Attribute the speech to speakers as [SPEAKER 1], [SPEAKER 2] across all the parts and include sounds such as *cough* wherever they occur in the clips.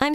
[SPEAKER 1] I'm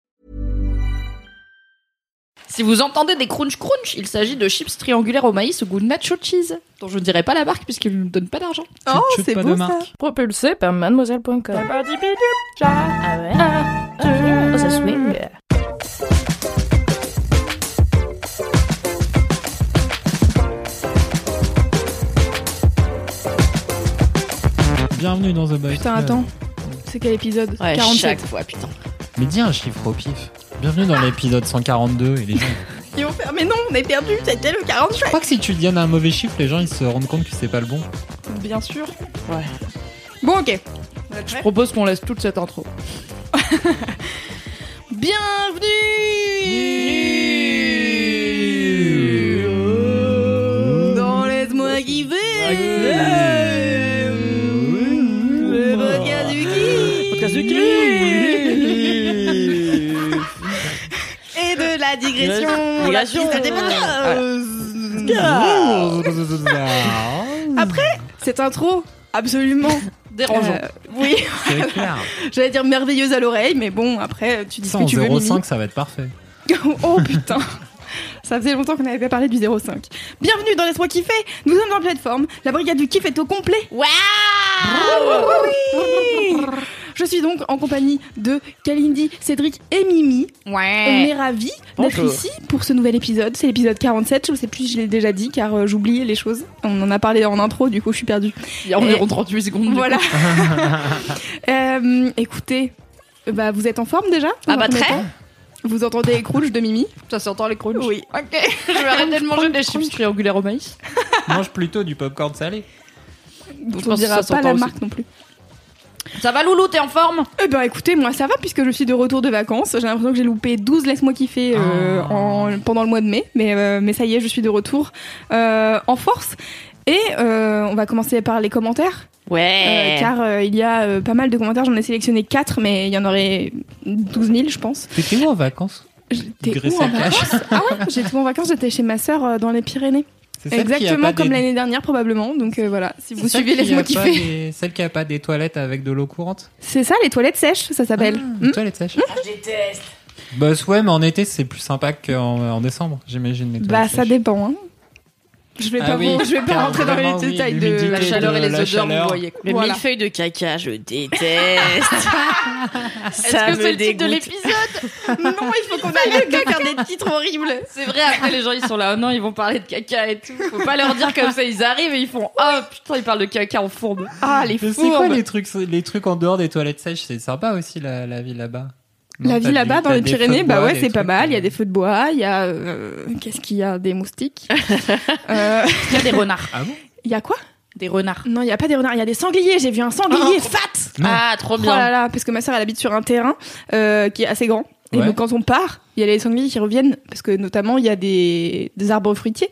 [SPEAKER 2] Si vous entendez des crunch crunch, il s'agit de chips triangulaires au maïs au goût de nacho cheese, dont je ne dirai pas la marque puisqu'ils ne nous donnent pas d'argent.
[SPEAKER 3] Oh,
[SPEAKER 4] Chute
[SPEAKER 3] c'est
[SPEAKER 4] pas
[SPEAKER 3] beau
[SPEAKER 4] de
[SPEAKER 3] ça.
[SPEAKER 4] marque.
[SPEAKER 5] Propulsé par mademoiselle.com.
[SPEAKER 6] Ah ouais Oh, ça
[SPEAKER 2] ah.
[SPEAKER 6] swing.
[SPEAKER 4] Bienvenue dans The Boys.
[SPEAKER 3] Putain, attends. C'est quel épisode
[SPEAKER 2] Ouais,
[SPEAKER 3] 47.
[SPEAKER 2] chaque fois, putain.
[SPEAKER 4] Mais dis un chiffre au pif. Bienvenue dans l'épisode 142 et les gens.
[SPEAKER 3] Ils vont faire, mais non, on est perdu, c'était le 48.
[SPEAKER 4] Je crois que si tu donnes un mauvais chiffre, les gens ils se rendent compte que c'est pas le bon.
[SPEAKER 3] Bien sûr.
[SPEAKER 2] Ouais.
[SPEAKER 3] Bon, ok.
[SPEAKER 2] Je propose qu'on laisse toute cette
[SPEAKER 3] *laughs*
[SPEAKER 2] intro.
[SPEAKER 3] Bienvenue dans Laisse-moi kiffer Le podcast du kiff
[SPEAKER 4] *laughs*
[SPEAKER 3] Et de la digression La piste des
[SPEAKER 4] Ah,
[SPEAKER 3] podcasts. Après cette intro absolument
[SPEAKER 2] Dérangeant.
[SPEAKER 3] euh, oui, *laughs*
[SPEAKER 4] C'est clair.
[SPEAKER 3] j'allais dire merveilleuse à l'oreille, mais bon, après, tu dis ce
[SPEAKER 4] Ça en
[SPEAKER 3] que tu veux, Mimi.
[SPEAKER 4] 0,5 ça va être parfait.
[SPEAKER 3] *laughs* oh putain Ça faisait longtemps qu'on n'avait pas parlé du 05. Bienvenue dans Laisse-moi kiffer Nous sommes dans la plateforme, la brigade du kiff est au complet Oh,
[SPEAKER 2] Waouh
[SPEAKER 3] Oui Je suis donc en compagnie de Kalindi, Cédric et Mimi. On est
[SPEAKER 2] Ouais.
[SPEAKER 3] ravis d'être ici pour ce nouvel épisode. C'est l'épisode 47, je ne sais plus si je l'ai déjà dit car euh, j'oubliais les choses. On en a parlé en intro, du coup je suis perdue.
[SPEAKER 2] Il y a environ 38 secondes. du
[SPEAKER 3] Voilà. *laughs* Euh, écoutez, bah, vous êtes en forme déjà
[SPEAKER 2] Ah bah,
[SPEAKER 3] Dans un premier
[SPEAKER 2] très.
[SPEAKER 3] temps Vous entendez les crouches de Mimi
[SPEAKER 2] coup. Ça s'entend les crunchs.
[SPEAKER 3] Oui.
[SPEAKER 2] Ok. *laughs* Je vais arrêter de manger des chips triangulaires au maïs.
[SPEAKER 4] *laughs* Mange plutôt du popcorn salé.
[SPEAKER 2] Je
[SPEAKER 3] On
[SPEAKER 2] pense que
[SPEAKER 3] dira
[SPEAKER 2] ça
[SPEAKER 3] pas
[SPEAKER 2] s'entend
[SPEAKER 3] la
[SPEAKER 2] aussi.
[SPEAKER 3] marque non plus.
[SPEAKER 2] Ça va Loulou, t'es en forme
[SPEAKER 3] Eh ben écoutez, moi ça va puisque je suis de retour de vacances. J'ai l'impression que j'ai loupé 12 laisse-moi kiffer euh,
[SPEAKER 4] Ah.
[SPEAKER 3] en- pendant le mois de mai. Mais, euh, mais ça y est, je suis de retour euh, en force. Et euh, on va commencer par les commentaires, euh,
[SPEAKER 2] Eh.
[SPEAKER 3] car euh, il y a euh, pas mal de commentaires. J'en ai sélectionné 4, mais il y en aurait 12 000, je pense.
[SPEAKER 4] T'étais où en vacances
[SPEAKER 3] J'étais
[SPEAKER 4] Grèce
[SPEAKER 3] où en
[SPEAKER 4] à Cache.
[SPEAKER 3] vacances Ah ouais, j'étais en vacances, j'étais chez ma sœur euh, dans les Pyrénées.
[SPEAKER 4] C'est celle qui a
[SPEAKER 3] Exactement
[SPEAKER 4] pas
[SPEAKER 3] comme
[SPEAKER 4] des-
[SPEAKER 3] l'année dernière, probablement. Donc euh, voilà, si vous
[SPEAKER 4] C'est celle
[SPEAKER 3] suivez,
[SPEAKER 4] qui a
[SPEAKER 3] laisse-moi
[SPEAKER 4] pas
[SPEAKER 3] kiffer.
[SPEAKER 4] des- Celle qui a pas des toilettes avec de l'eau courante.
[SPEAKER 3] C'est ça, les toilettes sèches, ça s'appelle.
[SPEAKER 4] Ah,
[SPEAKER 3] Hmm
[SPEAKER 4] toilettes sèches. je déteste. Bah ouais, mais en été c'est plus sympa qu'en en décembre, j'imagine. les
[SPEAKER 3] Bah
[SPEAKER 4] toilettes
[SPEAKER 3] ça
[SPEAKER 4] sèches.
[SPEAKER 3] dépend. Hein. Je vais
[SPEAKER 4] Ah
[SPEAKER 3] pas,
[SPEAKER 4] oui,
[SPEAKER 3] vous- je vais pas
[SPEAKER 4] car
[SPEAKER 3] rentrer dans
[SPEAKER 4] vraiment,
[SPEAKER 3] les
[SPEAKER 4] oui,
[SPEAKER 3] détails de
[SPEAKER 4] l'humidité
[SPEAKER 3] la
[SPEAKER 4] de-
[SPEAKER 3] chaleur.
[SPEAKER 2] et les
[SPEAKER 4] la *laughs*
[SPEAKER 2] odeurs,
[SPEAKER 4] chaleur.
[SPEAKER 2] vous voyez. quoi.
[SPEAKER 6] Le
[SPEAKER 3] Voilà.
[SPEAKER 6] millefeuille de caca, je
[SPEAKER 2] *laughs*
[SPEAKER 6] déteste. ça
[SPEAKER 2] Est-ce que
[SPEAKER 6] me
[SPEAKER 2] c'est le titre de
[SPEAKER 6] dégoûte.
[SPEAKER 2] l'épisode
[SPEAKER 3] Non, il faut qu'on arrête de faire des titres horribles.
[SPEAKER 2] C'est vrai, après les gens ils sont là, oh non, ils vont parler de caca et tout. Faut pas leur dire comme ça, ils arrivent et ils font, oh putain, ils parlent de caca en fourbe.
[SPEAKER 3] Ah, les
[SPEAKER 4] Mais c'est quoi
[SPEAKER 3] fourbes.
[SPEAKER 4] les trucs, les trucs en dehors des toilettes sèches C'est sympa aussi la, la vie là-bas.
[SPEAKER 3] La
[SPEAKER 4] Non,
[SPEAKER 3] vie
[SPEAKER 4] t'as
[SPEAKER 3] là-bas
[SPEAKER 4] du-
[SPEAKER 3] dans
[SPEAKER 4] t'as
[SPEAKER 3] les
[SPEAKER 4] des feux de
[SPEAKER 3] Pyrénées, bah
[SPEAKER 4] bois,
[SPEAKER 3] ouais,
[SPEAKER 4] des
[SPEAKER 3] c'est pas
[SPEAKER 4] trucs,
[SPEAKER 3] mal. Il y
[SPEAKER 4] euh,
[SPEAKER 3] a des feux de bois, il y a. euh, Qu'est-ce qu'il y a Des moustiques. Euh,
[SPEAKER 2] Il y a des renards.
[SPEAKER 4] Ah bon
[SPEAKER 3] Il y a quoi
[SPEAKER 2] Des renards.
[SPEAKER 3] Non, il y a pas des renards, il y a des sangliers. J'ai vu un sanglier
[SPEAKER 4] Oh,
[SPEAKER 3] fat.
[SPEAKER 4] Non.
[SPEAKER 2] Oh. Ah, trop
[SPEAKER 3] Oh
[SPEAKER 2] bien.
[SPEAKER 3] là là, parce que ma sœur elle habite sur un terrain euh, qui est assez grand. Et
[SPEAKER 4] Ouais.
[SPEAKER 3] donc quand on part, il y a les sangliers qui reviennent parce que notamment il y a des, des arbres fruitiers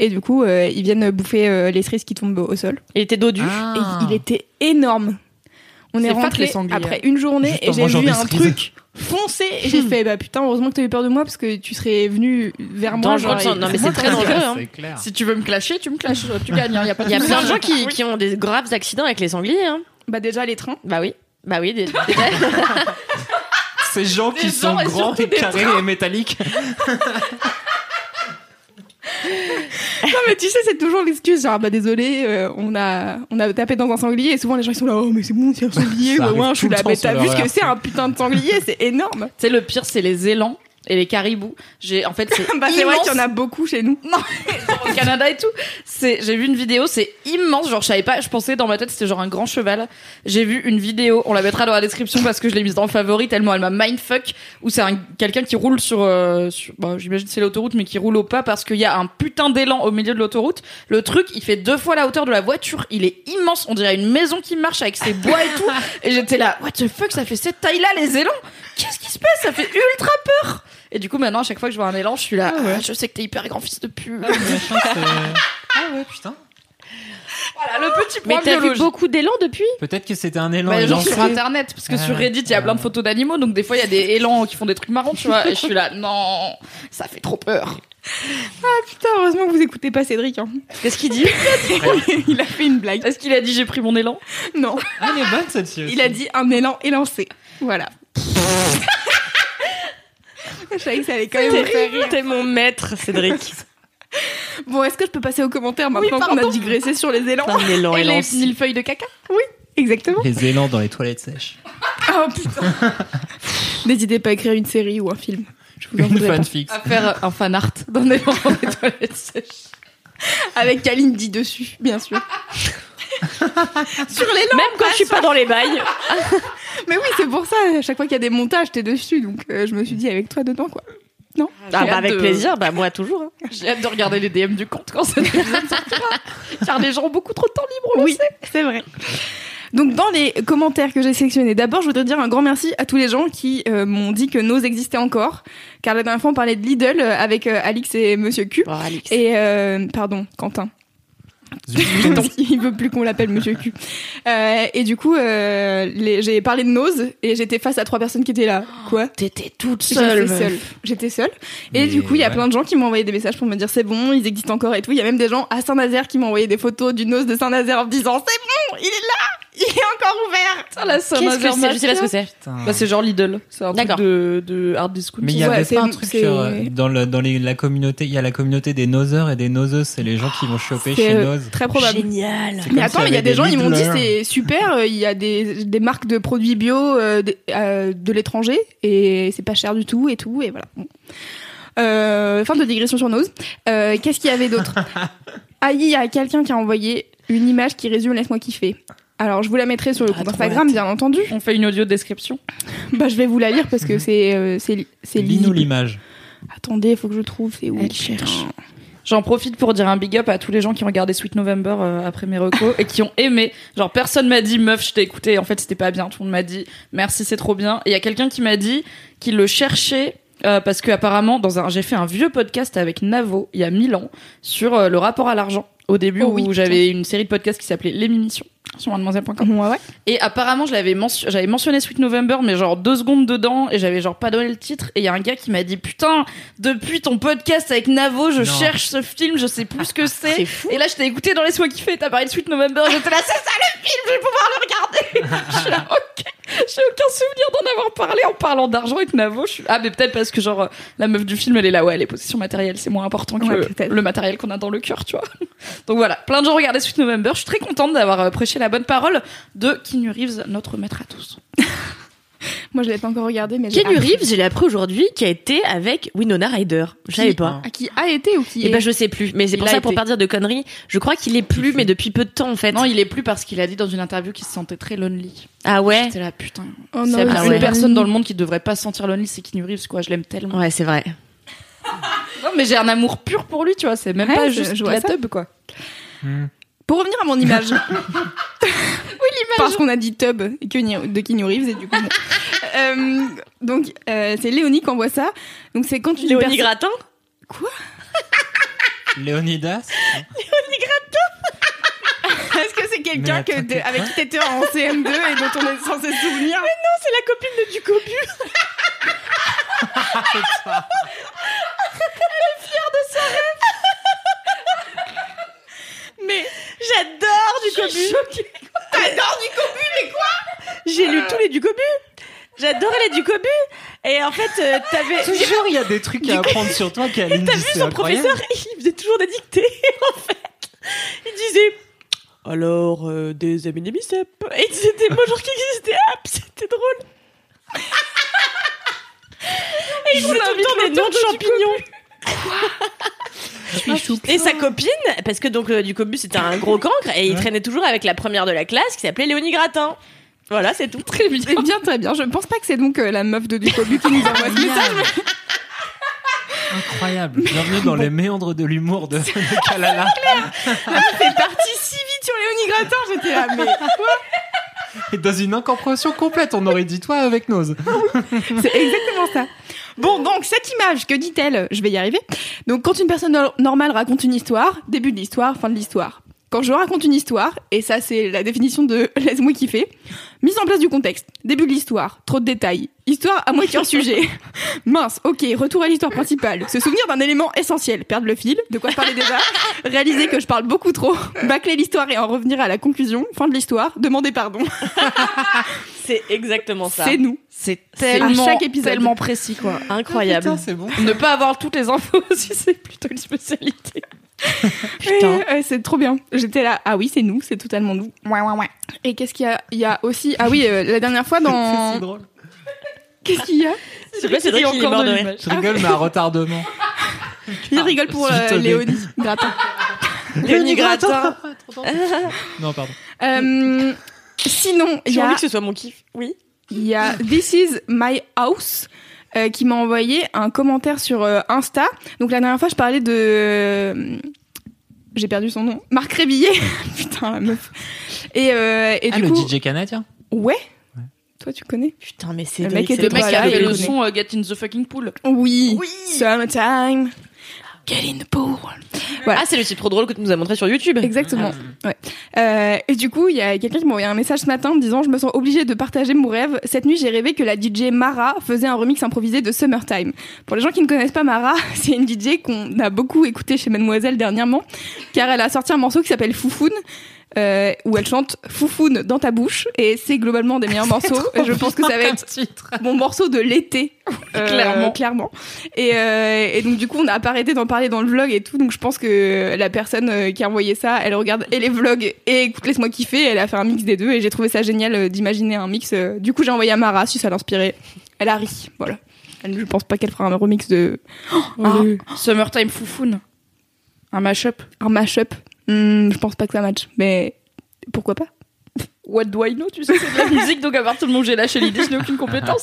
[SPEAKER 3] et du coup euh, ils viennent bouffer euh, les cerises qui tombent au sol.
[SPEAKER 2] Il était dodu.
[SPEAKER 4] Ah.
[SPEAKER 3] Et il était énorme. On
[SPEAKER 2] C'est
[SPEAKER 3] est
[SPEAKER 2] fat, les
[SPEAKER 3] rentré
[SPEAKER 2] sangliers.
[SPEAKER 3] après une journée
[SPEAKER 4] Juste
[SPEAKER 3] et
[SPEAKER 4] en
[SPEAKER 3] j'ai
[SPEAKER 4] mangeant
[SPEAKER 3] vu
[SPEAKER 4] des
[SPEAKER 3] un
[SPEAKER 4] cerises.
[SPEAKER 3] truc foncé et j'ai fait bah putain heureusement que t'as eu peur de moi parce que tu serais venu vers moi.
[SPEAKER 6] Dangereux de
[SPEAKER 3] genre,
[SPEAKER 6] sang-
[SPEAKER 3] et-
[SPEAKER 6] non, mais c'est très
[SPEAKER 4] Ah,
[SPEAKER 6] dangereux. hein.
[SPEAKER 4] C'est clair.
[SPEAKER 2] Si tu veux me clasher, tu me clashes, euh, tu gagnes, il y a pas de
[SPEAKER 6] Il y a
[SPEAKER 2] souci. Ah
[SPEAKER 6] plein de gens qui, qui ont des graves accidents avec les sangliers. Hein.
[SPEAKER 3] Bah déjà les trains.
[SPEAKER 6] Bah oui. Bah oui, des-
[SPEAKER 2] *laughs*
[SPEAKER 6] des-
[SPEAKER 4] Ces
[SPEAKER 2] *laughs*
[SPEAKER 4] gens
[SPEAKER 2] Des gens et surtout des *laughs*
[SPEAKER 4] et métalliques.
[SPEAKER 3] Non mais tu sais c'est toujours l'excuse genre bah désolé euh, on a on a tapé dans un sanglier et souvent les gens ils sont là oh mais c'est bon c'est un sanglier
[SPEAKER 4] Ça
[SPEAKER 3] ouais, ouais,
[SPEAKER 4] arrive
[SPEAKER 3] je suis
[SPEAKER 4] tout le
[SPEAKER 3] là
[SPEAKER 4] temps
[SPEAKER 3] mais t'as
[SPEAKER 4] sur
[SPEAKER 3] vu
[SPEAKER 4] leur
[SPEAKER 3] ce que
[SPEAKER 4] air.
[SPEAKER 3] c'est un putain de sanglier c'est énorme. *laughs*
[SPEAKER 2] Tu sais, le pire, c'est les élans et les caribous. J'ai en fait c'est *laughs*
[SPEAKER 3] bah, c'est vrai
[SPEAKER 2] immense.
[SPEAKER 3] qu'il y en a beaucoup chez nous.
[SPEAKER 2] au Canada et tout. C'est, j'ai vu une vidéo, c'est immense. Genre, je savais pas, je pensais dans ma tête, c'était genre un grand cheval. J'ai vu une vidéo, on la mettra dans la description parce que je l'ai mise en favori tellement elle m'a mindfuck, où c'est un, quelqu'un qui roule sur, euh, sur- bah, j'imagine que c'est l'autoroute, mais qui roule au pas parce qu'il y a un putain d'élan au milieu de l'autoroute. Le truc, il fait deux fois la hauteur de la voiture, il est immense, on dirait une maison qui marche avec ses bois et tout. Et j'étais là, what the fuck, ça fait cette taille-là, les élans? Qu'est-ce qui se passe? Ça fait ultra peur! Et du coup, maintenant, à chaque fois que je vois un élan, je suis là, Ah, je sais que t'es hyper grand fils de pute.
[SPEAKER 4] Machin, c'est- Ah ouais, putain.
[SPEAKER 2] Voilà, le petit point
[SPEAKER 6] Mais t'as vu
[SPEAKER 2] biologique.
[SPEAKER 6] beaucoup d'élan depuis
[SPEAKER 4] Peut-être que c'était un élan
[SPEAKER 2] Bah, genre sur
[SPEAKER 4] élancé.
[SPEAKER 2] internet, parce que
[SPEAKER 4] Ah
[SPEAKER 2] sur
[SPEAKER 4] ouais.
[SPEAKER 2] Reddit il y a plein de photos d'animaux, donc des fois il y a des élans qui font des trucs marrants, tu vois. Et je suis
[SPEAKER 3] *laughs*
[SPEAKER 2] là, non, ça fait trop peur.
[SPEAKER 3] Ah, Putain, heureusement que vous écoutez pas Cédric. hein.
[SPEAKER 2] Qu'est-ce qu'il dit
[SPEAKER 3] *laughs* Il a fait une blague.
[SPEAKER 2] Est-ce qu'il a dit j'ai pris mon élan
[SPEAKER 3] Non,
[SPEAKER 4] Ah, elle est bonne cette fille.
[SPEAKER 3] il a dit un élan élancé. Voilà. Je savais que ça allait quand même vous faire rire.
[SPEAKER 6] T'es mon maître, Cédric.
[SPEAKER 3] Bon, est-ce que je peux passer aux commentaires maintenant qu'on a digressé sur les élans
[SPEAKER 6] Plein d'élan
[SPEAKER 2] Et les
[SPEAKER 6] élancé.
[SPEAKER 2] mille feuilles de caca
[SPEAKER 3] Exactement.
[SPEAKER 4] Les élans dans les toilettes
[SPEAKER 3] *laughs*
[SPEAKER 4] sèches.
[SPEAKER 3] Oh putain. N'hésitez pas à écrire une série ou un film. Je vous en
[SPEAKER 4] Une
[SPEAKER 3] voudrais pas.
[SPEAKER 4] fanfic.
[SPEAKER 2] À faire un fan art d'un élan dans les toilettes sèches.
[SPEAKER 3] Avec Kalindi dessus, bien sûr. sur les langues.
[SPEAKER 6] Même quand je suis pas dans les bails.
[SPEAKER 3] Mais oui, c'est pour ça. À chaque fois qu'il y a des montages, t'es dessus. Donc euh, je me suis dit avec toi dedans, quoi. Non
[SPEAKER 6] Ah, bah,
[SPEAKER 2] hâte
[SPEAKER 6] avec
[SPEAKER 2] de-
[SPEAKER 6] plaisir, bah moi toujours. hein.
[SPEAKER 2] J'ai hâte de regarder les DM du compte quand cet épisode sortira. Car les gens ont beaucoup trop de temps libre, on le
[SPEAKER 3] Oui.
[SPEAKER 2] sait.
[SPEAKER 3] C'est vrai. Donc dans les commentaires que j'ai sélectionnés, d'abord je voudrais dire un grand merci à tous les gens qui euh, m'ont dit que Nose existait encore, car la dernière fois on parlait de Lidl euh, avec euh, Alix et Monsieur Q.
[SPEAKER 6] Bon, Alix.
[SPEAKER 3] Et euh, pardon, Quentin. *laughs*
[SPEAKER 4] Zut.
[SPEAKER 3] Il veut plus qu'on l'appelle Monsieur Q. Euh, et du coup, euh, les- j'ai parlé de Nose et j'étais face à trois personnes qui étaient là. Quoi
[SPEAKER 6] T'étais toute
[SPEAKER 3] J'étais
[SPEAKER 6] seule.
[SPEAKER 3] seule.
[SPEAKER 6] meuf.
[SPEAKER 3] J'étais seule. Et
[SPEAKER 4] Mais
[SPEAKER 3] du coup, il y a
[SPEAKER 4] ouais.
[SPEAKER 3] plein de gens qui m'ont envoyé des messages pour me dire c'est bon, ils existent encore et tout. Il y a même des gens à Saint-Nazaire qui m'ont envoyé des photos du nose de Saint-Nazaire en me disant c'est bon, il est là, il est encore ouvert.
[SPEAKER 2] Putain, la somme
[SPEAKER 6] Qu'est-ce que c'est Je sais pas ce que c'est.
[SPEAKER 4] Putain.
[SPEAKER 2] Bah, c'est genre Lidl. C'est un truc
[SPEAKER 6] D'accord.
[SPEAKER 2] de, de art discount.
[SPEAKER 4] Mais il y
[SPEAKER 3] Ouais,
[SPEAKER 4] avait
[SPEAKER 3] c'est-
[SPEAKER 4] pas un truc
[SPEAKER 3] c'est-
[SPEAKER 4] sur, euh, dans, le, dans les, la communauté, il y a la communauté des noseurs et des noseuses, c'est les gens qui vont choper
[SPEAKER 3] C'est
[SPEAKER 4] chez
[SPEAKER 3] euh,
[SPEAKER 4] Nose.
[SPEAKER 3] très probable.
[SPEAKER 6] Génial.
[SPEAKER 4] C'est
[SPEAKER 3] Mais
[SPEAKER 4] comme
[SPEAKER 3] attends,
[SPEAKER 4] s'il
[SPEAKER 3] mais il y a des gens, ils m'ont dit
[SPEAKER 4] leaders.
[SPEAKER 3] c'est super, euh, il y a des, des marques de produits bio euh, des- euh, de l'étranger et c'est pas cher du tout et tout, et voilà. Bon. Euh, fin de digression sur Nose. Euh, Qu'est-ce qu'il y avait d'autre Ah, il y a quelqu'un qui a envoyé une image qui résume Laisse-moi kiffer. Alors, je vous la mettrai sur le
[SPEAKER 6] Ah,
[SPEAKER 3] compte
[SPEAKER 6] trop
[SPEAKER 3] Instagram,
[SPEAKER 6] hâte.
[SPEAKER 3] bien entendu.
[SPEAKER 2] On fait une audio description.
[SPEAKER 3] Bah, je vais vous la lire parce que c'est euh, c'est c'est
[SPEAKER 4] Lis-nous
[SPEAKER 3] lisible.
[SPEAKER 4] l'image.
[SPEAKER 3] Attendez, faut que je trouve, c'est où
[SPEAKER 6] Elle
[SPEAKER 3] putain.
[SPEAKER 6] cherche.
[SPEAKER 2] J'en profite pour dire un big up à tous les gens qui ont regardé Sweet November euh, après mes recos et qui ont aimé. Genre personne m'a dit meuf, je t'ai écouté et en fait c'était pas bien. Tout le monde m'a dit merci, c'est trop bien. Et il y a quelqu'un qui m'a dit qu'il le cherchait euh, parce que apparemment dans un j'ai fait un vieux podcast avec Navo il y a mille ans sur euh, le rapport à l'argent. Au début
[SPEAKER 3] Oh
[SPEAKER 2] où
[SPEAKER 3] oui, putain. Mhm.
[SPEAKER 2] j'avais une série de podcasts qui s'appelait Les Minitions sur mademoiselle.com.
[SPEAKER 3] Ouais, ouais.
[SPEAKER 2] Et apparemment, je l'avais mention- j'avais mentionné Sweet November, mais genre deux secondes dedans, et j'avais genre pas donné le titre. Et il y a un gars qui m'a dit Putain, depuis ton podcast avec Navo, je
[SPEAKER 4] Non.
[SPEAKER 2] cherche ce film, je sais plus ce que Ah, c'est.
[SPEAKER 6] C'est fou.
[SPEAKER 2] Et là, je t'ai écouté dans les soins kiffés, t'as parlé de Sweet November, et j'étais là, c'est ça le film, je vais pouvoir le regarder. *laughs* je suis là, ok, j'ai aucun souvenir d'en avoir parlé en parlant d'argent avec Navo. Je suis... Ah, mais peut-être parce que genre euh, la meuf du film, elle est là, ouais, les positions matérielles, c'est moins important que
[SPEAKER 3] Ouais,
[SPEAKER 2] le-
[SPEAKER 3] peut-être.
[SPEAKER 2] le matériel qu'on a dans le cœur, tu vois. *laughs* Donc voilà, plein de gens regardaient Sweet November. Je suis très contente d'avoir euh, prêché la bonne parole de Keanu Reeves, notre maître à tous.
[SPEAKER 3] Moi, je l'ai pas encore regardé, mais j'ai
[SPEAKER 6] Keanu
[SPEAKER 3] hâte.
[SPEAKER 6] Reeves, je l'ai appris aujourd'hui, qui a été avec Winona Ryder. Je savais pas.
[SPEAKER 3] Ah, qui a été ou qui
[SPEAKER 7] Eh
[SPEAKER 6] Et
[SPEAKER 3] est
[SPEAKER 6] ben je sais plus, mais c'est
[SPEAKER 2] Il
[SPEAKER 6] pour
[SPEAKER 2] a
[SPEAKER 6] ça pour
[SPEAKER 2] été.
[SPEAKER 6] pas dire de conneries. Je crois qu'il est plus, mais depuis peu de temps en fait.
[SPEAKER 2] Non, il est plus parce qu'il a dit dans une interview qu'il se sentait très lonely.
[SPEAKER 6] Ah ouais.
[SPEAKER 2] J'étais là, putain.
[SPEAKER 3] Oh
[SPEAKER 2] c'est
[SPEAKER 3] non,
[SPEAKER 2] la
[SPEAKER 6] ah
[SPEAKER 2] seule
[SPEAKER 6] ouais.
[SPEAKER 2] personne dans le monde qui devrait pas se sentir lonely, c'est Keanu Reeves, quoi. Je l'aime tellement.
[SPEAKER 6] Ouais, c'est vrai.
[SPEAKER 2] Non, mais j'ai un amour pur pour lui, tu vois. C'est même
[SPEAKER 3] Ouais,
[SPEAKER 2] pas
[SPEAKER 3] je-
[SPEAKER 2] juste
[SPEAKER 3] je vois
[SPEAKER 2] la
[SPEAKER 3] ça.
[SPEAKER 2] teub, quoi.
[SPEAKER 4] Hmm.
[SPEAKER 3] Pour revenir à mon image. *laughs* oui, l'image. Parce qu'on a dit tub et que- de Keanu Reeves et du coup. bon. Euh, donc, euh, c'est Léonie qui envoie ça. Donc, c'est quand une
[SPEAKER 6] Léonie
[SPEAKER 3] personne-
[SPEAKER 6] Gratin
[SPEAKER 4] Léonidas
[SPEAKER 3] *laughs* Est-ce que c'est quelqu'un
[SPEAKER 4] Mais
[SPEAKER 3] que
[SPEAKER 4] attends,
[SPEAKER 3] de-
[SPEAKER 4] t'es
[SPEAKER 3] avec
[SPEAKER 4] quoi
[SPEAKER 3] qui t'étais en CM2 et dont on est censé se souvenir
[SPEAKER 6] C'est la copine de Ducobu.
[SPEAKER 3] Mais
[SPEAKER 6] J'adore Ducobu.
[SPEAKER 3] j'adore du coup
[SPEAKER 6] J'ai lu tous les Ducobu. J'adore les Ducobu. Et en fait, euh, t'avais.
[SPEAKER 4] Toujours, il y a des trucs à apprendre sur toi, Kalindi.
[SPEAKER 6] T'as vu
[SPEAKER 4] c'est
[SPEAKER 6] son
[SPEAKER 4] incroyable.
[SPEAKER 6] professeur Il faisait toujours des dictées, en fait. Il disait alors euh, des amis des biceps. Et il disait des mots genre qui existaient. Hop, c'était drôle. Et il joue tout le temps des noms de champignons. Et sa copine, parce que donc euh, du cobu c'était un gros cancre et il
[SPEAKER 4] Ouais.
[SPEAKER 6] traînait toujours avec la première de la classe qui s'appelait Léonie Gratin. Voilà, c'est tout. Très bien.
[SPEAKER 3] C'est Eh bien, très bien. Je pense pas que c'est donc euh, la meuf de Ducobu qui nous envoie ce message.
[SPEAKER 4] Incroyable. Bienvenue dans les méandres de l'humour de de Kalala.
[SPEAKER 3] C'est parti si vite sur Léonie Gratin, j'étais là, mais
[SPEAKER 4] Et dans une incompréhension complète, on aurait dit toi avec Nose.
[SPEAKER 3] *laughs* c'est exactement ça. Bon, donc, cette image, que dit-elle Je vais y arriver. Donc, quand une personne no- normale raconte une histoire, début de l'histoire, fin de l'histoire. Quand je raconte une histoire, et ça c'est la définition de *laughs* laisse-moi kiffer, mise en place du contexte, début de l'histoire, trop de détails, histoire à moitié en sujet, mince, ok, retour à l'histoire principale, se souvenir d'un élément essentiel, perdre le fil, de quoi je parlais déjà, réaliser que je parle beaucoup trop, bâcler l'histoire et en revenir à la conclusion, fin de l'histoire, demander pardon,
[SPEAKER 6] C'est exactement ça.
[SPEAKER 3] c'est nous.
[SPEAKER 2] C'est
[SPEAKER 3] tellement-
[SPEAKER 2] tellement,
[SPEAKER 3] tellement
[SPEAKER 2] précis, quoi. *laughs*
[SPEAKER 6] incroyable.
[SPEAKER 4] Putain, c'est bon.
[SPEAKER 2] ne pas avoir toutes les infos *laughs* aussi, c'est plutôt une spécialité.
[SPEAKER 3] Putain. euh, c'est trop bien. J'étais là. Ah oui, c'est nous, c'est totalement nous. Ouais, ouais, ouais. Et qu'est-ce qu'il y a Il y a aussi. Ah oui, euh, la dernière
[SPEAKER 4] *laughs*
[SPEAKER 3] fois
[SPEAKER 4] C'est si
[SPEAKER 3] dans.
[SPEAKER 4] drôle.
[SPEAKER 3] Qu'est-ce qu'il y a
[SPEAKER 6] Je sais pas, Cédric, il est mort de rire.
[SPEAKER 4] Je rigole, mais à retardement.
[SPEAKER 3] Il rigole pour euh,
[SPEAKER 4] zut,
[SPEAKER 3] Léonie *laughs* Gratin.
[SPEAKER 6] Léonie Gratin.
[SPEAKER 4] Non, pardon.
[SPEAKER 3] Euh, sinon, il y
[SPEAKER 6] J'ai envie
[SPEAKER 3] a,
[SPEAKER 6] que ce soit mon kiff. Oui.
[SPEAKER 3] il y a This is my house. euh, qui m'a envoyé un commentaire sur euh, Insta. Donc la dernière fois, je parlais de... euh, J'ai perdu son nom. Marc Rébillet. *laughs* Putain, la meuf. Et, euh, et
[SPEAKER 4] ah,
[SPEAKER 3] du
[SPEAKER 4] le
[SPEAKER 3] coup...
[SPEAKER 4] DJ canadien
[SPEAKER 3] Ouais. Toi, tu connais
[SPEAKER 6] Putain, mais c'est
[SPEAKER 3] Le mec
[SPEAKER 6] Cédric,
[SPEAKER 3] était
[SPEAKER 6] c'est
[SPEAKER 2] Le mec qui
[SPEAKER 3] Voilà,
[SPEAKER 2] a fait
[SPEAKER 3] il
[SPEAKER 2] le
[SPEAKER 3] est
[SPEAKER 2] son euh, Get in the fucking pool.
[SPEAKER 3] Oui. Summertime. Get in the pool.
[SPEAKER 6] Ah, c'est le type trop drôle que tu nous as montré sur YouTube.
[SPEAKER 3] Exactement. Ouais. Euh, et du coup, il y a quelqu'un qui m'a envoyé un message ce matin me disant Je me sens obligée de partager mon rêve. Cette nuit, j'ai rêvé que la DJ Mara faisait un remix improvisé de Summertime. Pour les gens qui ne connaissent pas Mara, *laughs* c'est une DJ qu'on a beaucoup écouté chez Mademoiselle dernièrement, car elle a sorti un morceau qui s'appelle Foufoune. euh, où elle chante Foufoune dans ta bouche et *laughs* c'est globalement des meilleurs morceaux et je pense que ça va être
[SPEAKER 4] titre.
[SPEAKER 3] mon morceau
[SPEAKER 2] *laughs*
[SPEAKER 3] de l'été. euh,
[SPEAKER 2] clairement.
[SPEAKER 3] clairement. Et, euh, et donc, du coup, on n'a pas arrêté d'en parler dans le vlog et tout. Donc, je pense que la personne euh, qui a envoyé ça, elle regarde et les vlogs et écoute, laisse-moi kiffer. Elle a fait un mix des deux et j'ai trouvé ça génial euh, d'imaginer un mix. euh. Du coup, j'ai envoyé à Mara si ça l'inspirait. Elle a ri. Voilà. Elle- Je pense pas qu'elle fera un
[SPEAKER 2] *gasps*
[SPEAKER 3] remix de.
[SPEAKER 2] Ah, Summertime Foufoune. Un mashup.
[SPEAKER 3] Un mash-up. Hmm, je pense pas que ça match. Mais pourquoi pas
[SPEAKER 2] What do I know Tu sais, c'est de la musique, donc à partir du moment où j'ai lâché l'idée, je n'ai aucune compétence.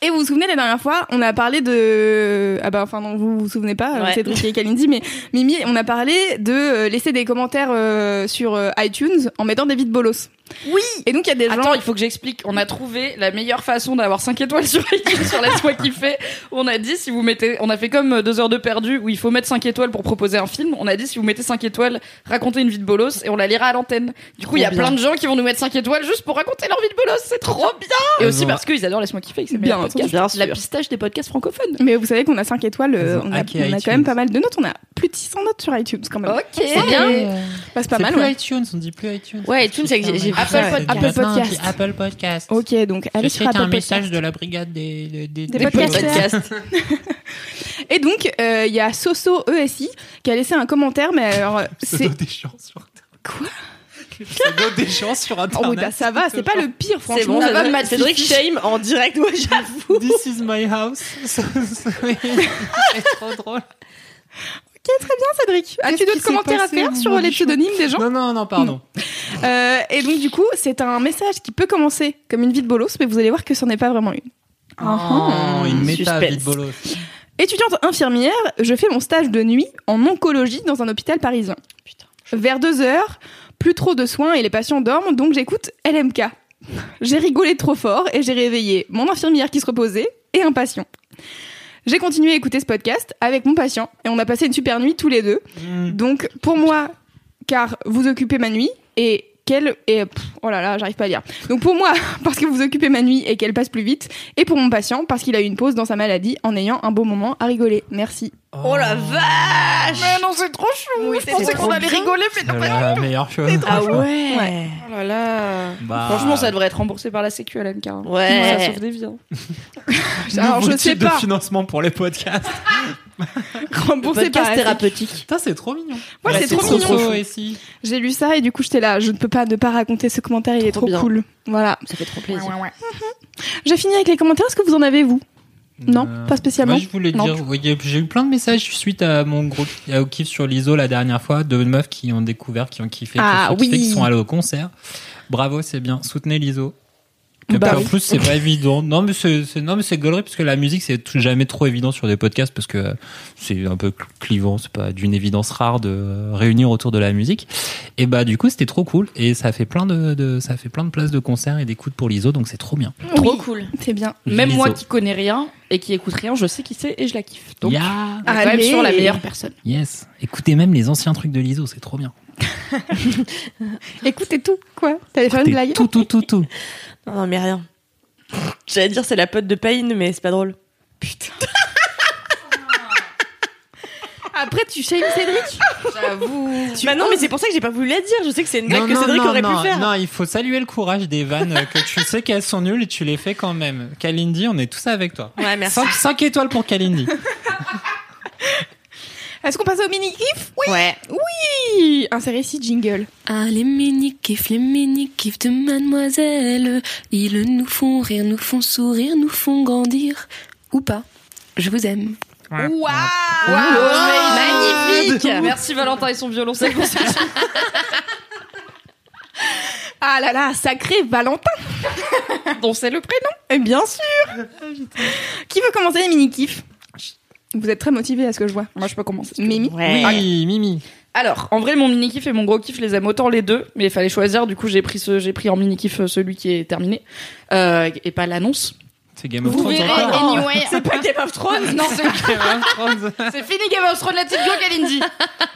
[SPEAKER 3] Et vous vous souvenez la dernière fois, on a parlé de ah bah enfin non vous vous souvenez pas euh,
[SPEAKER 6] Ouais.
[SPEAKER 3] Cédric et Kalindi mais Mimi on a parlé de euh, laisser des commentaires euh, sur euh, iTunes en mettant des vides bolos.
[SPEAKER 2] Oui
[SPEAKER 3] Et donc il y a des
[SPEAKER 2] Attends,
[SPEAKER 3] gens
[SPEAKER 2] il faut que j'explique. On a trouvé la meilleure façon d'avoir 5 étoiles sur iTunes sur Laisse-moi kiffer. On a dit si vous mettez, on a fait comme 2 heures de perdu où il faut mettre 5 étoiles pour proposer un film. On a dit si vous mettez 5 étoiles, racontez une vie de bolos et on la lira à l'antenne. Du coup, il y a
[SPEAKER 6] Trop bien.
[SPEAKER 2] plein de gens qui vont nous mettre 5 étoiles juste pour raconter leur vie de bolos. C'est trop bien. Et
[SPEAKER 4] Ah
[SPEAKER 2] aussi
[SPEAKER 4] bon.
[SPEAKER 2] parce qu'ils adorent Laisse-moi kiffer. et que C'est le
[SPEAKER 3] Bien
[SPEAKER 2] meilleur podcast.
[SPEAKER 6] entendu, bien sûr.
[SPEAKER 2] La pistache des podcasts francophones.
[SPEAKER 3] mais vous savez qu'on a 5 étoiles, euh,
[SPEAKER 4] Ils ont
[SPEAKER 3] on, a,
[SPEAKER 4] hacké
[SPEAKER 3] on a quand
[SPEAKER 4] iTunes.
[SPEAKER 3] même pas mal de notes, on a plus de 600 notes sur iTunes quand même.
[SPEAKER 2] Ok.
[SPEAKER 3] C'est bien. Bah, c'est pas mal.
[SPEAKER 4] plus
[SPEAKER 3] ouais.
[SPEAKER 4] iTunes, on dit plus iTunes.
[SPEAKER 6] Ouais, iTunes, c'est que j'ai- j'ai vu
[SPEAKER 2] ça. Apple Pod-
[SPEAKER 3] Apple
[SPEAKER 4] Non, on dit
[SPEAKER 3] Podcast.
[SPEAKER 4] Apple Podcast.
[SPEAKER 3] Ok donc allez
[SPEAKER 4] C'était
[SPEAKER 3] sur Apple
[SPEAKER 4] un
[SPEAKER 3] Podcast.
[SPEAKER 4] message de la brigade des, des, des-
[SPEAKER 3] Des
[SPEAKER 4] des
[SPEAKER 3] podcasteurs.
[SPEAKER 4] podcasts.
[SPEAKER 3] Et donc euh, il y a Soso ESI qui a laissé un commentaire mais
[SPEAKER 4] *laughs*
[SPEAKER 3] alors euh, c'est
[SPEAKER 4] Pseudo des gens sur Internet.
[SPEAKER 3] Quoi
[SPEAKER 4] Pseudo des gens sur Internet.
[SPEAKER 3] Oh oui, bah ça va, c'est pas le pire
[SPEAKER 6] C'est
[SPEAKER 3] franchement.
[SPEAKER 6] bon,
[SPEAKER 3] ça
[SPEAKER 6] ça
[SPEAKER 3] va,
[SPEAKER 6] va.
[SPEAKER 3] Matt
[SPEAKER 6] Cédric
[SPEAKER 3] Fifi.
[SPEAKER 6] Shame en direct, ouais, j'avoue.
[SPEAKER 4] This is my house. *laughs* c'est trop drôle.
[SPEAKER 3] Ok, très bien, Cédric. As-tu
[SPEAKER 4] Qu'est-ce
[SPEAKER 3] d'autres
[SPEAKER 4] qui s'est
[SPEAKER 3] commentaires
[SPEAKER 4] passé,
[SPEAKER 3] à faire
[SPEAKER 4] mon
[SPEAKER 3] sur les
[SPEAKER 4] bichon
[SPEAKER 3] pseudonymes des gens
[SPEAKER 4] Non, non, non, pardon.
[SPEAKER 3] Euh, Et donc, du coup, c'est un message qui peut commencer comme une vie de bolos, mais vous allez voir que ce n'est pas vraiment une. Ah,
[SPEAKER 4] Oh, une méta
[SPEAKER 6] suspense.
[SPEAKER 4] vite bolos.
[SPEAKER 3] Étudiante infirmière, je fais mon stage de nuit en oncologie dans un hôpital parisien.
[SPEAKER 6] Putain.
[SPEAKER 3] Vers deux heures, plus trop de soins et les patients dorment, donc j'écoute LMK. J'ai rigolé trop fort et j'ai réveillé mon infirmière qui se reposait et un patient. J'ai continué à écouter ce podcast avec mon patient et on a passé une super nuit tous les deux. Donc pour moi, car vous occupez ma nuit et qu'elle et pff, oh là là, j'arrive pas à lire. Donc pour moi, *laughs* parce que vous occupez ma nuit et qu'elle passe plus vite, et pour mon patient parce qu'il a eu une pause dans sa maladie en ayant un beau moment à rigoler. Merci.
[SPEAKER 6] Oh la vache
[SPEAKER 2] Mais non, c'est trop chou. Je pensais qu'on allait rigoler, mais
[SPEAKER 4] C'est la meilleure chose.
[SPEAKER 6] Ah ouais.
[SPEAKER 3] Ouais.
[SPEAKER 2] Oh là là.
[SPEAKER 4] Bah.
[SPEAKER 2] Franchement, ça devrait être remboursé par la Sécu à l'MK. hein.
[SPEAKER 6] Ouais.
[SPEAKER 2] Ça sauve des
[SPEAKER 3] *laughs*
[SPEAKER 2] vies. hein.
[SPEAKER 3] Alors Eh. je sais pas.
[SPEAKER 4] de financement pour les podcasts.
[SPEAKER 3] Remboursé par la Sécu.
[SPEAKER 6] thérapeutique.
[SPEAKER 4] Putain, c'est trop mignon.
[SPEAKER 3] Ouais, c'est trop mignon.
[SPEAKER 4] Et si.
[SPEAKER 3] J'ai lu ça et du coup j'étais là, je ne peux pas ne pas raconter ce commentaire, il est
[SPEAKER 6] Trop
[SPEAKER 3] trop
[SPEAKER 6] bien.
[SPEAKER 3] cool. Voilà.
[SPEAKER 6] Ça fait trop plaisir.
[SPEAKER 3] Je finis avec les commentaires, est-ce que vous en avez vous Non,
[SPEAKER 4] Euh,
[SPEAKER 3] pas spécialement.
[SPEAKER 4] Moi, je voulais
[SPEAKER 3] Non.
[SPEAKER 4] dire, vous voyez, j'ai eu plein de messages suite à mon gros au kiff sur l'ISO la dernière fois, de meufs qui ont découvert, qui ont kiffé,
[SPEAKER 3] Ah,
[SPEAKER 4] qui, sont kiffées,
[SPEAKER 3] oui.
[SPEAKER 4] qui sont allées au concert. Bravo, c'est bien. Soutenez l'ISO. Comme
[SPEAKER 3] Bah
[SPEAKER 4] ça,
[SPEAKER 3] oui.
[SPEAKER 4] En plus, c'est pas évident. Non, mais c'est, c'est- non, mais c'est gaulerie, parce que la musique, c'est tout- jamais trop évident sur des podcasts, parce que euh, c'est un peu cl- clivant, c'est pas d'une évidence rare de euh, réunir autour de la musique. Et bah, du coup, c'était trop cool, et ça fait plein de, de- ça fait plein de places de concerts et d'écoute pour l'ISO, donc c'est trop bien.
[SPEAKER 2] Trop cool.
[SPEAKER 3] C'est bien.
[SPEAKER 2] Même
[SPEAKER 4] L'ISO.
[SPEAKER 2] moi qui connais rien et qui écoute rien, je sais qui c'est et je la kiffe. Donc,
[SPEAKER 4] Yeah.
[SPEAKER 2] on est quand même
[SPEAKER 3] Allez.
[SPEAKER 2] sur la meilleure personne.
[SPEAKER 4] Yes. Écoutez même les anciens trucs de l'ISO, c'est trop bien.
[SPEAKER 3] Écoutez tout, quoi. T'allais faire une
[SPEAKER 4] Écoutez
[SPEAKER 3] blague
[SPEAKER 4] tout, tout, tout, tout.
[SPEAKER 6] Non, non, mais rien. J'allais dire c'est la pote de Payne, mais c'est pas drôle.
[SPEAKER 3] Putain. Après, tu shames Cédric
[SPEAKER 2] J'avoue.
[SPEAKER 6] bah non, mais c'est pour ça que j'ai pas voulu la dire. Je sais que c'est une blague que Cédric aurait
[SPEAKER 4] non,
[SPEAKER 6] pu faire.
[SPEAKER 4] non, il faut saluer le courage des vannes euh, que tu sais qu'elles sont nulles et tu les fais quand même. Kalindi, on est tous avec toi.
[SPEAKER 6] Ouais, merci.
[SPEAKER 4] 5, étoiles pour Kalindi.
[SPEAKER 3] *laughs* Est-ce qu'on passe au mini-kiff Oui
[SPEAKER 6] Ouais.
[SPEAKER 3] Oui Insérez ici jingle.
[SPEAKER 8] Ah, les mini-kiffs, les mini-kiffs de mademoiselle. Ils nous font rire, nous font sourire, nous font grandir. Ou pas. Je vous aime.
[SPEAKER 2] Waouh Magnifique Merci Valentin et son violoncelle pour cette
[SPEAKER 3] *laughs* Ah là là, sacré Valentin
[SPEAKER 2] *laughs* dont c'est le prénom.
[SPEAKER 3] Eh bien sûr Qui veut commencer les mini-kiffs Vous êtes très motivés à ce que je vois.
[SPEAKER 2] Moi, je peux commencer.
[SPEAKER 3] Mimi
[SPEAKER 6] *laughs* Ouais.
[SPEAKER 4] Oui, Mimi.
[SPEAKER 2] Alors, en vrai, mon mini kiff et mon gros kiff, je les aime autant les deux, mais il fallait choisir. Du coup, j'ai pris ce, j'ai pris en mini kiff celui qui est terminé euh, et pas l'annonce.
[SPEAKER 4] C'est Game of Thrones
[SPEAKER 2] verrez,
[SPEAKER 4] encore.
[SPEAKER 2] *laughs* anyway.
[SPEAKER 6] C'est pas Game of Thrones
[SPEAKER 2] Non, c'est
[SPEAKER 4] Game of Thrones.
[SPEAKER 2] c'est fini Game of Thrones, la petite gueule Kalindi.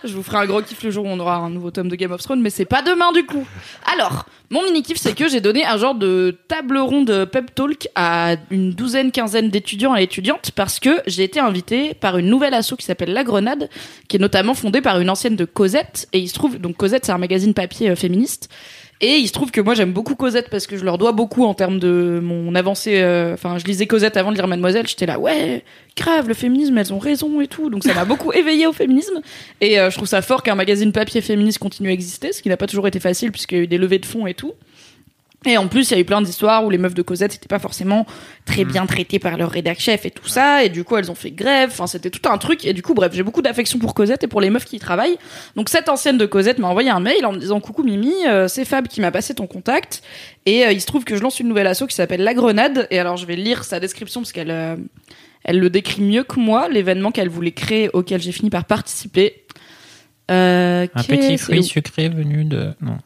[SPEAKER 2] Je vous ferai un gros kiff le jour où on aura un nouveau tome de Game of Thrones, mais c'est pas demain du coup. Alors, mon mini kiff, c'est que j'ai donné un genre de table ronde pep talk à une douzaine, quinzaine d'étudiants et étudiantes parce que j'ai été invitée par une nouvelle asso qui s'appelle La Grenade, qui est notamment fondée par une ancienne de Cosette. Et il se trouve, donc Cosette, c'est un magazine papier euh, féministe. Et il se trouve que moi j'aime beaucoup Cosette parce que je leur dois beaucoup en termes de mon avancée. euh, Enfin, je lisais Cosette avant de lire Mademoiselle. J'étais là, ouais, grave, le féminisme, elles ont raison et tout. Donc ça m'a beaucoup *laughs* éveillée au féminisme. Et euh, je trouve ça fort qu'un magazine papier féministe continue à exister, ce qui n'a pas toujours été facile puisqu'il y a eu des levées de fonds et tout. Et en plus, il y a eu plein d'histoires où les meufs de Cosette n'étaient pas forcément très
[SPEAKER 4] Mm.
[SPEAKER 2] bien traitées par leur rédac chef et tout ça, et du coup, elles ont fait grève. Enfin, c'était tout un truc. Et du coup, bref, j'ai beaucoup d'affection pour Cosette et pour les meufs qui y travaillent. Donc, cette ancienne de Cosette m'a envoyé un mail en me disant coucou Mimi, euh, c'est Fab qui m'a passé ton contact. Et euh, il se trouve que je lance une nouvelle asso qui s'appelle La Grenade. Et alors, je vais lire sa description parce qu'elle euh, elle le décrit mieux que moi, l'événement qu'elle voulait créer auquel j'ai fini par participer. Euh,
[SPEAKER 4] *laughs* Un petit
[SPEAKER 2] qu'est-ce-
[SPEAKER 4] fruit sucré venu de. Non.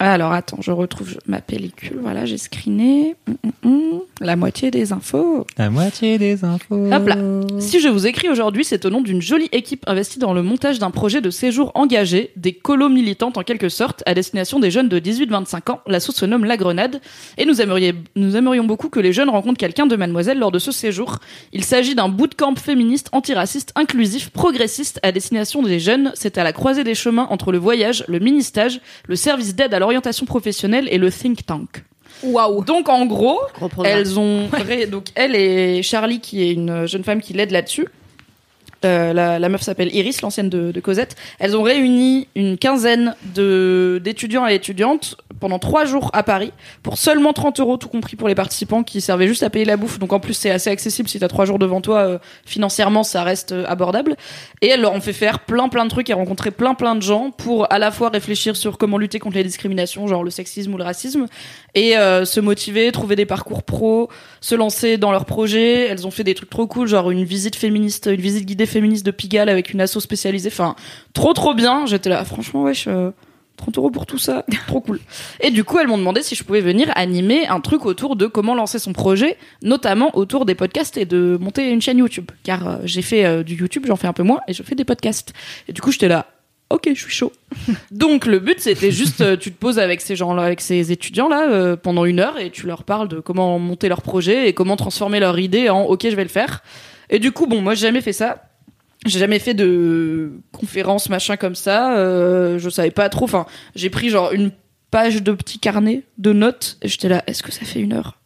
[SPEAKER 2] ah, Alors attends, je retrouve je- ma pellicule. Voilà, j'ai screené Hum, hum, hum. la moitié des infos.
[SPEAKER 4] La moitié des infos.
[SPEAKER 2] Hop là. Si je vous écris aujourd'hui, c'est au nom d'une jolie équipe investie dans le montage d'un projet de séjour engagé, des colos militantes en quelque sorte, à destination des jeunes de 18-25 ans. L'asso se nomme La Grenade. Et nous, aimeriez- nous aimerions beaucoup que les jeunes rencontrent quelqu'un de Mademoiselle lors de ce séjour. Il s'agit d'un bootcamp féministe, antiraciste, inclusif, progressiste, à destination des jeunes. C'est à la croisée des chemins entre le voyage, le mini-stage, le service d'aide à l'orientation professionnelle et le think tank.
[SPEAKER 3] Waouh
[SPEAKER 2] Donc en gros,
[SPEAKER 6] Ah, Gros programme.
[SPEAKER 2] elles ont ré- donc elle et Charlie qui est une jeune femme qui l'aide là-dessus. Euh, la, la meuf s'appelle Iris, l'ancienne de, de Cosette. Elles ont réuni une quinzaine de d'étudiants et étudiantes pendant trois jours à Paris pour seulement 30 euros, tout compris pour les participants qui servaient juste à payer la bouffe. Donc en plus c'est assez accessible si t'as trois jours devant toi. euh, financièrement ça reste euh, abordable. Et elles leur ont fait faire plein plein de trucs et rencontrer plein plein de gens pour à la fois réfléchir sur comment lutter contre les discriminations, genre le sexisme ou le racisme, et euh, se motiver, trouver des parcours pro, se lancer dans leurs projets. Elles ont fait des trucs trop cool, genre une visite féministe, une visite guidée féministe de Pigalle avec une asso spécialisée. Enfin, trop trop bien. J'étais là, franchement, wesh. euh, 30 euros pour tout ça, *laughs* trop cool. Et du coup, elles m'ont demandé si je pouvais venir animer un truc autour de comment lancer son projet, notamment autour des podcasts et de monter une chaîne YouTube. Car euh, j'ai fait euh, du YouTube, j'en fais un peu moins, et je fais des podcasts. Et du coup, j'étais là, ok, je suis chaud. Donc le but c'était juste euh, tu te poses avec ces gens là avec ces étudiants là pendant une heure et tu leur parles de comment monter leur projet et comment transformer leur idée en ok je vais le faire. Et du coup bon moi j'ai jamais fait ça. J'ai jamais fait de conférence machin comme ça, euh, je savais pas trop enfin, j'ai pris genre une page de petit carnet de notes et j'étais là est-ce que ça fait une heure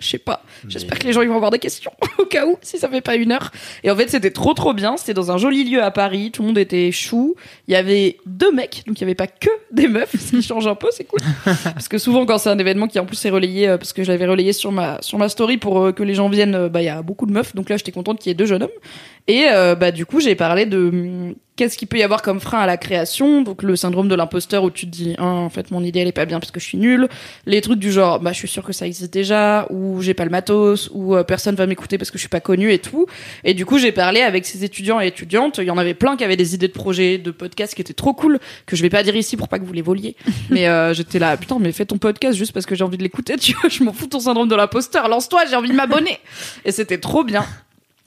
[SPEAKER 2] Je sais pas. J'espère que les gens ils vont avoir des questions *laughs* au cas où si ça fait pas une heure. Et en fait c'était trop trop bien. C'était dans un joli lieu à Paris. Tout le monde était chou. Il y avait deux mecs donc il y avait pas que des meufs. Ce qui change un peu c'est cool. Parce que souvent quand c'est un événement qui en plus est relayé euh, parce que je l'avais relayé sur ma sur ma story pour euh, que les gens viennent euh, bah il y a beaucoup de meufs donc là j'étais contente qu'il y ait deux jeunes hommes. Et euh, bah du coup j'ai parlé de hum, qu'est-ce qu'il peut y avoir comme frein à la création donc le syndrome de l'imposteur où tu te dis Ah, en fait mon idée elle est pas bien parce que je suis nulle les trucs du genre bah je suis sûr que ça existe déjà ou j'ai pas le matos ou euh, personne va m'écouter parce que je suis pas connue et tout et du coup j'ai parlé avec ces étudiants et étudiantes il y en avait plein qui avaient des idées de projets de podcasts qui étaient trop cool que je vais pas dire ici pour pas que vous les *laughs* voliez mais euh, j'étais là putain mais fais ton podcast juste parce que j'ai envie de l'écouter tu vois *laughs* je m'en fous de ton syndrome de l'imposteur lance-toi j'ai envie de m'abonner et c'était trop bien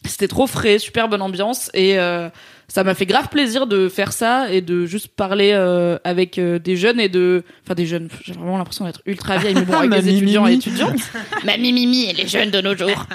[SPEAKER 2] c'était trop frais super bonne ambiance et euh, ça m'a fait grave plaisir de faire ça et de juste parler euh, avec euh, des jeunes et de enfin des jeunes j'ai vraiment l'impression d'être ultra vieille mais *laughs* bon avec
[SPEAKER 4] Ma
[SPEAKER 2] des étudiants et
[SPEAKER 4] mimimi.
[SPEAKER 2] étudiantes ma mimimi et les jeunes de nos jours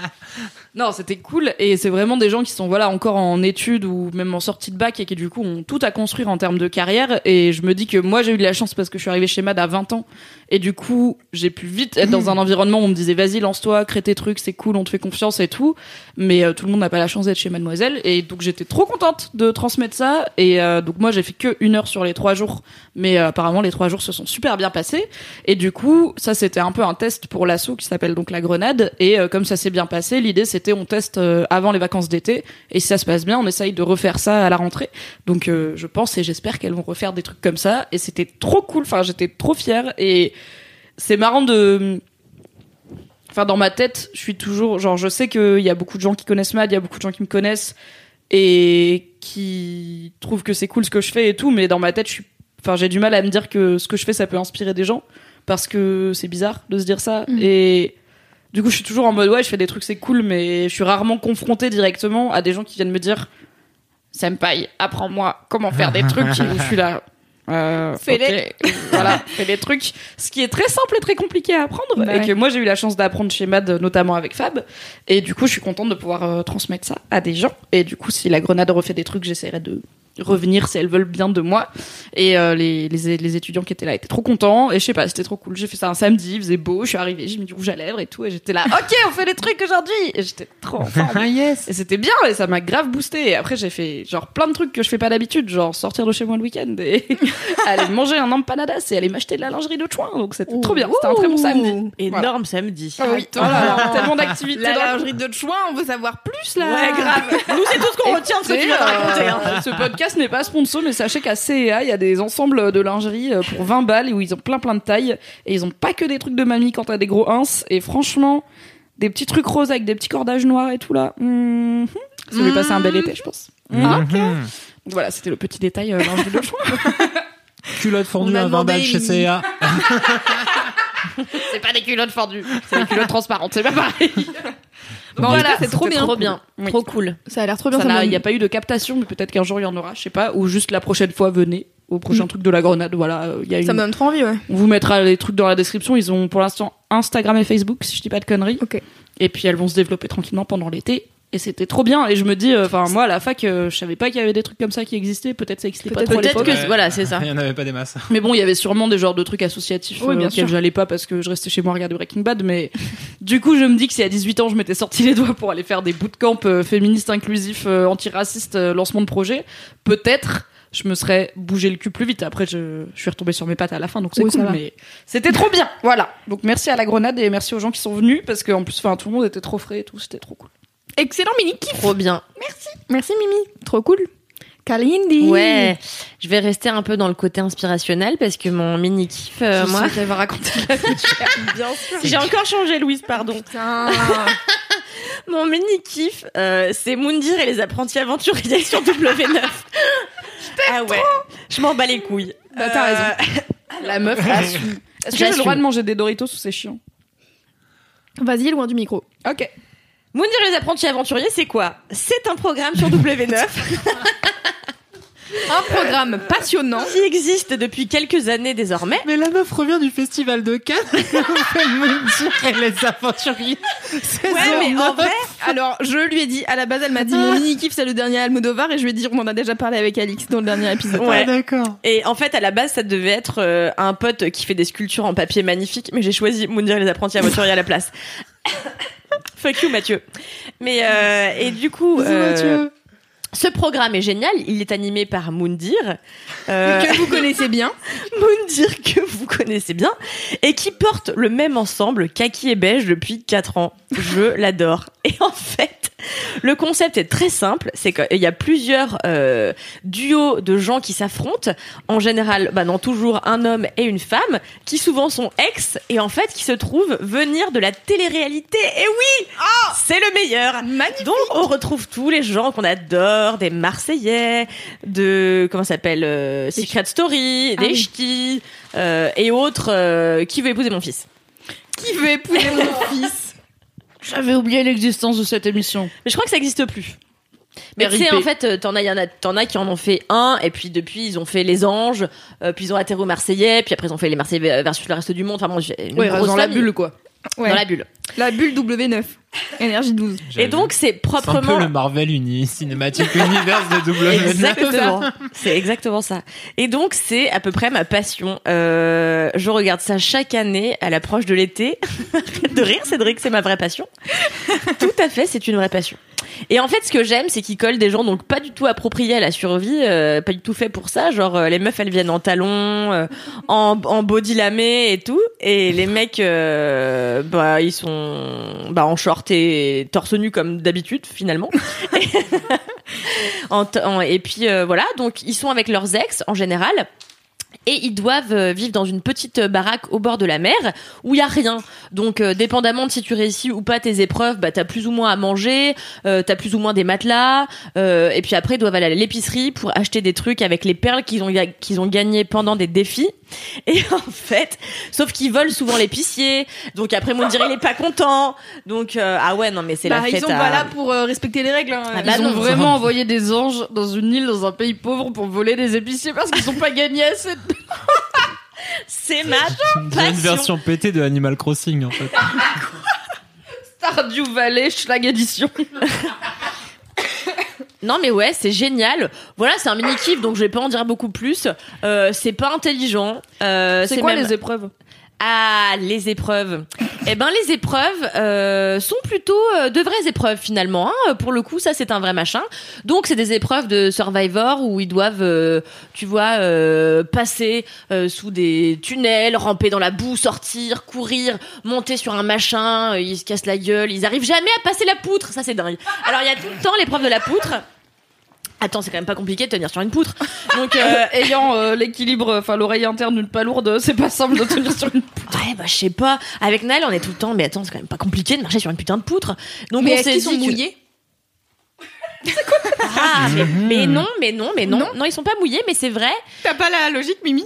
[SPEAKER 2] non c'était cool et c'est vraiment des gens qui sont voilà encore en études ou même en sortie de bac et qui du coup ont tout à construire en termes de carrière et je me dis que moi j'ai eu de la chance parce que je suis arrivée chez Mad à 20 ans et du coup j'ai pu vite être dans un environnement où on me disait vas-y lance-toi crée tes trucs c'est cool on te fait confiance et tout mais euh, tout le monde n'a pas la chance d'être chez Mademoiselle et donc j'étais trop contente de transmettre ça et euh, donc moi j'ai fait que une heure sur les trois jours mais euh, apparemment les trois jours se sont super bien passés et du coup ça c'était un peu un test pour l'assaut qui s'appelle donc la Grenade et euh, comme ça s'est bien passé l'idée c'était on teste euh, avant les vacances d'été et si ça se passe bien on essaye de refaire ça à la rentrée donc euh, je pense et j'espère qu'elles vont refaire des trucs comme ça et c'était trop cool enfin j'étais trop fière et c'est marrant de enfin dans ma tête je suis toujours genre je sais qu'il y a beaucoup de gens qui connaissent Mad il y a beaucoup de gens qui me connaissent et qui trouvent que c'est cool ce que je fais et tout mais dans ma tête je suis enfin j'ai du mal à me dire que ce que je fais ça peut inspirer des gens parce que c'est bizarre de se dire ça
[SPEAKER 3] Mhm.
[SPEAKER 2] et du coup je suis toujours en mode ouais je fais des trucs c'est cool mais je suis rarement confrontée directement à des gens qui viennent me dire Senpai apprends-moi comment faire des
[SPEAKER 3] *laughs*
[SPEAKER 2] trucs Et je suis là euh,
[SPEAKER 3] Fais-les.
[SPEAKER 2] ok. voilà fais des trucs ce qui est très simple et très compliqué à apprendre
[SPEAKER 3] Bah
[SPEAKER 2] et
[SPEAKER 3] ouais.
[SPEAKER 2] que moi j'ai eu la chance d'apprendre chez Mad notamment avec Fab et du coup je suis contente de pouvoir euh, transmettre ça à des gens et du coup si la grenade refait des trucs j'essaierai de revenir si elles veulent bien de moi et euh, les, les, les étudiants qui étaient là étaient trop contents et je sais pas c'était trop cool j'ai fait ça un samedi il faisait beau je suis arrivée j'ai mis du rouge à lèvres et tout et j'étais là *laughs* ok on fait des trucs aujourd'hui et j'étais trop en forme.
[SPEAKER 4] Ah,
[SPEAKER 2] Et c'était bien et ça m'a grave boosté. Et après, j'ai fait genre plein de trucs que je fais pas d'habitude, genre sortir de chez moi le week-end et
[SPEAKER 3] *laughs*
[SPEAKER 2] aller manger un empanadas et aller m'acheter de la lingerie de chouin. Donc c'était trop bien. C'était un très bon samedi.
[SPEAKER 6] Énorme samedi.
[SPEAKER 2] Ah oui, oh là là, tellement d'activités.
[SPEAKER 3] La
[SPEAKER 2] dans le-
[SPEAKER 3] lingerie de chouin, on veut savoir plus là.
[SPEAKER 6] Ouais, grave. Nous, c'est tout ce qu'on retient de ce que tu viens de raconter. hein.
[SPEAKER 2] Écoutez, euh, ce podcast n'est pas sponsor, mais sachez qu'à CEA, il y a des ensembles de lingerie euh, pour 20 balles et où ils ont plein plein de tailles. Et ils ont pas que des trucs de mamie quand t'as des gros ins. Et franchement, des petits trucs roses avec des petits cordages noirs et tout là. Mhm. Ça lui passer un bel été, je pense. Mm-hmm.
[SPEAKER 4] Mhm.
[SPEAKER 2] Donc voilà, c'était le petit détail euh, lingerie de chouin.
[SPEAKER 4] Culotte fondue
[SPEAKER 3] On a
[SPEAKER 4] à 20
[SPEAKER 3] demandé
[SPEAKER 4] balles chez
[SPEAKER 3] une-
[SPEAKER 4] CA.
[SPEAKER 2] C'est pas des culottes fendues, *laughs* c'est des culottes transparentes, c'est pas *laughs* pareil.
[SPEAKER 3] Bon, voilà, c'est trop
[SPEAKER 2] c'était
[SPEAKER 3] bien.
[SPEAKER 2] Trop bien. Oui.
[SPEAKER 3] Trop cool. Ça a l'air trop bien.
[SPEAKER 2] Ça
[SPEAKER 3] ça
[SPEAKER 2] n'a-
[SPEAKER 3] me-
[SPEAKER 2] Il n'y a pas eu de captation, mais peut-être qu'un jour il y en aura, je sais pas. Ou juste la prochaine fois, venez au prochain truc de la grenade. Voilà, euh, il y a
[SPEAKER 3] ça me
[SPEAKER 2] une...
[SPEAKER 3] donne trop envie, ouais.
[SPEAKER 2] On vous mettra les trucs dans la description. Ils ont pour l'instant Instagram et Facebook, si je dis pas de conneries.
[SPEAKER 3] Ok.
[SPEAKER 2] Et puis elles vont se développer tranquillement pendant l'été. Et c'était trop bien. Et je me dis, enfin, moi à la fac, euh, je savais pas qu'il y avait des trucs comme ça qui existaient. Peut-être ça existait pas
[SPEAKER 3] Peut-être-
[SPEAKER 2] trop à
[SPEAKER 6] Peut-être
[SPEAKER 2] l'époque.
[SPEAKER 6] que. Voilà, c'est ça.
[SPEAKER 4] Il n'y en avait pas des masses. *laughs*
[SPEAKER 2] Mais bon, il y avait sûrement des genres de trucs associatifs
[SPEAKER 3] Oui,
[SPEAKER 2] euh,
[SPEAKER 3] bien
[SPEAKER 2] auxquels
[SPEAKER 3] sûr.
[SPEAKER 2] j'allais pas parce que je restais chez moi à regarder Breaking Bad. Mais *laughs* du coup, je me dis que si à 18 ans, je m'étais sorti les doigts pour aller faire des bootcamps euh, féministes, inclusifs, euh, antiracistes, euh, lancement de projet, peut-être je me serais bougé le cul plus vite. Après, je, je suis retombée sur mes pattes à la fin, donc c'est
[SPEAKER 3] Oui, ça
[SPEAKER 2] cool.
[SPEAKER 3] va.
[SPEAKER 2] Mais c'était trop bien. Voilà. Donc merci à la Grenade et merci aux gens qui sont venus parce qu'en plus, enfin, tout le monde était trop frais et tout. C'était trop cool.
[SPEAKER 3] Excellent mini kiff.
[SPEAKER 7] Trop bien.
[SPEAKER 3] Merci Mimi. Trop cool. Kalindi.
[SPEAKER 7] Ouais. Je vais rester un peu dans le côté inspirationnel parce que mon mini kiff, euh, moi,
[SPEAKER 2] Je t'avais raconté.
[SPEAKER 7] *laughs*
[SPEAKER 6] Bien sûr.
[SPEAKER 7] j'ai encore changé Louise, pardon.
[SPEAKER 3] Putain.
[SPEAKER 7] *laughs* Mon mini kiff, euh, c'est Moundir et les apprentis aventuriers sur W9. ah ouais. Je m'en bats les couilles. Euh,
[SPEAKER 2] Bah, t'as raison. La meuf assume. Est-ce que j'ai le
[SPEAKER 7] J'assume.
[SPEAKER 2] droit de manger des Doritos ou c'est chiant
[SPEAKER 3] Vas-y, loin du micro.
[SPEAKER 2] Ok.
[SPEAKER 7] Moundir et les apprentis aventuriers, c'est quoi C'est un programme sur W9
[SPEAKER 3] Un programme passionnant.
[SPEAKER 7] qui existe depuis quelques années désormais.
[SPEAKER 4] Mais la meuf revient du festival de Cannes. Elle me dire qu'elle est aventuriers. C'est
[SPEAKER 3] *laughs* Ouais, mais en
[SPEAKER 4] normal.
[SPEAKER 3] vrai, alors je lui ai dit, à la base, elle m'a dit
[SPEAKER 2] Ah.
[SPEAKER 3] mon mini kiff, c'est le dernier Almodovar, et je lui ai dit, on en a déjà parlé avec Alix dans le
[SPEAKER 2] *laughs*
[SPEAKER 3] dernier épisode.
[SPEAKER 7] Ouais.
[SPEAKER 4] d'accord.
[SPEAKER 7] Et en fait, à la base, ça devait être euh, un pote qui fait des sculptures en papier magnifiques, mais j'ai choisi Mounir et les apprentis aventuriers à la place. *laughs* Fuck you, Mathieu. Mais euh, et du coup, euh, ce programme est génial. Il est animé par Moundir,
[SPEAKER 2] *laughs*
[SPEAKER 7] euh,
[SPEAKER 3] Que vous connaissez bien.
[SPEAKER 7] Moundir que vous connaissez bien, et qui porte le même ensemble Kaki et Beige depuis 4 ans. Je *laughs* l'adore. Et en fait, le concept est très simple. C'est qu'il y a plusieurs euh, duos de gens qui s'affrontent. En général, bah non, toujours un homme et une femme, qui souvent sont ex, et en fait, qui se trouvent venir de la télé-réalité. Et oui C'est le meilleur
[SPEAKER 3] Magnifique.
[SPEAKER 7] donc on retrouve tous les gens qu'on adore, des Marseillais, de comment ça s'appelle euh, Secret Story,
[SPEAKER 3] Ah
[SPEAKER 7] des
[SPEAKER 3] oui.
[SPEAKER 7] ch'tis euh, et autres. euh, qui veut épouser mon fils
[SPEAKER 3] *laughs* Qui veut épouser
[SPEAKER 2] *laughs*
[SPEAKER 3] mon fils
[SPEAKER 2] J'avais oublié l'existence de cette émission.
[SPEAKER 7] Mais je crois que ça n'existe plus.
[SPEAKER 2] Mais
[SPEAKER 7] Mais tu sais,
[SPEAKER 2] RIP.
[SPEAKER 7] en fait, euh, t'en as, y en a, t'en as qui en ont fait un, et puis depuis, ils ont fait Les Anges, euh, puis ils ont atterri aux Marseillais, puis après, ils ont fait Les Marseillais versus le reste du monde. Enfin, bon, j'ai une grosse
[SPEAKER 2] dans la
[SPEAKER 7] famille.
[SPEAKER 2] bulle, quoi.
[SPEAKER 3] Ouais.
[SPEAKER 7] Dans
[SPEAKER 3] la...
[SPEAKER 7] la bulle.
[SPEAKER 3] bulle W9, énergie 12.
[SPEAKER 7] Et donc, c'est
[SPEAKER 4] C'est un peu
[SPEAKER 7] proprement
[SPEAKER 4] le Marvel
[SPEAKER 6] *laughs*
[SPEAKER 4] Uni, cinématique univers de E. W9. *laughs*
[SPEAKER 7] Exactement. C'est exactement ça. Et donc, c'est à peu près ma passion. Euh, je regarde ça chaque année à l'approche de l'été. *laughs* Arrête de rire, Cédric, c'est ma vraie passion. Tout à fait, c'est une vraie passion. Et en fait, ce que j'aime, c'est qu'ils collent des gens donc pas du tout appropriés à la survie, euh, pas du tout fait pour ça. Genre, euh, les meufs, elles viennent en talons, euh, en, en body lamé et tout. Et les mecs, euh, bah, ils sont bah, en short et torse nu comme d'habitude, finalement. En t- en- et puis euh, voilà, donc ils sont avec leurs ex en général. Et ils doivent euh, vivre dans une petite euh, baraque au bord de la mer où il y a rien. Donc, euh, dépendamment de si tu réussis ou pas tes épreuves, bah t'as plus ou moins à manger, euh, t'as plus ou moins des matelas. euh, et puis après, ils doivent aller à l'épicerie pour acheter des trucs avec les perles qu'ils ont ga- qu'ils ont gagnées pendant des défis. *laughs* Et en fait, sauf qu'ils volent souvent l'épicier. Donc après, mon dirait il est pas content. Donc euh, ah ouais, non mais c'est
[SPEAKER 3] Bah,
[SPEAKER 7] la fête.
[SPEAKER 3] ils sont
[SPEAKER 7] à-
[SPEAKER 3] pas là pour euh, respecter les règles. hein.
[SPEAKER 7] Ah
[SPEAKER 2] Ils
[SPEAKER 7] bah
[SPEAKER 2] ont
[SPEAKER 7] non.
[SPEAKER 2] vraiment envoyé des anges dans une île, dans un pays pauvre, pour voler des épiciers parce qu'ils ont pas gagné assez. de-
[SPEAKER 7] C'est ma
[SPEAKER 4] On dirait
[SPEAKER 7] passion.
[SPEAKER 4] une version pétée de Animal Crossing en fait.
[SPEAKER 2] Stardew Valley, Schlag Edition.
[SPEAKER 3] Euh,
[SPEAKER 7] Non mais ouais, c'est génial. Voilà, c'est un mini kiff, donc je vais pas en dire beaucoup plus. Euh, c'est pas intelligent. Euh,
[SPEAKER 2] C'est quoi
[SPEAKER 7] même-
[SPEAKER 2] les épreuves
[SPEAKER 7] Ah, les épreuves. eh ben les épreuves euh, sont plutôt euh, de vraies épreuves finalement. hein. Pour le coup, ça c'est un vrai machin. Donc c'est des épreuves de Survivor où ils doivent, euh, tu vois, euh, passer euh, sous des tunnels, ramper dans la boue, sortir, courir, monter sur un machin. euh, ils se cassent la gueule. Ils arrivent jamais à passer la poutre. Ça c'est dingue. Alors il y a tout le temps l'épreuve de la poutre. Attends, c'est quand même pas compliqué de tenir sur une poutre. Donc euh,
[SPEAKER 2] Euh, Ayant euh, l'équilibre, enfin l'oreille interne d'une palourde, euh, c'est pas simple de tenir sur une.
[SPEAKER 7] Ouais, bah je sais pas. Avec Nal, on est tout le temps, mais attends, c'est quand même pas compliqué de marcher sur une putain de poutre. Donc
[SPEAKER 3] Mais
[SPEAKER 7] on
[SPEAKER 3] est-ce
[SPEAKER 7] s'est
[SPEAKER 3] qu'ils sont
[SPEAKER 7] dit que- *laughs*
[SPEAKER 3] mouillés
[SPEAKER 7] Ah, mais, mais non, mais non, mais non.
[SPEAKER 3] Non.
[SPEAKER 7] Non, ils sont pas mouillés, mais c'est vrai.
[SPEAKER 3] T'as pas la logique, Mimi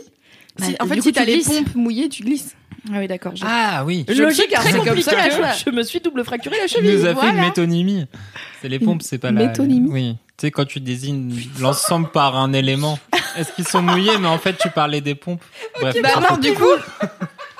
[SPEAKER 7] Bah,
[SPEAKER 3] Si- En
[SPEAKER 7] du
[SPEAKER 3] fait,
[SPEAKER 7] coup,
[SPEAKER 3] si t'as
[SPEAKER 7] tu
[SPEAKER 3] les
[SPEAKER 7] glisses.
[SPEAKER 3] pompes mouillées, tu glisses. Ah oui, d'accord. j'ai-
[SPEAKER 4] Ah oui.
[SPEAKER 2] Je le sais car
[SPEAKER 7] très
[SPEAKER 2] c'est comme
[SPEAKER 7] compliqué
[SPEAKER 2] ça
[SPEAKER 7] à
[SPEAKER 2] que
[SPEAKER 7] jouer.
[SPEAKER 2] je me suis double fracturé la
[SPEAKER 4] Tu
[SPEAKER 2] cheville.
[SPEAKER 4] nous as fait une
[SPEAKER 2] voilà.
[SPEAKER 4] métonymie. C'est les pompes, c'est pas la.
[SPEAKER 3] Métonymie.
[SPEAKER 4] Oui. Tu sais, quand tu désignes l'ensemble par un élément, est-ce qu'ils sont mouillés, mais en fait, tu parlais des pompes. Bref.
[SPEAKER 3] Bah non, du coup,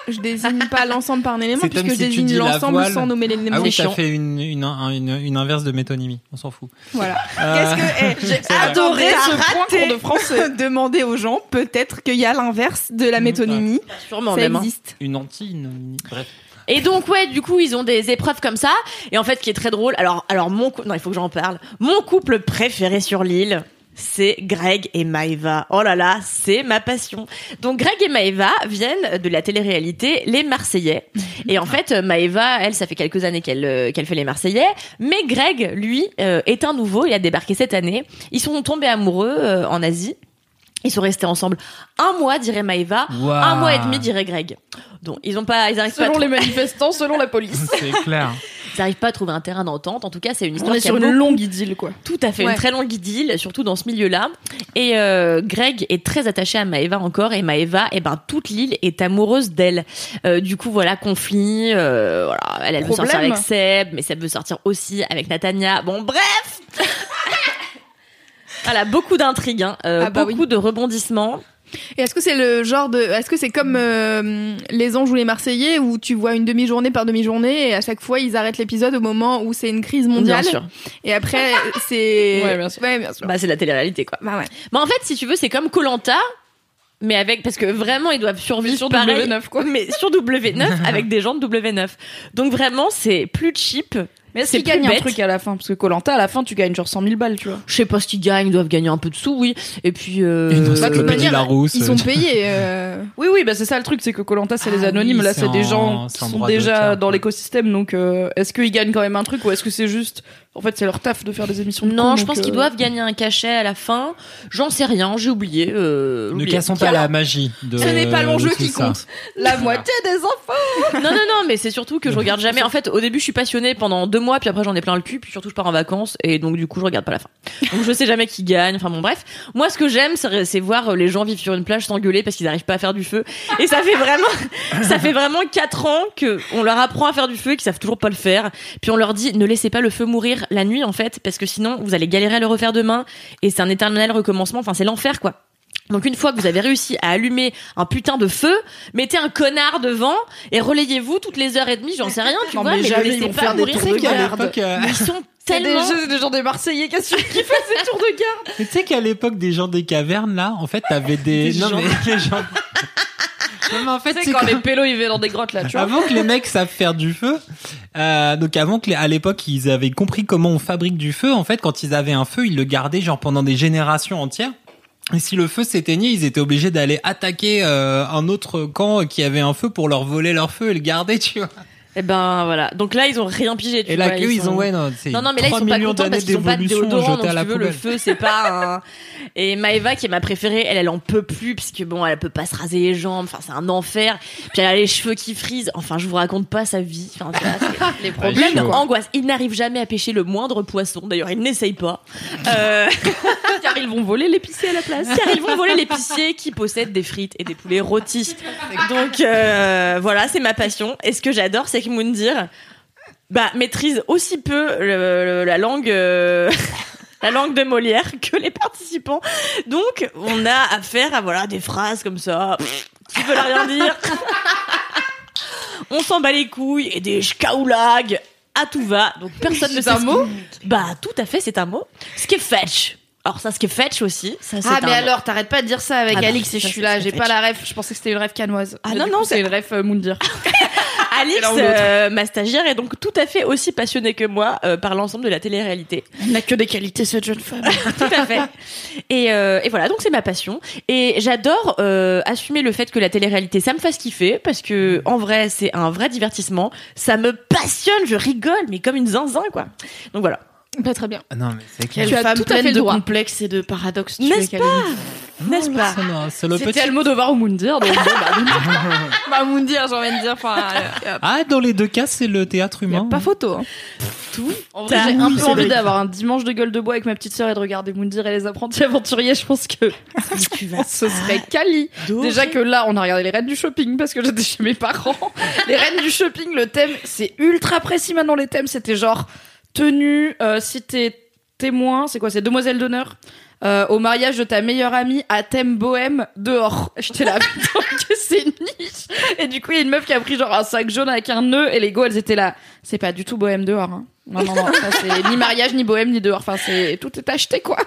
[SPEAKER 3] je désigne pas l'ensemble par un élément
[SPEAKER 4] C'est
[SPEAKER 3] puisque
[SPEAKER 4] comme
[SPEAKER 3] je
[SPEAKER 4] si tu
[SPEAKER 3] désigne
[SPEAKER 4] dis la
[SPEAKER 3] l'ensemble
[SPEAKER 4] voile.
[SPEAKER 3] sans nommer l'élément.
[SPEAKER 4] ah oui,
[SPEAKER 3] C'est
[SPEAKER 4] ça
[SPEAKER 3] chiant.
[SPEAKER 4] fait une, une, un- une, une inverse de métonymie. On s'en fout.
[SPEAKER 3] Voilà.
[SPEAKER 4] Euh,
[SPEAKER 7] Eh,
[SPEAKER 3] J'ai
[SPEAKER 2] adoré ce point cours de
[SPEAKER 3] français. *laughs* Demander aux gens, peut-être qu'il y a l'inverse de la
[SPEAKER 4] Mhm.
[SPEAKER 3] métonymie.
[SPEAKER 7] Sûrement
[SPEAKER 3] ça
[SPEAKER 7] même. hein.
[SPEAKER 3] existe.
[SPEAKER 4] Une anti-inomie. Bref.
[SPEAKER 7] Et donc ouais, du coup, ils ont des épreuves comme ça. Et en fait, ce qui est très drôle. Alors, alors mon cou- non, il faut que j'en parle. Mon couple préféré sur l'île. C'est Greg et Maeva. Oh là là, c'est ma passion. Donc Greg et Maeva viennent de la télé-réalité Les Marseillais. Et en fait, Maeva, elle, ça fait quelques années qu'elle euh, qu'elle fait Les Marseillais. Mais Greg, lui, euh, est un nouveau. Il a débarqué cette année. Ils sont tombés amoureux euh, en Asie. Ils sont restés ensemble un mois, dirait Maeva. Un mois et demi, dirait Greg. Donc ils ont pas, ils arrivent pas. à
[SPEAKER 2] Selon les manifestants, selon la
[SPEAKER 3] *laughs*
[SPEAKER 2] police.
[SPEAKER 4] *laughs* C'est clair.
[SPEAKER 7] ils n'arrivent pas à trouver un terrain d'entente. En tout cas, c'est une
[SPEAKER 2] On
[SPEAKER 7] histoire
[SPEAKER 2] est
[SPEAKER 7] qui a
[SPEAKER 2] sur une
[SPEAKER 7] beaucoup-
[SPEAKER 2] longue idylle, quoi.
[SPEAKER 7] tout à fait
[SPEAKER 3] Ouais.
[SPEAKER 7] une très longue idylle, surtout dans ce milieu-là. Et euh, Greg est très attaché à Maeva encore, et Maeva, eh ben toute l'île est amoureuse d'elle. Euh, du coup, voilà conflit. euh, voilà, elle, elle veut sortir
[SPEAKER 2] Problème.
[SPEAKER 7] avec Seb, mais Seb veut sortir aussi avec Natania. Bon, bref. *laughs* Voilà, beaucoup d'intrigues, hein, euh,
[SPEAKER 3] Ah bah
[SPEAKER 7] beaucoup de rebondissements.
[SPEAKER 3] Et est-ce que c'est le genre de. Est-ce que c'est comme euh, Les Anges ou Les Marseillais où tu vois une demi-journée par demi-journée et à chaque fois ils arrêtent l'épisode au moment où c'est une crise mondiale
[SPEAKER 7] Bien sûr.
[SPEAKER 3] Et après c'est.
[SPEAKER 2] Ouais, bien sûr.
[SPEAKER 3] *laughs* Ouais, bien sûr.
[SPEAKER 7] Bah, c'est la télé-réalité, quoi.
[SPEAKER 3] Bah ouais.
[SPEAKER 7] Bah, en fait, si tu veux, c'est comme Colanta, mais avec. Parce que vraiment, ils doivent survivre
[SPEAKER 2] Sur
[SPEAKER 7] pareil.
[SPEAKER 2] W9, quoi.
[SPEAKER 7] Mais
[SPEAKER 2] *laughs*
[SPEAKER 7] sur W9, avec des gens de W9. Donc vraiment, c'est plus cheap.
[SPEAKER 2] Mais est-ce
[SPEAKER 7] c'est
[SPEAKER 2] qu'ils gagnent
[SPEAKER 7] plus
[SPEAKER 2] un
[SPEAKER 7] bête.
[SPEAKER 2] truc à la fin Parce que Colanta, à la fin, tu gagnes genre 100 000 balles, tu vois.
[SPEAKER 7] Je sais pas ce qu'ils gagnent, ils doivent gagner un peu de sous, oui. Et puis. euh,
[SPEAKER 4] Une
[SPEAKER 3] de toute
[SPEAKER 4] encyclopédie
[SPEAKER 3] manière,
[SPEAKER 4] Larousse.
[SPEAKER 3] Ils sont payés. euh,
[SPEAKER 2] *laughs* Oui, oui, bah c'est ça le truc, c'est que Colanta, c'est les
[SPEAKER 4] Ah
[SPEAKER 2] anonymes.
[SPEAKER 4] oui,
[SPEAKER 2] là,
[SPEAKER 4] c'est
[SPEAKER 2] c'est des gens
[SPEAKER 4] en- c'est
[SPEAKER 2] qui
[SPEAKER 4] en
[SPEAKER 2] sont
[SPEAKER 4] droit d'auteur,
[SPEAKER 2] déjà dans
[SPEAKER 4] quoi.
[SPEAKER 2] l'écosystème. Donc, euh, est-ce qu'ils gagnent quand même un truc ou est-ce que c'est juste, en fait, c'est leur taf de faire des émissions de
[SPEAKER 7] Non,
[SPEAKER 2] cons,
[SPEAKER 7] je
[SPEAKER 2] donc,
[SPEAKER 7] pense qu'ils
[SPEAKER 2] euh,
[SPEAKER 7] doivent gagner un cachet à la fin. J'en sais rien, j'ai oublié. euh,
[SPEAKER 4] Ne
[SPEAKER 7] oublié.
[SPEAKER 4] cassons pas la magie. De,
[SPEAKER 3] Ce n'est pas l'enjeu
[SPEAKER 4] de tout
[SPEAKER 3] qui
[SPEAKER 4] ça.
[SPEAKER 3] compte.
[SPEAKER 2] La moitié des enfants.
[SPEAKER 7] Non, non, non, mais c'est surtout que je regarde jamais. En fait, au début, je suis passionnée pendant deux mois, puis après, j'en ai plein le cul, puis surtout, je pars en vacances, et donc, du coup, je regarde pas la fin. Donc, je sais jamais qui gagne, enfin, bon, bref. Moi, ce que j'aime, c'est c'est voir euh, les gens vivre sur une plage s'engueuler parce qu'ils n'arrivent pas à faire du feu. Et ça fait vraiment, ça fait vraiment quatre ans que on leur apprend à faire du feu et qu'ils savent toujours pas le faire. Puis on leur dit, ne laissez pas le feu mourir la nuit, en fait, parce que sinon, vous allez galérer à le refaire demain, et c'est un éternel recommencement, enfin, c'est l'enfer, quoi. Donc une fois que vous avez réussi à allumer un putain de feu, mettez un connard devant et relayez-vous toutes les heures et demie, j'en sais rien, tu
[SPEAKER 2] Non,
[SPEAKER 7] vois,
[SPEAKER 2] mais
[SPEAKER 7] mais, ne
[SPEAKER 2] jamais, ils
[SPEAKER 7] laissez
[SPEAKER 2] vont
[SPEAKER 7] pas
[SPEAKER 2] faire des
[SPEAKER 7] mourir
[SPEAKER 2] tours de
[SPEAKER 7] de
[SPEAKER 2] garde.
[SPEAKER 7] garde.
[SPEAKER 4] euh,
[SPEAKER 7] Mais Ils sont
[SPEAKER 2] *laughs* C'est des,
[SPEAKER 7] tellement... *laughs*
[SPEAKER 2] jeux- des gens des Marseillais qui assurent- qui font ces tours de garde.
[SPEAKER 4] Mais tu sais qu'à l'époque des gens des cavernes, là, en fait, t'avais des.
[SPEAKER 7] Des
[SPEAKER 4] non,
[SPEAKER 7] gens.
[SPEAKER 4] mais les gens. non, mais en fait,
[SPEAKER 2] Tu
[SPEAKER 4] c'est
[SPEAKER 2] sais, quand
[SPEAKER 4] comme-
[SPEAKER 2] les pélos, ils vivent dans des grottes, là, tu vois.
[SPEAKER 4] Avant que les mecs savent faire du feu, euh, donc avant que les- à l'époque ils avaient compris comment on fabrique du feu, en fait quand ils avaient un feu ils le gardaient genre pendant des générations entières. Et si le feu s'éteignait, ils étaient obligés d'aller attaquer euh, un autre camp qui avait un feu pour leur voler leur feu et le garder, tu vois.
[SPEAKER 7] Eh ben voilà, donc là ils ont rien pigé. Tu
[SPEAKER 4] Et là,
[SPEAKER 7] vois,
[SPEAKER 4] qu'eux, ils, ont, ouais, non, c'est
[SPEAKER 7] bah, Non, non, mais là, ils
[SPEAKER 4] 3
[SPEAKER 7] sont pas
[SPEAKER 4] millions
[SPEAKER 7] contents
[SPEAKER 4] d'années
[SPEAKER 7] parce qu'ils ont pas de
[SPEAKER 4] d'évolution
[SPEAKER 7] déodorant.
[SPEAKER 4] jetées
[SPEAKER 7] Donc,
[SPEAKER 4] à la
[SPEAKER 7] tu veux, le
[SPEAKER 4] poubelle.
[SPEAKER 7] feu, c'est pas un.
[SPEAKER 4] *laughs*
[SPEAKER 7] Et Maeva, qui est ma préférée, elle, elle en peut plus, puisque bon, elle peut pas se raser les jambes. Enfin, c'est un enfer. Puis elle a les cheveux qui frisent. Enfin, je vous raconte pas sa vie. Enfin, tu vois, c'est- les problèmes,
[SPEAKER 4] il est chaud.
[SPEAKER 7] angoisse. Il n'arrive jamais à pêcher le moindre poisson. D'ailleurs, il n'essaye pas. Euh, *laughs*
[SPEAKER 2] Car ils vont voler l'épicier à la place.
[SPEAKER 7] car ils vont voler l'épicier qui possède des frites et des poulets rôtis. Donc euh, voilà, c'est ma passion. Et ce que j'adore, c'est que Moundir bah, maîtrise aussi peu le- le- la langue. euh, La langue de Molière que les participants. Donc, on a affaire à voilà des phrases comme ça pff, qui veulent rien dire. on s'en bat les couilles et des schkaulag à tout va. Donc, personne ne
[SPEAKER 2] C'est
[SPEAKER 7] sait
[SPEAKER 2] un
[SPEAKER 7] ce-
[SPEAKER 2] mot
[SPEAKER 7] Bah, tout à fait, c'est un mot. Ce qui est fetch. Alors ça, ce qui est fetch aussi. Ça, c'est
[SPEAKER 2] Ah,
[SPEAKER 7] un
[SPEAKER 2] mais
[SPEAKER 7] mot.
[SPEAKER 2] alors, t'arrêtes pas de dire ça avec
[SPEAKER 7] Ah bah,
[SPEAKER 2] Alix et je
[SPEAKER 7] ça,
[SPEAKER 2] suis
[SPEAKER 7] c'est
[SPEAKER 2] là,
[SPEAKER 7] ce
[SPEAKER 2] j'ai
[SPEAKER 7] que
[SPEAKER 2] pas
[SPEAKER 7] j'ai
[SPEAKER 2] la ref. Je pensais que c'était une rêve canoise.
[SPEAKER 7] Ah
[SPEAKER 2] Et
[SPEAKER 7] non,
[SPEAKER 2] du
[SPEAKER 7] non,
[SPEAKER 2] coup,
[SPEAKER 7] c'est-
[SPEAKER 2] c'est une rêve euh, Moundir.
[SPEAKER 7] Alix,
[SPEAKER 2] C'est l'un ou l'autre.
[SPEAKER 7] euh, ma stagiaire, est donc tout à fait aussi passionnée que moi euh, par l'ensemble de la télé-réalité.
[SPEAKER 2] Elle n'a que des qualités, cette jeune femme.
[SPEAKER 7] Tout à fait. Et, euh, et voilà, donc c'est ma passion. Et j'adore euh, assumer le fait que la télé-réalité, ça me fasse kiffer, parce que en vrai, c'est un vrai divertissement. Ça me passionne, je rigole, mais comme une zinzin, quoi. Donc voilà.
[SPEAKER 3] Pas très bien.
[SPEAKER 4] Ah Non, mais c'est
[SPEAKER 3] Tu as tout à fait le
[SPEAKER 2] de
[SPEAKER 3] droit.
[SPEAKER 2] complexes et de paradoxes. tu
[SPEAKER 7] N'est-ce
[SPEAKER 2] es, Caline.
[SPEAKER 7] N'est-ce pas
[SPEAKER 4] C'est non, c'est le
[SPEAKER 2] C'était
[SPEAKER 4] petit.
[SPEAKER 2] Almodovar ou Moundir, donc bon, bah,
[SPEAKER 3] Bah Moundir j'ai envie de dire. Enfin,
[SPEAKER 2] *laughs*
[SPEAKER 3] euh,
[SPEAKER 4] Ah, dans les deux cas, c'est le théâtre
[SPEAKER 3] y a
[SPEAKER 4] humain.
[SPEAKER 3] pas photo. hein.
[SPEAKER 2] En vrai,
[SPEAKER 7] T'as
[SPEAKER 2] j'ai
[SPEAKER 7] un
[SPEAKER 2] un
[SPEAKER 7] peu
[SPEAKER 2] peu
[SPEAKER 7] envie
[SPEAKER 2] envie d'avoir un dimanche de gueule de bois avec ma petite sœur et de regarder Moundir et les apprentis aventuriers. Je pense *laughs* que
[SPEAKER 7] Tu vas
[SPEAKER 2] ce serait Cali. Déjà que là, on a regardé les reines du shopping parce que j'étais chez mes parents. *laughs* les reines du shopping, le thème, c'est ultra précis maintenant. Les thèmes, c'était genre tenue, euh, si t'es témoin, c'est quoi C'est demoiselle d'honneur euh, au mariage de ta meilleure amie à thème bohème dehors. J'étais *laughs* là, putain, que c'est niche. Et du coup, il y a une meuf qui a pris genre un sac jaune avec un nœud et les go, elles étaient là. C'est pas du tout bohème dehors. Hein. Non, non, non, ça, c'est ni mariage, ni bohème, ni dehors. Enfin, c'est tout est acheté quoi.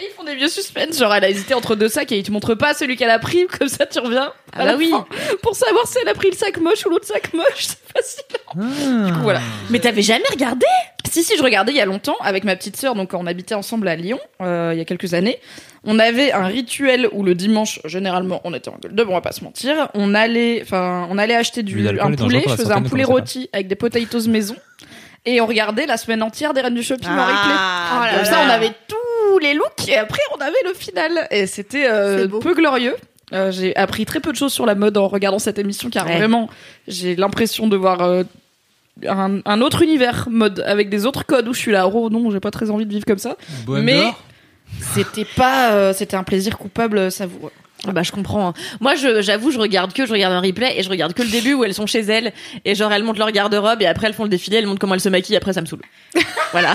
[SPEAKER 2] Et Ils font des vieux suspens, genre elle a hésité entre deux sacs et ils te montrent pas celui qu'elle a pris, comme ça tu reviens.
[SPEAKER 7] bah
[SPEAKER 2] à la
[SPEAKER 7] oui.
[SPEAKER 2] fin Pour savoir si elle a pris le sac moche ou l'autre sac moche, *laughs* c'est facile.
[SPEAKER 4] Ah.
[SPEAKER 2] coup, voilà.
[SPEAKER 7] Mais t'avais jamais regardé
[SPEAKER 2] Si, si, je regardais il y a longtemps avec ma petite sœur, donc quand on habitait ensemble à Lyon, euh, il y a quelques années. On avait un rituel où le dimanche, généralement, on était en gueule de bois, on va pas se mentir. On allait, enfin, on allait acheter
[SPEAKER 4] L'huile
[SPEAKER 2] du,
[SPEAKER 4] d'alcool
[SPEAKER 2] un
[SPEAKER 4] est dangereux
[SPEAKER 2] poulet,
[SPEAKER 4] pour
[SPEAKER 2] je
[SPEAKER 4] la
[SPEAKER 2] faisais un
[SPEAKER 4] santé,
[SPEAKER 2] poulet
[SPEAKER 4] comment ça
[SPEAKER 2] rôti avec des potatoes maison. Et on regardait la semaine entière des Reines du Shopping en replay.
[SPEAKER 7] Ah,
[SPEAKER 2] Comme
[SPEAKER 7] bah
[SPEAKER 2] ça,
[SPEAKER 7] là.
[SPEAKER 2] on avait tous les looks et après, on avait le final. Et c'était euh,
[SPEAKER 3] C'est beau.
[SPEAKER 2] peu glorieux. Euh, j'ai appris très peu de choses sur la mode en regardant cette émission car
[SPEAKER 7] Ouais.
[SPEAKER 2] vraiment, j'ai l'impression de voir euh, un, un autre univers mode avec des autres codes où je suis là, oh non, j'ai pas très envie de vivre comme ça.
[SPEAKER 4] Bohème
[SPEAKER 2] Mais-
[SPEAKER 4] dehors.
[SPEAKER 2] C'était pas, euh, c'était un plaisir coupable savoureux.
[SPEAKER 7] Ah Bah je comprends. Moi je j'avoue je regarde que je regarde un replay et je regarde que le début où elles sont chez elles et genre elles montent leur garde-robe et après elles font le défilé, elles montrent comment elles se maquillent, après ça me saoule. voilà.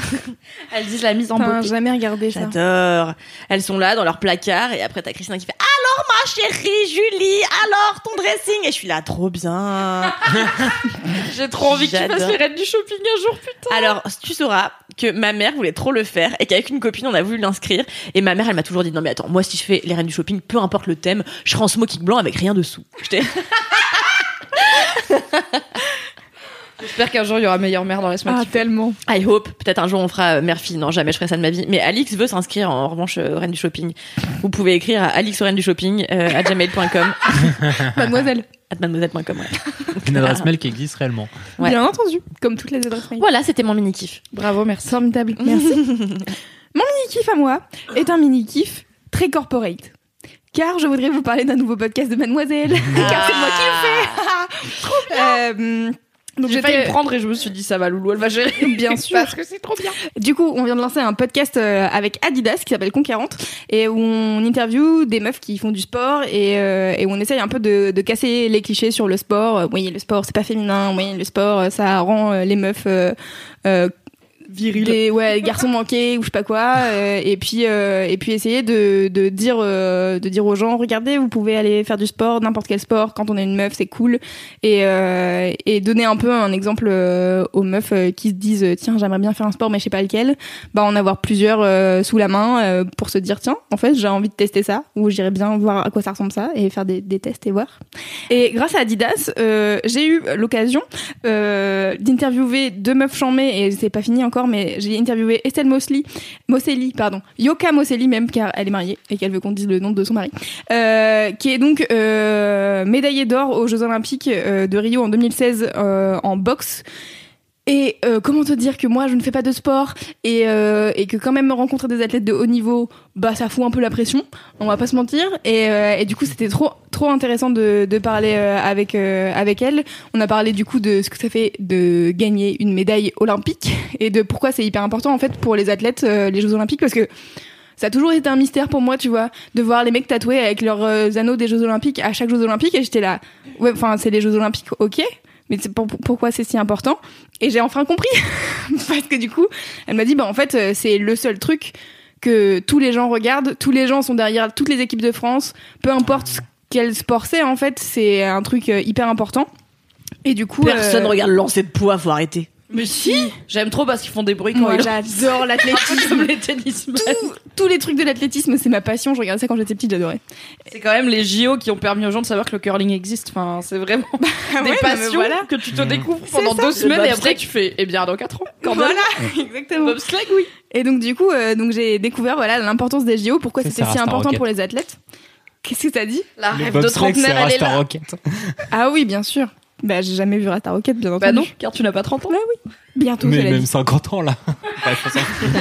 [SPEAKER 7] Elles disent la mise en
[SPEAKER 3] Enfin,
[SPEAKER 7] beauté.
[SPEAKER 3] jamais regardé ça.
[SPEAKER 7] J'adore. Elles sont là dans leur placard et après t'as Christina qui fait alors ma chérie Julie, alors ton dressing et je suis là trop bien.
[SPEAKER 2] J'ai trop envie que tu
[SPEAKER 7] J'adore.
[SPEAKER 2] fasses les reines du shopping un jour, putain.
[SPEAKER 7] Alors tu sauras que ma mère voulait trop le faire et qu'avec une copine on a voulu l'inscrire et ma mère elle m'a toujours dit non mais attends moi si je fais les reines du shopping peu importe le thème je serai en smoking blanc avec rien dessous. J'étais
[SPEAKER 2] J'espère qu'un jour il y aura meilleure mère dans la semaine.
[SPEAKER 3] Ah, tellement.
[SPEAKER 7] I hope. Peut-être un jour on fera euh, Murphy. Non, jamais je ferai ça de ma vie. Mais Alix veut s'inscrire en revanche euh, aux Reines du Shopping. Vous pouvez écrire à Alix aux Reines du Shopping euh, à gmail.com,
[SPEAKER 3] Mademoiselle.
[SPEAKER 7] *laughs* à mademoiselle.com. ouais.
[SPEAKER 4] *laughs* Une adresse mail qui existe réellement.
[SPEAKER 7] Ouais.
[SPEAKER 3] Bien entendu. Comme toutes les adresses mail.
[SPEAKER 7] Voilà, c'était mon mini kiff.
[SPEAKER 2] Bravo, merci.
[SPEAKER 3] Formidable.
[SPEAKER 2] *laughs*
[SPEAKER 3] Merci. Mon mini-kiff à moi est un mini-kiff très corporate. Car je voudrais vous parler d'un nouveau podcast de Mademoiselle.
[SPEAKER 2] Ah.
[SPEAKER 3] *laughs* Car c'est moi qui le fais. Trop bien. donc
[SPEAKER 2] J'ai
[SPEAKER 3] j'étais-
[SPEAKER 2] failli le prendre et je me suis dit ça va Loulou, elle va gérer. *laughs*
[SPEAKER 3] Bien sûr.
[SPEAKER 2] Parce que c'est trop bien.
[SPEAKER 3] Du coup, on vient de lancer un podcast euh, avec Adidas qui s'appelle Conquérante et où on interview des meufs qui font du sport et, euh, et où on essaye un peu de, de casser les clichés sur le sport. Euh, Oui, le sport, c'est pas féminin. Oui, le sport, euh, ça rend euh, les meufs euh, euh, des ouais, garçons manqués ou je sais pas quoi. euh, et puis euh, et puis essayer de, de dire euh, de dire aux gens, regardez, vous pouvez aller faire du sport, n'importe quel sport. Quand on est une meuf, c'est cool et, euh, et donner un peu un exemple euh, aux meufs euh, qui se disent euh, tiens j'aimerais bien faire un sport mais je sais pas lequel bah en avoir plusieurs euh, sous la main euh, pour se dire tiens en fait j'ai envie de tester ça ou j'irais bien voir à quoi ça ressemble ça et faire des, des tests et voir et grâce à Adidas euh, j'ai eu l'occasion euh, d'interviewer deux meufs chambées et c'est pas fini encore mais j'ai interviewé Estelle Mosley Mosselli pardon Yoka Mosselli même car elle est mariée et qu'elle veut qu'on dise le nom de son mari euh, qui est donc euh, médaillée d'or aux Jeux Olympiques euh, de Rio en 2016 euh, en boxe. Et euh, comment te dire que moi je ne fais pas de sport et, euh, et que quand même rencontrer des athlètes de haut niveau, bah ça fout un peu la pression, on va pas se mentir. Et, euh, et du coup c'était trop trop intéressant de, de parler euh, avec euh, avec elle. On a parlé du coup de ce que ça fait de gagner une médaille olympique et de pourquoi c'est hyper important en fait pour les athlètes euh, les Jeux Olympiques parce que ça a toujours été un mystère pour moi, tu vois, de voir les mecs tatoués avec leurs euh, anneaux des Jeux Olympiques à chaque Jeux Olympiques. Et j'étais là, ouais, enfin, c'est les Jeux Olympiques, ok, mais c'est pour- pourquoi c'est si important Et j'ai enfin compris, *laughs* parce que du coup, elle m'a dit, bah en fait, euh, c'est le seul truc que tous les gens regardent, tous les gens sont derrière toutes les équipes de France, peu importe quel sport c'est, en fait, c'est un truc euh, hyper important. Et du coup,
[SPEAKER 7] Personne
[SPEAKER 3] euh,
[SPEAKER 7] regarde le lancer de poids, faut arrêter.
[SPEAKER 2] Mais si J'aime trop parce qu'ils font des bruits quand
[SPEAKER 3] moi
[SPEAKER 2] ils
[SPEAKER 3] j'adore
[SPEAKER 2] lancent
[SPEAKER 3] l'athlétisme.
[SPEAKER 2] comme les tennismen.
[SPEAKER 3] Tous- tous les trucs de l'athlétisme, c'est ma passion. Je regardais ça quand j'étais petite, j'adorais.
[SPEAKER 2] C'est quand même les JO qui ont permis aux gens de savoir que le curling existe. Enfin, c'est vraiment
[SPEAKER 3] Ah
[SPEAKER 2] des
[SPEAKER 3] ouais, non, mais
[SPEAKER 2] passions
[SPEAKER 3] voilà.
[SPEAKER 2] que tu te découvres
[SPEAKER 3] C'est
[SPEAKER 2] pendant
[SPEAKER 3] ça.
[SPEAKER 2] deux
[SPEAKER 3] Le
[SPEAKER 2] semaines et après
[SPEAKER 3] bobsleigh.
[SPEAKER 2] tu fais Mm. eh bien dans quatre ans. Quand même.
[SPEAKER 3] Voilà, exactement.
[SPEAKER 2] Bobsleigh, oui.
[SPEAKER 3] Et donc du coup, euh, donc j'ai découvert voilà l'importance des JO, pourquoi
[SPEAKER 4] Ça,
[SPEAKER 3] c'était
[SPEAKER 4] ça
[SPEAKER 3] si
[SPEAKER 4] reste un
[SPEAKER 3] important
[SPEAKER 4] rocket.
[SPEAKER 3] pour les athlètes. Qu'est-ce que t'as dit
[SPEAKER 2] La
[SPEAKER 4] Le
[SPEAKER 2] rêve Ah, de
[SPEAKER 4] bobsleigh, c'est
[SPEAKER 2] trentenaire, elle est
[SPEAKER 4] Rasta
[SPEAKER 2] là.
[SPEAKER 4] Rocket.
[SPEAKER 3] Ah oui, bien sûr. Bah j'ai jamais vu Rasta Rocket, bien entendu.
[SPEAKER 2] Bah non, car tu n'as pas 30 ans.
[SPEAKER 3] Bientôt,
[SPEAKER 4] Mais
[SPEAKER 3] cela dit.
[SPEAKER 4] même 50 *laughs* ans là. Ouais, je pense que-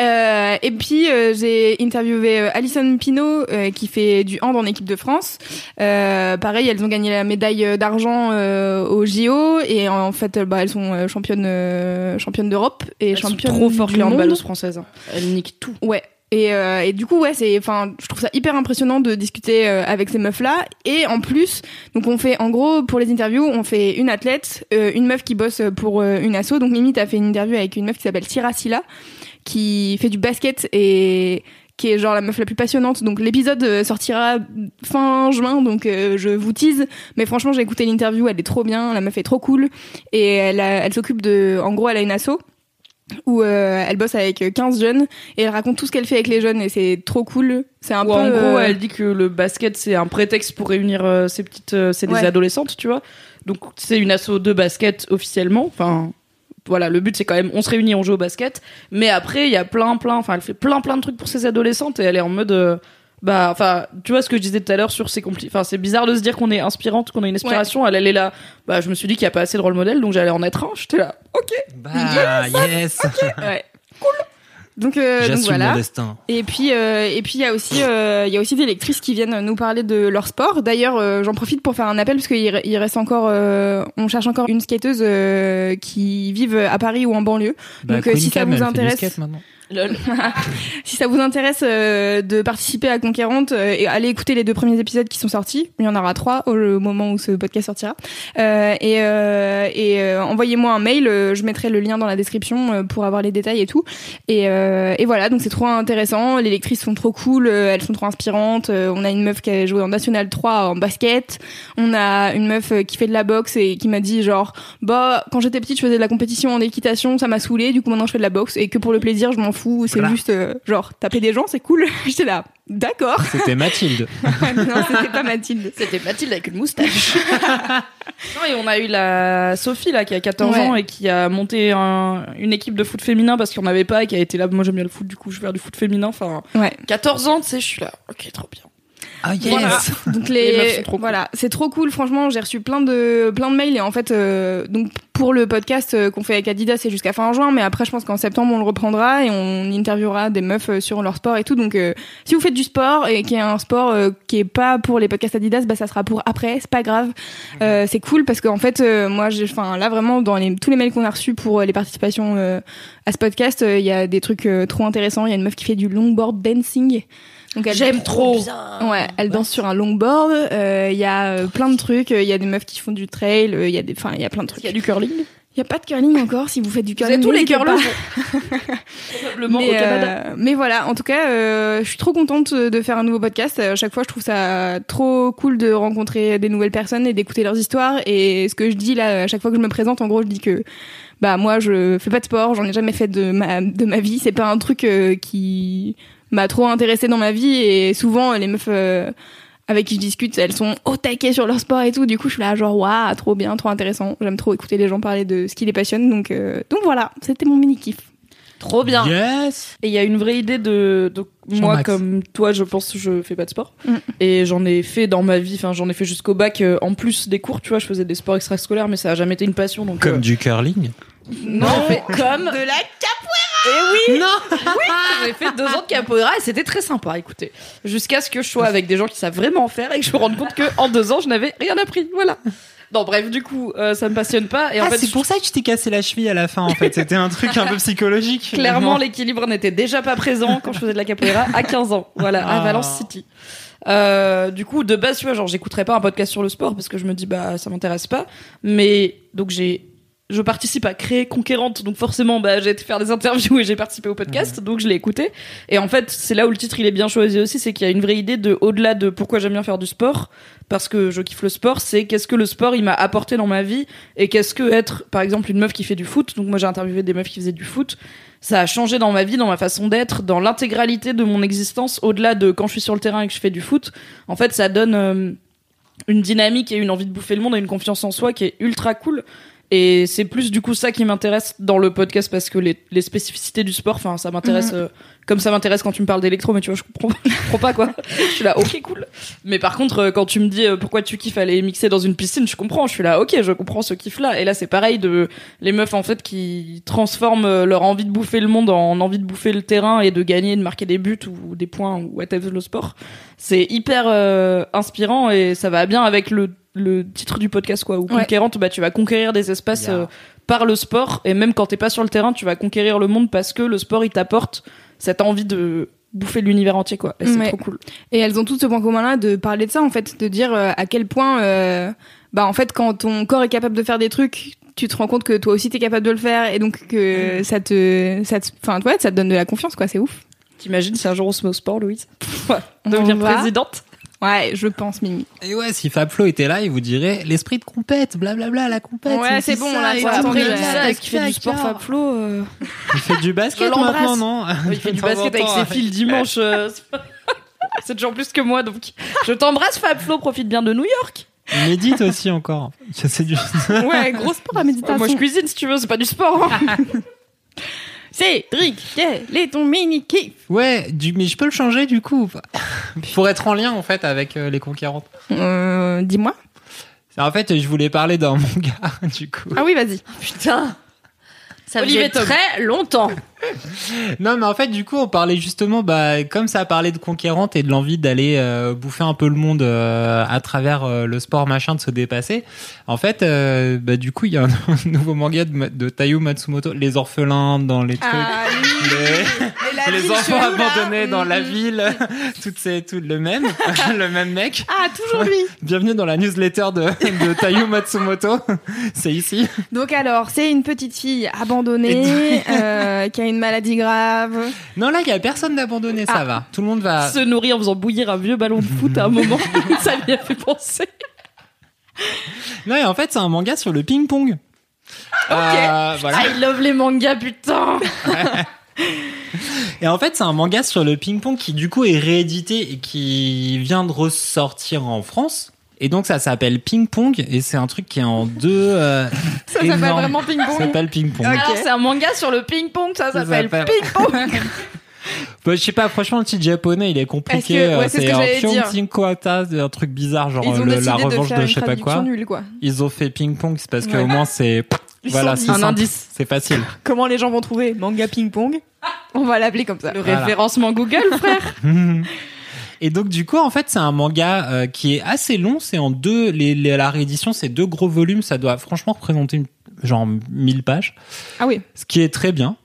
[SPEAKER 3] Euh, et puis euh, j'ai interviewé euh, Alison Pinault euh, qui fait du hand en équipe de France. Euh, pareil, elles ont gagné la médaille euh, d'argent euh, aux JO et en fait euh, bah, elles sont euh, championnes euh, championnes d'Europe et
[SPEAKER 2] Elles sont
[SPEAKER 3] championnes
[SPEAKER 2] trop fortes
[SPEAKER 3] du
[SPEAKER 2] les
[SPEAKER 3] monde.
[SPEAKER 2] handballeuses françaises. hein. Elles niquent tout.
[SPEAKER 3] Ouais. Et, euh, et du coup, ouais, c'est, enfin, je trouve ça hyper impressionnant de discuter euh, avec ces meufs-là. Et en plus, donc on fait, en gros, pour les interviews, on fait une athlète, euh, une meuf qui bosse pour euh, une asso. Donc Mimi, t'as fait une interview avec une meuf qui s'appelle Tira Silla, qui fait du basket et qui est genre la meuf la plus passionnante. Donc l'épisode euh, sortira fin juin, donc euh, je vous tease. Mais franchement, j'ai écouté l'interview, elle est trop bien, la meuf est trop cool. Et elle, a- elle s'occupe de, en gros, elle a une asso où euh, elle bosse avec 15 jeunes et elle raconte tout ce qu'elle fait avec les jeunes et c'est trop cool. C'est un
[SPEAKER 2] Ou
[SPEAKER 3] peu
[SPEAKER 2] en gros,
[SPEAKER 3] euh,
[SPEAKER 2] elle dit que le basket c'est un prétexte pour réunir euh, ces petites, euh, c'est des
[SPEAKER 3] Ouais.
[SPEAKER 2] adolescentes, tu vois. Donc c'est une asso de basket officiellement. Enfin, voilà, le but c'est quand même on se réunit, on joue au basket. Mais après, il y a plein, plein, enfin, elle fait plein, plein de trucs pour ces adolescentes et elle est en mode, euh, bah, enfin, tu vois ce que je disais tout à l'heure sur ces compli, enfin, c'est bizarre de se dire qu'on est inspirante, qu'on a une inspiration. Elle, elle est là. Bah, je me suis dit qu'il n'y a pas assez de rôle modèle, donc j'allais en être un. J'étais là, ok.
[SPEAKER 4] Bah, yes.
[SPEAKER 2] euh,
[SPEAKER 3] ouais. Donc, euh, donc
[SPEAKER 4] J'assume mon
[SPEAKER 3] voilà.
[SPEAKER 4] destin.
[SPEAKER 3] Et puis euh, et puis il y a aussi euh, il y a aussi des lectrices qui viennent nous parler de leur sport. D'ailleurs, euh, j'en profite pour faire un appel parce qu'il re- il reste encore euh, on cherche encore une skateuse euh, qui vive à Paris ou en banlieue.
[SPEAKER 4] Bah,
[SPEAKER 3] Donc, euh,
[SPEAKER 4] Queen
[SPEAKER 3] si ça
[SPEAKER 4] Cam,
[SPEAKER 3] vous
[SPEAKER 4] elle fait du
[SPEAKER 3] intéresse-
[SPEAKER 4] skate, maintenant.
[SPEAKER 7] Lol.
[SPEAKER 3] si ça vous intéresse euh, de participer à Conquérante, euh, et allez écouter les deux premiers épisodes qui sont sortis. Il y en aura trois au le moment où ce podcast sortira. Euh, et euh, et euh, envoyez-moi un mail. euh, je mettrai le lien dans la description euh, pour avoir les détails et tout. Et, euh, et voilà, donc c'est trop intéressant. Les lectrices sont trop cool. euh, elles sont trop inspirantes. Euh, on a une meuf qui a joué en National 3 en basket. On a une meuf euh, qui fait de la boxe et qui m'a dit genre bah quand j'étais petite je faisais de la compétition en équitation, ça m'a saoulée. Du coup maintenant je fais de la boxe et que pour le plaisir je m'en fous. C'est juste euh, genre taper des gens c'est cool. *laughs* J'étais là. D'accord.
[SPEAKER 4] *laughs*
[SPEAKER 3] *laughs*
[SPEAKER 4] C'était Mathilde.
[SPEAKER 3] non, c'était pas Mathilde.
[SPEAKER 2] C'était Mathilde avec une moustache. non, et on a eu la Sophie, là, qui a 14
[SPEAKER 3] Ouais.
[SPEAKER 2] ans et qui a monté un- une équipe de foot féminin parce qu'on n'avait pas et qui a été là. Moi, j'aime bien le foot, du coup, je vais faire du foot féminin. Enfin,
[SPEAKER 3] Ouais.
[SPEAKER 2] 14 ans, tu sais, je suis là. Ok, trop bien.
[SPEAKER 4] Ah
[SPEAKER 3] Voilà. *laughs* Donc les,
[SPEAKER 2] Les meufs sont trop cool.
[SPEAKER 3] voilà, c'est trop cool. Franchement, j'ai reçu plein de plein de mails et en fait, euh, donc pour le podcast euh, qu'on fait avec Adidas, c'est jusqu'à fin juin, mais après, je pense qu'en septembre, on le reprendra et on interviewera des meufs euh, sur leur sport et tout. Donc, euh, si vous faites du sport et qui est un sport euh, qui est pas pour les podcasts Adidas, bah ça sera pour après. C'est pas grave. Euh, c'est cool parce qu'en fait, euh, moi, j'ai, enfin là vraiment dans les, tous les mails qu'on a reçus pour euh, les participations euh, à ce podcast, euh, il y a des trucs euh, trop intéressants. Il y a une meuf qui fait du longboard dancing. Donc elle-
[SPEAKER 2] J'aime
[SPEAKER 7] Oh.
[SPEAKER 2] trop.
[SPEAKER 3] Ah, Ouais, elle danse sur un longboard. euh, Il y a euh, plein de trucs. Il y a des meufs qui font du trail. euh, Il y a des, enfin, il y a plein de trucs.
[SPEAKER 2] Il y a du curling.
[SPEAKER 3] Il y a pas de curling encore. Si vous faites du
[SPEAKER 2] Vous
[SPEAKER 3] curling,
[SPEAKER 2] avez tous les
[SPEAKER 3] n'hésitez pas.
[SPEAKER 2] curlers. *laughs* Probablement au
[SPEAKER 3] Mais,
[SPEAKER 2] Canada.
[SPEAKER 3] euh, mais voilà, en tout cas, euh, je suis trop contente de faire un nouveau podcast. Euh, À chaque fois, je trouve ça trop cool de rencontrer des nouvelles personnes et d'écouter leurs histoires. Et ce que je dis là, à chaque fois que je me présente, en gros, je dis que bah moi, je fais pas de sport, j'en ai jamais fait de ma de ma vie. C'est pas un truc euh, qui m'a trop intéressé dans ma vie. Et souvent, les meufs euh, avec qui je discute, elles sont au taquet sur leur sport et tout. Du coup, je suis là genre waouh, trop bien, trop intéressant. J'aime trop écouter les gens parler de ce qui les passionne. Donc euh, donc voilà, c'était mon mini kiff.
[SPEAKER 2] Trop bien.
[SPEAKER 4] Yes.
[SPEAKER 2] Et il y a une vraie idée de. Donc, moi,
[SPEAKER 4] Jean-Max.
[SPEAKER 2] comme toi, je pense que je fais pas de sport.
[SPEAKER 3] Mm.
[SPEAKER 2] Et j'en ai fait dans ma vie, enfin, j'en ai fait jusqu'au bac. euh, en plus des cours, tu vois, je faisais des sports extrascolaires, mais ça a jamais été une passion. Donc, euh,
[SPEAKER 4] Comme du curling.
[SPEAKER 2] non, j'ai fait comme.
[SPEAKER 7] De la cap
[SPEAKER 2] Et oui Non J'ai fait deux ans de capoeira et c'était très sympa, écoutez. Jusqu'à ce que je sois avec des gens qui savent vraiment en faire et que je me rende compte que en deux ans, je n'avais rien appris. Voilà. Non, bref, du coup, euh, ça me passionne pas. Et en
[SPEAKER 4] ah,
[SPEAKER 2] fait,
[SPEAKER 4] c'est
[SPEAKER 2] je-
[SPEAKER 4] pour ça que tu t'es cassé la cheville à la fin, en
[SPEAKER 2] *laughs*
[SPEAKER 4] fait. C'était un truc un peu psychologique.
[SPEAKER 2] clairement, l'équilibre n'était déjà pas présent quand je faisais de la capoeira à 15 ans. Voilà, à
[SPEAKER 4] Ah.
[SPEAKER 2] Valence City. Euh, du coup, de base, tu vois, genre, j'écouterais pas un podcast sur le sport parce que je me dis, bah, ça m'intéresse pas. Mais, donc, j'ai, je participe à créer Conquérante, donc forcément, bah, j'ai été faire des interviews et j'ai participé au podcast, donc je l'ai écouté. Et en fait, c'est là où le titre il est bien choisi aussi, c'est qu'il y a une vraie idée de, au-delà de pourquoi j'aime bien faire du sport, parce que je kiffe le sport, c'est qu'est-ce que le sport il m'a apporté dans ma vie et qu'est-ce que être, par exemple, une meuf qui fait du foot. Donc moi j'ai interviewé des meufs qui faisaient du foot. Ça a changé dans ma vie, dans ma façon d'être, dans l'intégralité de mon existence, au-delà de quand je suis sur le terrain et que je fais du foot. En fait, ça donne euh, une dynamique et une envie de bouffer le monde et une confiance en soi qui est ultra cool. Et c'est plus du coup ça qui m'intéresse dans le podcast parce que les, les spécificités du sport, enfin ça m'intéresse euh, comme ça m'intéresse quand tu me parles d'électro, mais tu vois je comprends, je comprends pas *laughs* quoi. je suis là ok cool. Mais par contre euh, quand tu me dis euh, pourquoi tu kiffes aller mixer dans une piscine, je comprends. Je suis là ok je comprends ce kiff là. Et là c'est pareil de les meufs en fait qui transforment euh, leur envie de bouffer le monde en envie de bouffer le terrain et de gagner, de marquer des buts ou des points ou whatever le sport. C'est hyper euh, inspirant et ça va bien avec le le titre du podcast quoi ou
[SPEAKER 3] Ouais.
[SPEAKER 2] conquérante bah tu vas conquérir des espaces
[SPEAKER 4] Yeah.
[SPEAKER 2] euh, par le sport et même quand t'es pas sur le terrain tu vas conquérir le monde parce que le sport il t'apporte cette envie de bouffer l'univers entier quoi et c'est
[SPEAKER 3] Ouais.
[SPEAKER 2] trop cool
[SPEAKER 3] Et elles ont toutes ce point commun là de parler de ça en fait, de dire euh, à quel point euh, bah en fait quand ton corps est capable de faire des trucs, tu te rends compte que toi aussi t'es capable de le faire et donc que
[SPEAKER 4] Mmh.
[SPEAKER 3] ça te ça te- enfin ouais, ça te donne de la confiance quoi, c'est ouf.
[SPEAKER 2] t'imagines si un jour on se met au sport Louise devenir
[SPEAKER 3] On va.
[SPEAKER 2] présidente
[SPEAKER 3] Ouais, je pense Mimi.
[SPEAKER 4] Et ouais, si Fab Flo était là, il vous dirait l'esprit de compète, blablabla, la compète.
[SPEAKER 3] Ouais, c'est bon,
[SPEAKER 4] ça,
[SPEAKER 3] là,
[SPEAKER 4] et
[SPEAKER 3] voilà,
[SPEAKER 4] tout,
[SPEAKER 3] après,
[SPEAKER 4] blablabla,
[SPEAKER 3] il dit
[SPEAKER 4] tac,
[SPEAKER 2] est-ce qu'il fait du
[SPEAKER 4] tac,
[SPEAKER 2] sport
[SPEAKER 4] tac.
[SPEAKER 2] Fablo
[SPEAKER 3] euh,
[SPEAKER 4] Il
[SPEAKER 2] *laughs*
[SPEAKER 4] fait du basket
[SPEAKER 2] l'embrasse.
[SPEAKER 4] maintenant, non
[SPEAKER 2] il fait du
[SPEAKER 4] De temps en
[SPEAKER 2] basket avec
[SPEAKER 4] temps,
[SPEAKER 2] ses
[SPEAKER 4] ouais.
[SPEAKER 2] filles le dimanche euh, *laughs* c'est pas- c'est toujours plus que moi donc je t'embrasse Fablo profite bien de New York
[SPEAKER 4] Il médite aussi encore. Ça, C'est du...
[SPEAKER 3] Ouais, gros sport à méditation.
[SPEAKER 2] moi je cuisine si tu veux c'est pas du sport hein.
[SPEAKER 3] *laughs* Cédric, quel est ton mini kiff
[SPEAKER 4] Ouais, du... mais je peux le changer du coup. ou pas Pour être en lien en fait avec euh, les conquérantes.
[SPEAKER 3] euh, dis-moi.
[SPEAKER 4] En fait, je voulais parler d'un *laughs* manga du coup.
[SPEAKER 3] Ah oui, vas-y.
[SPEAKER 7] Putain Ça
[SPEAKER 2] Olivier
[SPEAKER 7] faisait
[SPEAKER 2] Tom.
[SPEAKER 7] très longtemps
[SPEAKER 4] Non, mais en fait, du coup, on parlait justement, bah, comme ça a parlé de conquérante et de l'envie d'aller euh, bouffer un peu le monde euh, à travers euh, le sport, machin, de se dépasser. En fait, euh, bah, du coup, il y a un, *laughs* nouveau manga de, Ma- de Tayu Matsumoto, Les orphelins dans les trucs.
[SPEAKER 3] Ah, oui.
[SPEAKER 4] Les-
[SPEAKER 3] Mais la
[SPEAKER 4] les
[SPEAKER 3] ville
[SPEAKER 4] enfants
[SPEAKER 3] chelou, là.
[SPEAKER 4] abandonnés dans la
[SPEAKER 3] Mm.
[SPEAKER 4] ville, toutes ces, tout le même, *laughs* le même mec.
[SPEAKER 3] Ah, toujours lui.
[SPEAKER 4] Bienvenue dans la newsletter de, de Tayu Matsumoto. *laughs* C'est ici.
[SPEAKER 3] Donc alors, c'est une petite fille abandonnée euh, qui a une maladie grave.
[SPEAKER 4] Non, là, il y a personne d'abandonné, ça
[SPEAKER 3] Ah.
[SPEAKER 4] va. Tout le monde va.
[SPEAKER 2] Se nourrir en faisant bouillir un vieux ballon de foot à un
[SPEAKER 3] *laughs*
[SPEAKER 2] moment, ça lui a fait penser.
[SPEAKER 4] Non, et en fait, c'est un manga sur le ping-pong. Euh, voilà.
[SPEAKER 2] I love les mangas, putain
[SPEAKER 4] Et en fait, c'est un manga sur le ping-pong qui, du coup, est réédité et qui vient de ressortir en France. Et donc, ça s'appelle Ping-Pong et c'est un truc qui est en deux.
[SPEAKER 3] *laughs*
[SPEAKER 4] euh,
[SPEAKER 3] Ça s'appelle
[SPEAKER 4] énormes.
[SPEAKER 3] vraiment
[SPEAKER 4] Ça
[SPEAKER 3] ping-pong.
[SPEAKER 4] s'appelle Ping-Pong.
[SPEAKER 2] Alors, c'est un manga sur le ping-pong, ça
[SPEAKER 4] Ça
[SPEAKER 2] s'appelle
[SPEAKER 4] s'appelle-
[SPEAKER 2] ping-pong
[SPEAKER 4] Bah, je sais pas, franchement, le titre japonais, il est compliqué.
[SPEAKER 3] Est-ce que- ouais,
[SPEAKER 4] euh,
[SPEAKER 3] c'est ce
[SPEAKER 4] c'est
[SPEAKER 3] que
[SPEAKER 4] un
[SPEAKER 3] j'allais dire.
[SPEAKER 4] Piontinkoata, un truc bizarre, genre euh,
[SPEAKER 3] Ils ont
[SPEAKER 4] le-
[SPEAKER 3] décidé
[SPEAKER 4] la
[SPEAKER 3] de
[SPEAKER 4] revanche
[SPEAKER 3] faire
[SPEAKER 4] de
[SPEAKER 3] une
[SPEAKER 4] je sais pas
[SPEAKER 3] traduction
[SPEAKER 4] quoi.
[SPEAKER 3] nulle, quoi.
[SPEAKER 4] Ils ont fait ping-pong, c'est parce que
[SPEAKER 3] Ouais.
[SPEAKER 4] au moins c'est.
[SPEAKER 3] Ils
[SPEAKER 4] Voilà, c'est
[SPEAKER 3] sont dix.
[SPEAKER 4] simple,
[SPEAKER 3] Un indice.
[SPEAKER 4] C'est facile. *laughs*
[SPEAKER 3] Comment les gens vont trouver Manga ping-pong On va l'appeler comme ça.
[SPEAKER 2] Le
[SPEAKER 4] Voilà.
[SPEAKER 2] référencement Google, frère
[SPEAKER 4] Et donc du coup en fait c'est un manga euh, qui est assez long, c'est en deux, les, les- la réédition c'est deux gros volumes, ça doit franchement représenter une- genre 1000 pages,
[SPEAKER 3] *laughs* Ah oui.
[SPEAKER 4] ce qui est très bien.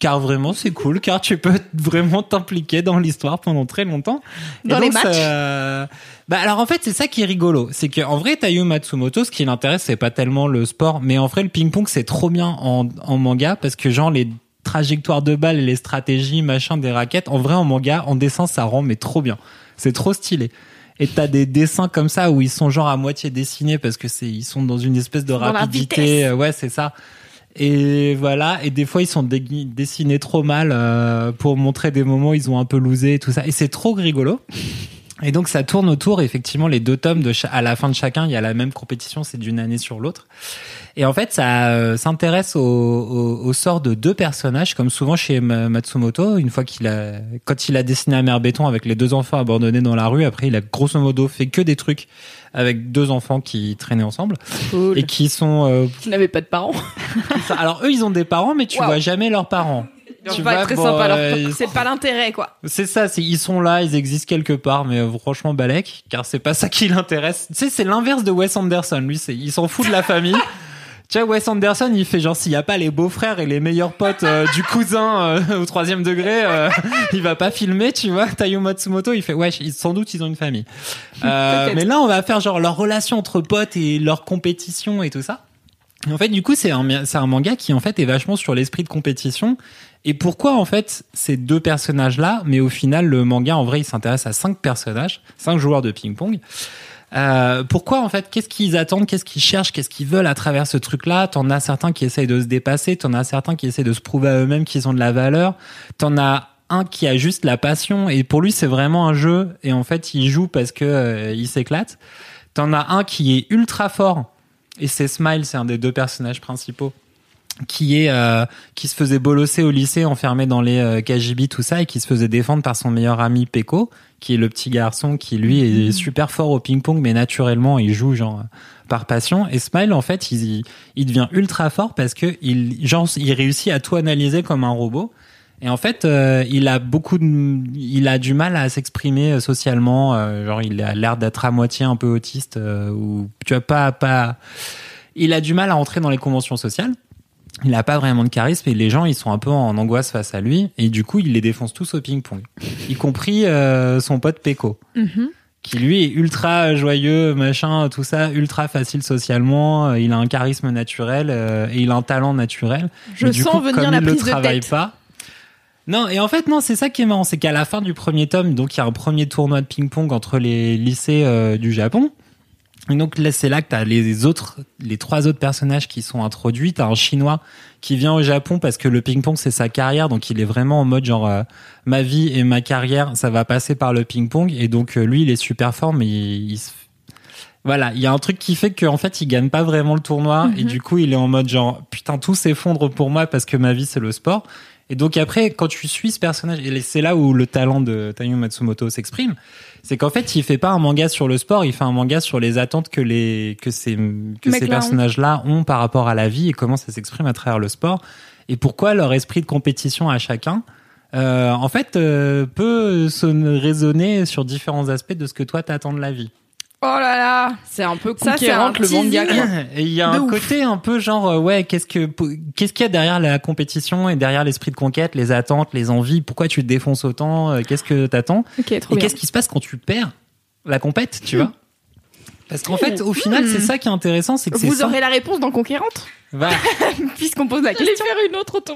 [SPEAKER 4] Car vraiment c'est cool, car tu peux *laughs* vraiment t'impliquer dans l'histoire pendant très longtemps.
[SPEAKER 3] Dans les matchs.
[SPEAKER 4] ça- Bah alors en fait c'est ça qui est rigolo, c'est que en vrai Tayo Matsumoto ce qui l'intéresse c'est pas tellement le sport, mais en vrai le ping pong c'est trop bien en, en manga parce que genre les trajectoires de balles et les stratégies machin des raquettes en vrai en manga en dessin ça rend mais trop bien. C'est trop stylé. Et t'as des dessins comme ça où ils sont genre à moitié dessinés parce que c'est ils sont dans une espèce de
[SPEAKER 2] la
[SPEAKER 4] rapidité.
[SPEAKER 2] vitesse.
[SPEAKER 4] Euh, Ouais, c'est ça. Et voilà. Et des fois ils sont dégui- dessinés trop mal euh, pour montrer des moments où ils ont un peu loosé et tout ça. Et c'est trop rigolo. Et donc ça tourne autour effectivement les deux tomes de cha- à la fin de chacun il y a la même compétition c'est d'une année sur l'autre et en fait ça euh, s'intéresse au, au- au sort de deux personnages comme souvent chez Ma- Matsumoto une fois qu'il a quand il a dessiné Amère Béton avec les deux enfants abandonnés dans la rue après il a grosso modo fait que des trucs avec deux enfants qui traînaient ensemble et qui sont euh, *laughs*
[SPEAKER 2] Qui n'avait pas de parents.
[SPEAKER 4] ça- alors eux ils ont des parents mais tu
[SPEAKER 3] Waouh.
[SPEAKER 4] vois jamais leurs parents
[SPEAKER 2] Tu
[SPEAKER 4] tu
[SPEAKER 2] vas
[SPEAKER 4] vois,
[SPEAKER 2] être très
[SPEAKER 4] bon,
[SPEAKER 2] sympa
[SPEAKER 4] euh,
[SPEAKER 2] leur
[SPEAKER 4] ils-
[SPEAKER 3] C'est pas l'intérêt, quoi.
[SPEAKER 4] c'est ça, c'est ils sont là, ils existent quelque part, mais euh, franchement Balek, car c'est pas ça qui l'intéresse. Tu sais, c'est l'inverse de Wes Anderson, lui, c'est il s'en fout de la famille. Tu vois, Wes Anderson, il fait genre s'il y a pas les beaux-frères et les meilleurs potes euh, du cousin euh, *laughs* au troisième degré, euh, il va pas filmer, tu vois. Tayo Matsumoto, il fait ouais, ils- sans doute ils ont une famille. Euh, mais là, on va faire genre leur relation entre potes et leur compétition et tout ça. Et en fait, du coup, c'est un, c'est un manga qui en fait est vachement sur l'esprit de compétition. Et pourquoi en fait ces deux personnages-là Mais au final, le manga en vrai, il s'intéresse à cinq personnages, cinq joueurs de ping-pong. Euh, pourquoi en fait Qu'est-ce qu'ils attendent Qu'est-ce qu'ils cherchent Qu'est-ce qu'ils veulent à travers ce truc-là T'en as certains qui essayent de se dépasser, t'en as certains qui essayent de se prouver à eux-mêmes qu'ils ont de la valeur, t'en as un qui a juste la passion et pour lui c'est vraiment un jeu et en fait il joue parce que euh, il s'éclate. T'en as un qui est ultra fort et c'est Smile, c'est un des deux personnages principaux qui est euh, qui se faisait bolosser au lycée, enfermé dans les euh, KGB, tout ça, et qui se faisait défendre par son meilleur ami Peko, qui est le petit garçon qui lui est super fort au ping-pong, mais naturellement il joue genre euh, par passion. Et Smile, en fait, il, il devient ultra fort parce que il genre il réussit à tout analyser comme un robot. Et en fait, euh, il a beaucoup, de, il a du mal à s'exprimer euh, socialement. euh, genre, il a l'air d'être à moitié un peu autiste euh, ou tu vois pas pas. Il a du mal à entrer dans les conventions sociales il n'a pas vraiment de charisme et les gens ils sont un peu en angoisse face à lui et du coup il les défonce tous au ping-pong, y compris euh, son pote Peko,
[SPEAKER 3] Mhm.
[SPEAKER 4] qui lui est ultra joyeux, machin, tout ça, ultra facile socialement, euh, il a un charisme naturel euh, et il a un talent naturel.
[SPEAKER 3] Je
[SPEAKER 4] Mais du
[SPEAKER 3] sens
[SPEAKER 4] coup,
[SPEAKER 3] venir
[SPEAKER 4] comme
[SPEAKER 3] la
[SPEAKER 4] il
[SPEAKER 3] prise
[SPEAKER 4] le
[SPEAKER 3] de
[SPEAKER 4] travaille
[SPEAKER 3] tête.
[SPEAKER 4] pas. Non, et en fait, non, c'est ça qui est marrant, c'est qu'à la fin du premier tome, donc il y a un premier tournoi de ping-pong entre les lycées euh, du Japon. Et donc là, c'est là que t'as les autres, les trois autres personnages qui sont introduits. T'as un chinois qui vient au Japon parce que le ping-pong c'est sa carrière, donc il est vraiment en mode genre euh, ma vie et ma carrière, ça va passer par le ping-pong. Et donc euh, lui, il est super fort, mais il, il se voilà, il y a un truc qui fait qu'en fait, il gagne pas vraiment le tournoi
[SPEAKER 3] Mhm.
[SPEAKER 4] et du coup, il est en mode genre putain, tout s'effondre pour moi parce que ma vie c'est le sport. Et donc après, quand tu suis ce personnage, et c'est là où le talent de Tayo Matsumoto s'exprime, c'est qu'en fait, il fait pas un manga sur le sport, il fait un manga sur les attentes que les que ces que
[SPEAKER 3] Mecs
[SPEAKER 4] ces
[SPEAKER 3] là ont.
[SPEAKER 4] personnages là ont par rapport à la vie et comment ça s'exprime à travers le sport. et pourquoi leur esprit de compétition à chacun, euh, en fait, euh, peut se résonner sur différents aspects de ce que toi t'attends de la vie.
[SPEAKER 3] Oh là là
[SPEAKER 2] C'est un peu
[SPEAKER 3] Ça, c'est
[SPEAKER 2] conquérante
[SPEAKER 3] un
[SPEAKER 2] le manga.
[SPEAKER 3] teasing.
[SPEAKER 2] quoi.
[SPEAKER 4] *coughs* Et il y a
[SPEAKER 3] De
[SPEAKER 4] un
[SPEAKER 3] ouf.
[SPEAKER 4] côté un peu genre euh, ouais qu'est-ce que qu'est-ce qu'il y a derrière la compétition et derrière l'esprit de conquête, les attentes, les envies, pourquoi tu te défonces autant, euh, qu'est-ce que t'attends
[SPEAKER 3] Ok, trop
[SPEAKER 4] et
[SPEAKER 3] bien. Hmm.
[SPEAKER 4] qu'est-ce qui se passe quand tu perds la compète, tu vois Parce qu'en fait au final
[SPEAKER 3] Mmh.
[SPEAKER 4] c'est ça qui est intéressant, c'est que c'est
[SPEAKER 3] Vous
[SPEAKER 4] ça.
[SPEAKER 3] aurez la réponse dans Conquérante,
[SPEAKER 4] Va-
[SPEAKER 3] puisqu'on pose la
[SPEAKER 2] Allez
[SPEAKER 3] question.
[SPEAKER 2] faire une autre auto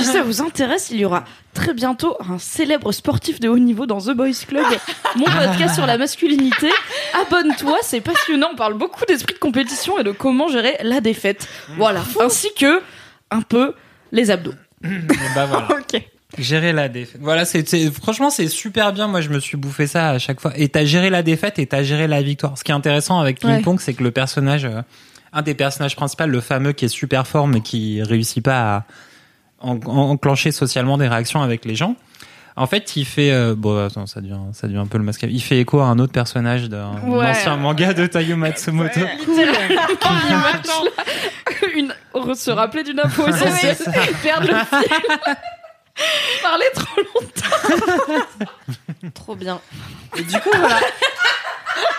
[SPEAKER 2] Si ça vous intéresse, il y aura très bientôt un célèbre sportif de haut niveau dans The Boys Club, mon podcast sur la masculinité. Abonne-toi, c'est passionnant. On parle beaucoup d'esprit de compétition et de comment gérer la défaite. Voilà. Ainsi que un peu les abdos.
[SPEAKER 4] Et bah voilà.
[SPEAKER 3] Ok.
[SPEAKER 4] Gérer la défaite. Voilà, c'est c'est- franchement c'est super bien. Moi je me suis bouffé ça à chaque fois. Et t'as géré la défaite et t'as géré la victoire. Ce qui est intéressant avec Ping
[SPEAKER 3] Ouais.
[SPEAKER 4] Pong, c'est que le personnage, euh, un des personnages principaux, le fameux qui est super fort mais qui réussit pas à en- en- enclencher socialement des réactions avec les gens. En fait, il fait euh, bon attends, ça devient ça devient un peu le masque. Il fait écho à un autre personnage d'un
[SPEAKER 3] Ouais.
[SPEAKER 4] ancien manga de Tayo Matsumoto.
[SPEAKER 2] *laughs* Une... re- Se rappeler d'une
[SPEAKER 3] *laughs*
[SPEAKER 2] info essentielle.
[SPEAKER 4] C'est ça.
[SPEAKER 2] Perdre le fil. Parler trop longtemps.
[SPEAKER 7] Trop bien.
[SPEAKER 4] Et du coup voilà.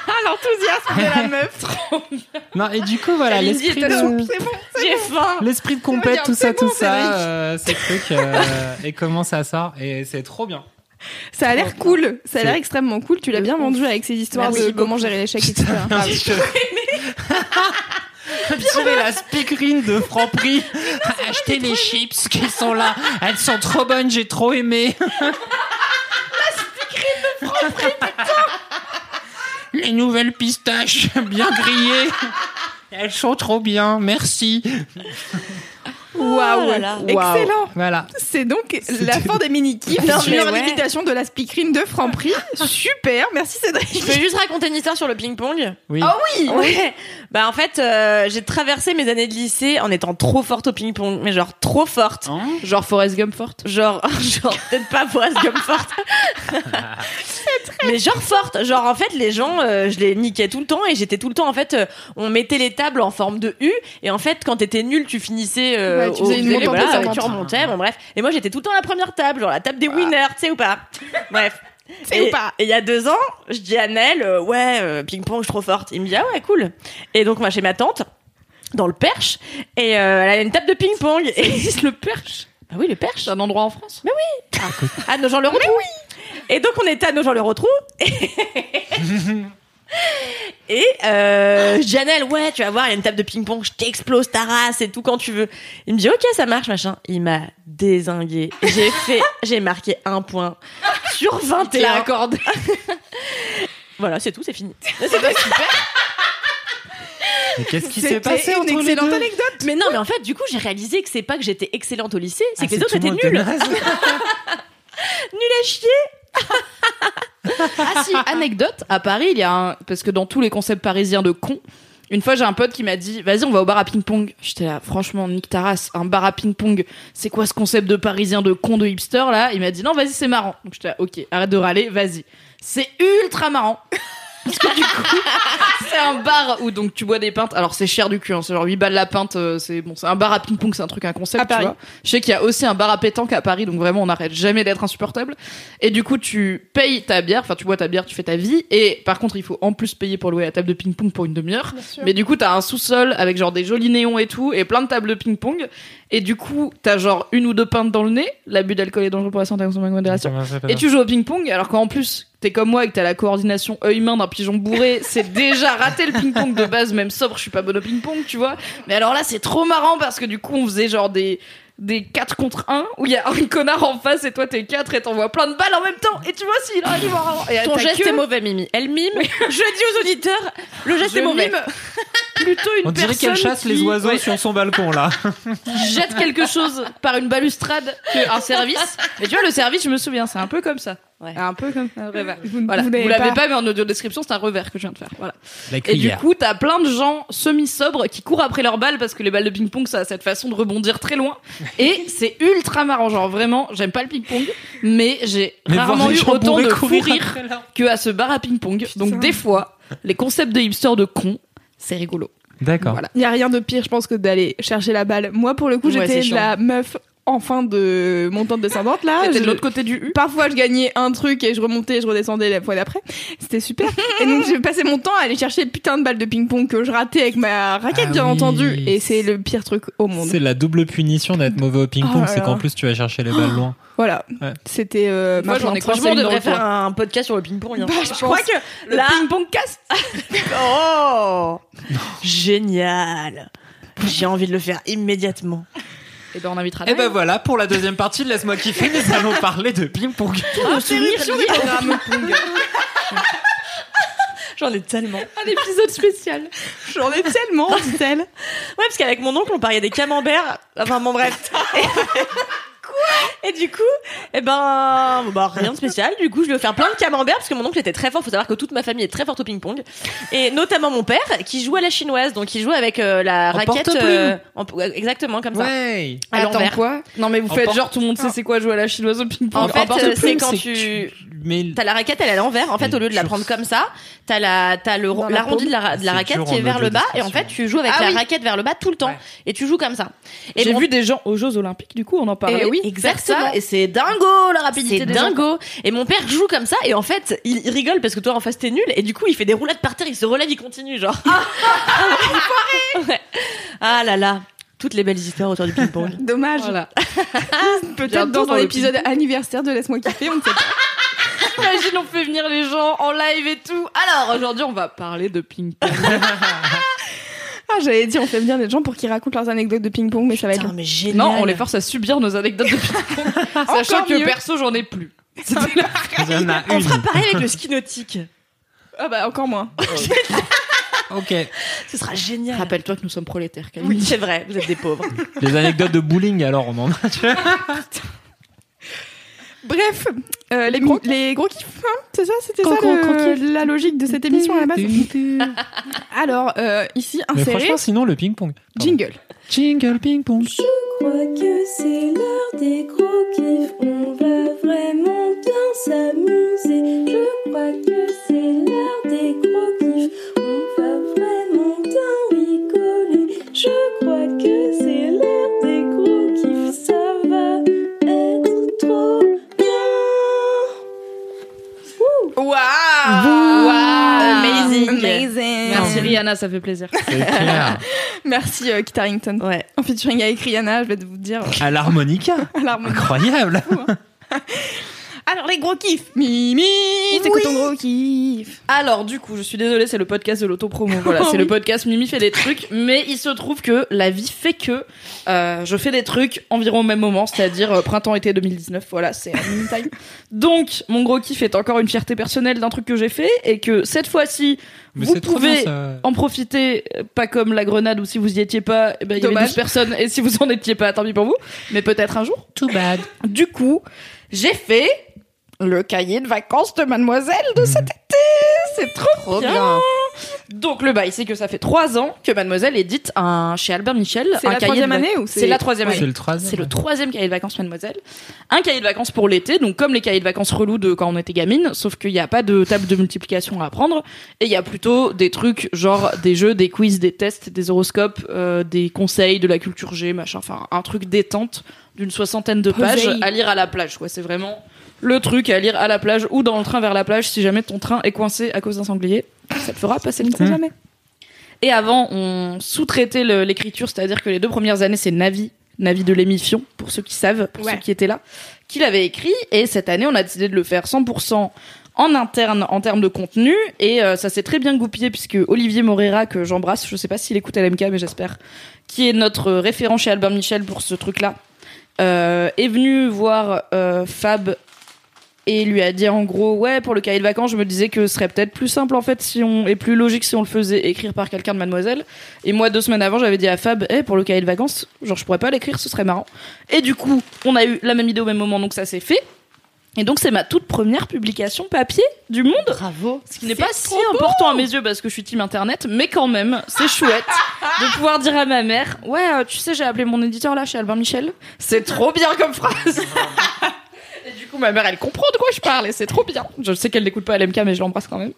[SPEAKER 3] Ah, l'enthousiasme de la *laughs* meuf
[SPEAKER 4] Non, et du coup voilà,
[SPEAKER 2] Kalindi
[SPEAKER 4] l'esprit
[SPEAKER 2] est
[SPEAKER 4] de-
[SPEAKER 2] assoupie.
[SPEAKER 3] C'est bon
[SPEAKER 2] J'ai faim.
[SPEAKER 7] *laughs*
[SPEAKER 4] L'esprit de compète,
[SPEAKER 3] bien,
[SPEAKER 4] tout ça,
[SPEAKER 3] c'est bon,
[SPEAKER 4] tout ça,
[SPEAKER 3] Cédric.
[SPEAKER 4] euh, ces trucs, euh, et comment ça sort, et c'est trop bien.
[SPEAKER 3] Ça a l'air cool, ça a l'air
[SPEAKER 4] C'est-
[SPEAKER 3] extrêmement cool. Tu l'as bien vendu avec ces histoires
[SPEAKER 7] Merci
[SPEAKER 3] de
[SPEAKER 7] beaucoup.
[SPEAKER 3] comment gérer l'échec, etc.
[SPEAKER 7] Ah,
[SPEAKER 4] Je-
[SPEAKER 7] *laughs*
[SPEAKER 4] Purée, la speakerine de
[SPEAKER 7] *laughs*
[SPEAKER 4] Franprix. Achetez les chips qui sont là. Elles sont trop bonnes, j'ai trop
[SPEAKER 7] *laughs*
[SPEAKER 4] aimé. La speakerine de Franprix, putain. Les nouvelles pistaches bien
[SPEAKER 7] *laughs*
[SPEAKER 4] grillées. Elles sont trop bien, merci.
[SPEAKER 3] Waouh,
[SPEAKER 7] Oh là là.
[SPEAKER 3] excellent.
[SPEAKER 4] Voilà.
[SPEAKER 3] C'est donc la fin des mini kiffs
[SPEAKER 7] Non,
[SPEAKER 3] sur
[SPEAKER 7] mais ouais.
[SPEAKER 3] l'invitation de la speakerine de Franprix. Super, merci
[SPEAKER 7] Je
[SPEAKER 3] Cédric. Ah
[SPEAKER 7] peux juste raconter une histoire sur le ping-pong
[SPEAKER 4] Oui.
[SPEAKER 7] oui Ouais Bah en fait, euh, j'ai traversé mes années de lycée en étant trop forte au ping-pong, mais genre trop forte.
[SPEAKER 4] Hein
[SPEAKER 2] Genre Forrest Gump forte.
[SPEAKER 7] Genre, *laughs* genre peut-être pas Forrest Gump forte. Mais genre forte. Genre en fait, les gens, euh, je les niquais tout le temps et j'étais tout le temps en fait, euh, on mettait les tables en forme de U et en fait, quand t'étais nul, tu finissais. euh,
[SPEAKER 3] Ouais, tu faisais
[SPEAKER 7] au-
[SPEAKER 3] une
[SPEAKER 7] et
[SPEAKER 3] montée
[SPEAKER 7] voilà,
[SPEAKER 3] pesante.
[SPEAKER 7] Tu remontais, bon bref. Et moi, j'étais tout le temps la première table, genre la table des winners, tu sais ou pas. Bref.
[SPEAKER 3] C'est
[SPEAKER 7] Et-
[SPEAKER 3] ou pas
[SPEAKER 7] Et il y a deux ans, je dis à Nel, euh, ouais, euh, ping-pong, je suis trop forte. Il me dit, ah ouais, cool. Et donc, moi, chez ma tante, dans le perche, et euh, elle a une table de ping-pong. Et
[SPEAKER 2] Existe le perche.
[SPEAKER 7] Ah oui, le perche. Bah
[SPEAKER 2] C'est un endroit en France. Ah.
[SPEAKER 7] À nos gens le retrouvent. Et donc, on était à nos gens le retrouvent. *laughs* Et euh, je dis à Nel, ouais, tu vas voir, il y a une table de ping-pong, je t'explose ta race et tout quand tu veux. Il me dit, ok, ça marche, machin. Il m'a désingué. J'ai fait, *laughs* j'ai marqué un point *laughs* sur
[SPEAKER 2] T'es là
[SPEAKER 7] 21.
[SPEAKER 2] accordé.
[SPEAKER 7] Voilà, c'est tout, c'est fini. *laughs* C'est pas super.
[SPEAKER 4] Mais qu'est-ce qui
[SPEAKER 3] C'était
[SPEAKER 4] s'est passé
[SPEAKER 3] une
[SPEAKER 4] entre les
[SPEAKER 3] excellente
[SPEAKER 4] deux
[SPEAKER 3] anecdote.
[SPEAKER 7] Mais non, mais en fait, du coup, j'ai réalisé que c'est pas que j'étais excellente au lycée, c'est
[SPEAKER 4] Ah,
[SPEAKER 7] que les autres
[SPEAKER 4] tout le
[SPEAKER 7] étaient
[SPEAKER 4] monde
[SPEAKER 7] nuls. Nuls
[SPEAKER 4] naze.
[SPEAKER 7] *laughs* à chier.
[SPEAKER 2] Ah si, anecdote, à Paris, il y a un... Parce que dans tous les concepts parisiens de con, une fois j'ai un pote qui m'a dit, vas-y, on va au bar à ping-pong. J'étais là, franchement, Nick Taras, un bar à ping-pong, c'est quoi ce concept de parisien de con de hipster là Il m'a dit, non, vas-y, c'est marrant. Donc j'étais là, ok, arrête de râler, vas-y. C'est ultra marrant. *laughs* Parce que du coup, c'est un bar où donc tu bois des pintes. Alors c'est cher du cul, hein, c'est genre 8 balles la pinte. euh, C'est bon, c'est un bar à ping-pong, c'est un truc, un concept,
[SPEAKER 3] À Paris.
[SPEAKER 2] tu vois. Je sais qu'il y a aussi un bar à pétanque à Paris, donc vraiment on n'arrête jamais d'être insupportable. Et du coup, tu payes ta bière, enfin tu bois ta bière, tu fais ta vie. Et par contre, il faut en plus payer pour louer la table de ping-pong pour une demi-heure. Mais du coup, t'as un sous-sol avec genre des jolis néons et tout, et plein de tables de ping-pong. Et du coup, t'as genre une ou deux pintes dans le nez. L'abus d'alcool est dangereux pour la santé, consommation avec modération. Et tu joues au ping-pong, alors qu'en plus, t'es comme moi et que t'as la coordination œil-main d'un pigeon bourré, c'est déjà raté le ping-pong de base, même sobre, je suis pas bonne au ping-pong, tu vois. Mais alors là, c'est trop marrant parce que du coup, on faisait genre des des 4 contre 1 où il y a un connard en face et toi t'es 4 et t'envoies plein de balles en même temps et tu vois s'il arrive en et
[SPEAKER 7] Ton
[SPEAKER 2] t'as
[SPEAKER 7] geste
[SPEAKER 2] que-
[SPEAKER 7] est mauvais, Mimi. Elle mime. Je dis aux auditeurs, le geste
[SPEAKER 2] je
[SPEAKER 7] est mauvais.
[SPEAKER 2] mime plutôt une
[SPEAKER 4] On dirait
[SPEAKER 2] personne
[SPEAKER 4] qu'elle chasse les
[SPEAKER 2] qui-
[SPEAKER 4] oiseaux
[SPEAKER 2] ouais,
[SPEAKER 4] sur son balcon là.
[SPEAKER 2] jette quelque chose par une balustrade qu'un
[SPEAKER 4] *laughs*
[SPEAKER 2] service mais tu vois le service je me souviens c'est un peu comme ça
[SPEAKER 7] Ouais.
[SPEAKER 2] un peu comme un revers
[SPEAKER 3] Vous,
[SPEAKER 2] voilà vous
[SPEAKER 3] vous n'avez
[SPEAKER 2] l'avez
[SPEAKER 3] pas.
[SPEAKER 2] pas mais en audio description c'est un revers que je viens de faire voilà
[SPEAKER 4] *laughs* La
[SPEAKER 2] Et du coup, t'as plein de gens semi-sobres qui courent après leurs balles parce que les balles de ping-pong, ça a cette façon de rebondir très
[SPEAKER 4] *laughs*
[SPEAKER 2] loin. Et c'est ultra marrant. Genre vraiment, j'aime pas le ping-pong, mais j'ai
[SPEAKER 4] Mais
[SPEAKER 2] rarement
[SPEAKER 4] voir les
[SPEAKER 2] eu
[SPEAKER 4] gens
[SPEAKER 2] autant
[SPEAKER 4] bourrés
[SPEAKER 2] de fou
[SPEAKER 4] courir
[SPEAKER 2] rire que à ce bar à ping-pong. Donc
[SPEAKER 3] Putain.
[SPEAKER 2] des fois, les concepts de hipster de con, c'est rigolo.
[SPEAKER 4] D'accord.
[SPEAKER 3] Voilà. Il n'y a rien de pire, je pense, que d'aller chercher la balle. Moi, pour le coup,
[SPEAKER 7] Ouais,
[SPEAKER 3] j'étais
[SPEAKER 7] c'est chiant.
[SPEAKER 3] la meuf en fin de montante descendante, là.
[SPEAKER 2] T'étais de
[SPEAKER 3] Ah, Je-
[SPEAKER 2] l'autre côté du U.
[SPEAKER 3] Parfois, je gagnais un truc et je remontais et je redescendais la fois d'après. C'était super. et donc, j'ai passé mon temps à aller chercher le putain de balle de ping-pong que je ratais avec ma raquette,
[SPEAKER 4] Ah
[SPEAKER 3] bien
[SPEAKER 4] oui.
[SPEAKER 3] entendu. Et c'est le pire truc au monde.
[SPEAKER 4] C'est la double punition d'être mauvais au ping-pong,
[SPEAKER 3] Oh là
[SPEAKER 4] c'est qu'en
[SPEAKER 3] là.
[SPEAKER 4] plus tu vas chercher les balles loin.
[SPEAKER 3] Voilà.
[SPEAKER 4] Ouais.
[SPEAKER 3] C'était euh,
[SPEAKER 2] Moi,
[SPEAKER 3] ma
[SPEAKER 2] j'en ai
[SPEAKER 3] plante.
[SPEAKER 2] croisé
[SPEAKER 7] Franchement, on
[SPEAKER 2] une dans
[SPEAKER 7] devrait
[SPEAKER 2] le
[SPEAKER 7] faire
[SPEAKER 2] foie.
[SPEAKER 7] un podcast sur le ping-pong. hein.
[SPEAKER 3] Bah, je
[SPEAKER 7] crois
[SPEAKER 3] pense.
[SPEAKER 7] que
[SPEAKER 2] Le
[SPEAKER 7] là,
[SPEAKER 2] ping-pong casse
[SPEAKER 7] oh, génial. J'ai envie de le faire immédiatement.
[SPEAKER 2] Et ben on
[SPEAKER 3] Eh
[SPEAKER 2] invitera
[SPEAKER 4] Et ben voilà, pour la deuxième partie de Laisse-moi kiffer, nous allons parler de ping-pong. Ah,
[SPEAKER 7] J'en ai tellement. Ouais,
[SPEAKER 2] un épisode spécial.
[SPEAKER 3] J'en ai *laughs* tellement, dit-elle.
[SPEAKER 7] parce qu'avec mon oncle, on pariait des camemberts. Enfin, bon, bref. Et... Et du coup, eh ben, bon, bah, rien de spécial. Du coup, je vais faire plein de camemberts parce que mon oncle était très fort. Faut savoir que toute ma famille est très forte au ping-pong. Et notamment mon père, qui joue à la chinoise. Donc, il joue avec euh, la
[SPEAKER 4] En
[SPEAKER 7] raquette. euh,
[SPEAKER 4] porte-plume.
[SPEAKER 7] en- exactement, comme ça.
[SPEAKER 4] Ouais.
[SPEAKER 7] À l'envers.
[SPEAKER 2] quoi Non mais vous
[SPEAKER 4] En
[SPEAKER 2] faites
[SPEAKER 4] porte-
[SPEAKER 2] genre tout le monde sait c'est quoi jouer à la chinoise au ping-pong.
[SPEAKER 7] En fait,
[SPEAKER 2] porte-
[SPEAKER 7] euh, c'est
[SPEAKER 4] Ping,
[SPEAKER 7] quand
[SPEAKER 4] c'est
[SPEAKER 7] tu-
[SPEAKER 4] que Mais
[SPEAKER 7] T'as la raquette, elle est à l'envers. En fait,
[SPEAKER 4] Mais
[SPEAKER 7] au lieu de la
[SPEAKER 4] dur.
[SPEAKER 7] prendre comme ça, t'as la, t'as le,
[SPEAKER 3] Dans la
[SPEAKER 7] l'arrondi
[SPEAKER 3] paume.
[SPEAKER 7] de la, de la
[SPEAKER 4] C'est
[SPEAKER 7] raquette
[SPEAKER 4] dur
[SPEAKER 7] qui est
[SPEAKER 4] en
[SPEAKER 7] vers le bas. Et en
[SPEAKER 4] audio-description.
[SPEAKER 7] fait, tu joues avec
[SPEAKER 2] Ah
[SPEAKER 7] la
[SPEAKER 2] oui.
[SPEAKER 7] raquette vers le bas tout le temps.
[SPEAKER 4] Ouais.
[SPEAKER 7] Et tu joues comme ça. Et
[SPEAKER 2] J'ai
[SPEAKER 7] bon,
[SPEAKER 2] vu des gens aux Jeux Olympiques du coup on en parlait.
[SPEAKER 3] Eh oui,
[SPEAKER 7] exact
[SPEAKER 2] exactement.
[SPEAKER 7] ça. Et c'est dingo, la rapidité
[SPEAKER 2] C'est
[SPEAKER 7] des dingo. Et mon père joue comme ça. Et en fait, il, il rigole parce que toi, en face, t'es nul. Et du coup, il fait des roulades par terre, il se relève, il continue, genre. ah, *laughs* Ouais. Ah là là. Toutes les belles histoires autour du ping-pong.
[SPEAKER 3] Oh, Dommage. *laughs*
[SPEAKER 2] Voilà.
[SPEAKER 3] Peut-être
[SPEAKER 2] Bientôt
[SPEAKER 3] dans,
[SPEAKER 2] dans le
[SPEAKER 3] l'épisode anniversaire de Laisse-moi kiffer, on ne sait pas.
[SPEAKER 2] Imagine on fait venir les gens en live et tout. Alors aujourd'hui on va parler de ping-pong.
[SPEAKER 3] *laughs* Ah, j'avais dit, on fait venir des gens pour qu'ils racontent leurs anecdotes de ping-pong, mais ça va être
[SPEAKER 7] Putain, mais génial.
[SPEAKER 2] non on les force à subir nos anecdotes de
[SPEAKER 7] *laughs*
[SPEAKER 2] ping-pong. Sachant
[SPEAKER 3] Encore
[SPEAKER 2] que
[SPEAKER 3] mieux.
[SPEAKER 2] perso j'en ai plus.
[SPEAKER 4] il y en a
[SPEAKER 7] On
[SPEAKER 4] une.
[SPEAKER 7] fera
[SPEAKER 2] *laughs*
[SPEAKER 7] pareil avec le ski nautique.
[SPEAKER 3] Ah bah encore moins.
[SPEAKER 4] Ok.
[SPEAKER 7] Ce sera génial.
[SPEAKER 2] Rappelle-toi que nous sommes prolétaires. Camille.
[SPEAKER 7] Oui, c'est vrai, *laughs* vous êtes des pauvres.
[SPEAKER 4] Les anecdotes de bowling, alors on en a. tu vois.
[SPEAKER 3] Bref, euh, les, gros, les gros kiffs, hein, c'est ça C'était ça
[SPEAKER 2] Gros, gros,
[SPEAKER 3] le-
[SPEAKER 2] gros
[SPEAKER 3] la logique de cette émission à la base *laughs* Alors, euh, ici,
[SPEAKER 4] Mais
[SPEAKER 3] insérer
[SPEAKER 4] franchement, sinon le ping-pong.
[SPEAKER 3] jingle.
[SPEAKER 4] Jingle ping-pong.
[SPEAKER 8] crois que c'est l'heure des gros kiffs, on va vraiment bien s'amuser. Je crois que c'est l'heure des gros kiffs, on va vraiment bien rigoler. Je crois que c'est l'heure des gros kiffs, ça va être trop bien.
[SPEAKER 3] Waouh Ah,
[SPEAKER 7] Amazing.
[SPEAKER 2] Merci Rihanna ça fait plaisir.
[SPEAKER 4] C'est clair.
[SPEAKER 3] Merci euh, Kit Harington.
[SPEAKER 7] Ouais.
[SPEAKER 3] En featuring avec Rihanna, je vais vous dire euh, *laughs*
[SPEAKER 4] À l'harmonica.
[SPEAKER 3] à l'harmonie.
[SPEAKER 4] Incroyable.
[SPEAKER 3] Alors, les gros kiffs Mimi, c'est quoi ton gros kiff
[SPEAKER 2] Alors du coup, je suis désolée, c'est le podcast de
[SPEAKER 3] *laughs*
[SPEAKER 2] l'autopromo. Voilà, c'est le podcast Mimi fait des trucs, mais il se trouve que la vie fait que euh, je fais des trucs environ au même moment, c'est-à-dire euh, printemps-été 2019. Voilà, c'est un mini time. Donc mon gros kiff est encore une fierté personnelle d'un truc que j'ai fait et que cette fois-ci,
[SPEAKER 4] Mais
[SPEAKER 2] Vous
[SPEAKER 4] c'est trop
[SPEAKER 2] pouvez-
[SPEAKER 4] bien ça.
[SPEAKER 2] en profiter, euh, pas comme la Grenade où si vous y étiez pas, eh ben, il y avait
[SPEAKER 3] Dommage.
[SPEAKER 2] 12 personnes et si vous en étiez pas, tant pis pour vous, mais peut-être un jour.
[SPEAKER 4] Too bad.
[SPEAKER 2] Du coup, j'ai fait le cahier de vacances de mademoiselle de cet été. C'est trop, bien. Donc le bail, c'est que ça fait trois ans que mademoiselle édite un, chez Albert Michel
[SPEAKER 3] C'est
[SPEAKER 2] un
[SPEAKER 3] la
[SPEAKER 2] cahier
[SPEAKER 3] troisième
[SPEAKER 2] de vac-
[SPEAKER 3] année ou
[SPEAKER 2] C'est la troisième année.
[SPEAKER 4] C'est le troisième.
[SPEAKER 2] C'est le troisième cahier de vacances, mademoiselle. Un cahier de vacances pour l'été, donc comme les cahiers de vacances relous de quand on était gamine, sauf qu'il n'y a pas de table de multiplication à apprendre, et il y a plutôt des trucs genre des jeux, des quiz, des tests, des horoscopes, euh, des conseils, de la culture G, machin, enfin un truc détente d'une soixantaine de pages
[SPEAKER 3] Posey.
[SPEAKER 2] à lire à la plage, quoi. C'est vraiment le truc à lire à la plage ou dans le train vers la plage si jamais ton train est coincé à cause d'un sanglier. Ça te fera passer le
[SPEAKER 3] On sait
[SPEAKER 2] train.
[SPEAKER 3] jamais.
[SPEAKER 2] Et avant, on sous-traitait le- l'écriture, c'est-à-dire que les deux premières années, c'est Navi, Navi de l'émission, pour ceux qui savent, pour
[SPEAKER 3] Ouais.
[SPEAKER 2] ceux qui étaient là, qui l'avait écrit. Et cette année, on a décidé de le faire 100% en interne en termes de contenu. Et euh, ça s'est très bien goupillé, puisque Olivier Morera, que j'embrasse, je sais pas s'il écoute LMK, mais j'espère, qui est notre euh, référent chez Albert Michel pour ce truc-là, euh, est venu voir euh, Fab et lui a dit en gros ouais pour le cahier de vacances je me disais que ce serait peut-être plus simple en fait si on et plus logique si on le faisait écrire par quelqu'un de mademoiselle et moi deux semaines avant j'avais dit à Fab Eh, pour le cahier de vacances genre je pourrais pas l'écrire ce serait marrant et du coup on a eu la même idée au même moment donc ça s'est fait et donc c'est ma toute première publication papier du monde
[SPEAKER 7] Bravo.
[SPEAKER 2] ce qui n'est pas si important à mes yeux parce que je suis team internet, mais quand même, c'est chouette de pouvoir dire à ma mère Ouais, euh, tu sais, j'ai appelé mon éditeur là chez Albin Michel. C'est trop bien comme phrase *laughs* Et du coup, ma mère, elle comprend de quoi je parle et c'est trop bien. Je sais qu'elle n'écoute pas LMK, mais je l'embrasse quand même.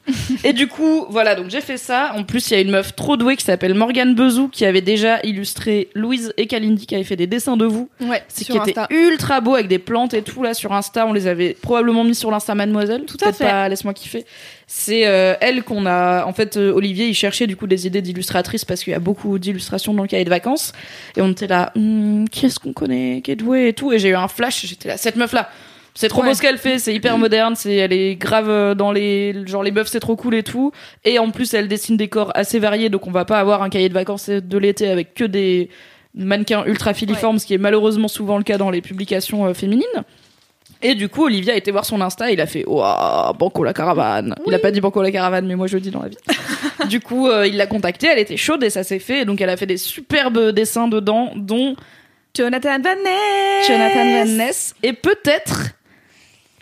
[SPEAKER 2] et du coup, voilà, donc j'ai fait ça. En plus, il y a une meuf trop douée qui s'appelle Morgane Bezou qui avait déjà illustré Louise et Kalindi qui avait fait des dessins de vous.
[SPEAKER 3] Ouais,
[SPEAKER 2] C'est
[SPEAKER 3] sur
[SPEAKER 2] qui était
[SPEAKER 3] Insta.
[SPEAKER 2] ultra beau avec des plantes et tout là sur Insta. On les avait probablement mis sur l'Insta Mademoiselle. Tout
[SPEAKER 3] à fait.
[SPEAKER 2] Laisse-moi kiffer. C'est euh, elle qu'on a. En fait, euh, Olivier, il cherchait du coup des idées d'illustratrices parce qu'il y a beaucoup d'illustrations dans le cahier de vacances. Et on était là, Hmm, qui est-ce qu'on connaît, qui est doué et tout. Et j'ai eu un flash. J'étais là, cette meuf là. C'est trop beau
[SPEAKER 3] Ouais.
[SPEAKER 2] ce qu'elle fait, c'est hyper moderne, c'est elle est grave euh, dans les genre les meufs c'est trop cool et tout et en plus elle dessine des corps assez variés donc on va pas avoir un cahier de vacances de l'été avec que des mannequins ultra filiformes ce qui est malheureusement souvent le cas dans les publications euh, féminines. Et du coup, Olivia a été voir son Insta, il a fait Waouh, Banco la caravane. Il a pas dit Banco la caravane, mais moi je le dis dans la
[SPEAKER 3] *laughs*
[SPEAKER 2] vie. du coup, euh, il l'a contactée, elle était chaude et ça s'est fait. Et donc, elle a fait des superbes dessins dedans, dont
[SPEAKER 3] Jonathan Van Ness
[SPEAKER 2] Jonathan Van Ness et peut-être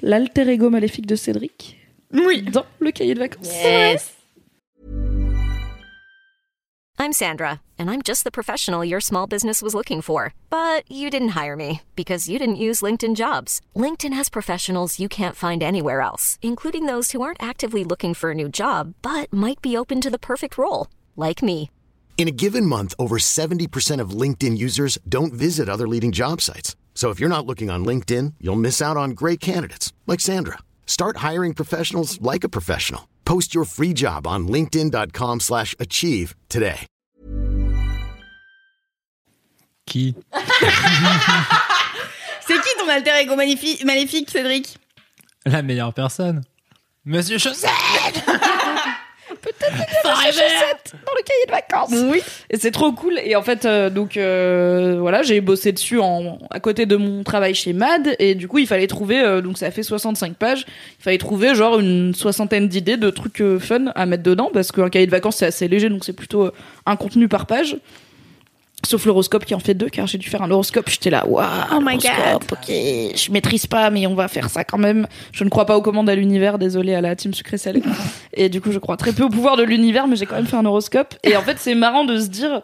[SPEAKER 2] l'alter ego maléfique de Cédric. Oui. Dans le cahier de vacances.
[SPEAKER 1] I'm Sandra, and I'm just the professional your small business was looking for. But you didn't hire me because you didn't use LinkedIn jobs. LinkedIn has professionals you can't find anywhere else, including those who aren't actively looking for a new job but might be open to the perfect role, like me.
[SPEAKER 9] In a given month, over 70% of LinkedIn users don't visit other leading job sites. So if you're not looking on LinkedIn, you'll miss out on great candidates like Sandra. Start hiring professionals like a professional. Post your free job on linkedin.com/achieve slash achieve today.
[SPEAKER 4] Qui
[SPEAKER 3] C'est qui ton alter ego magnifi- maléfique, Cédric
[SPEAKER 4] La meilleure personne. Monsieur Chaussette
[SPEAKER 2] dans le cahier de vacances. Oui. Et c'est trop cool. Et en fait, euh, donc euh, voilà, j'ai bossé dessus en, à côté de mon travail chez Mad. Et du coup, il fallait trouver, euh, donc ça fait 65 pages, il fallait trouver genre une soixantaine d'idées de trucs euh, fun à mettre dedans. Parce qu'un cahier de vacances, c'est assez léger, donc c'est plutôt euh, un contenu par page. Sauf l'horoscope qui en fait deux, car j'ai dû faire un horoscope. J'étais là, waouh,
[SPEAKER 3] Oh my God.
[SPEAKER 2] l'horoscope, ok, je maîtrise pas, mais on va faire ça quand même. Je ne crois pas aux commandes à l'univers, désolé à la team sucré-salé. Et du coup, je crois très peu au pouvoir de l'univers, mais j'ai quand même fait un horoscope. Et en fait, c'est marrant de se dire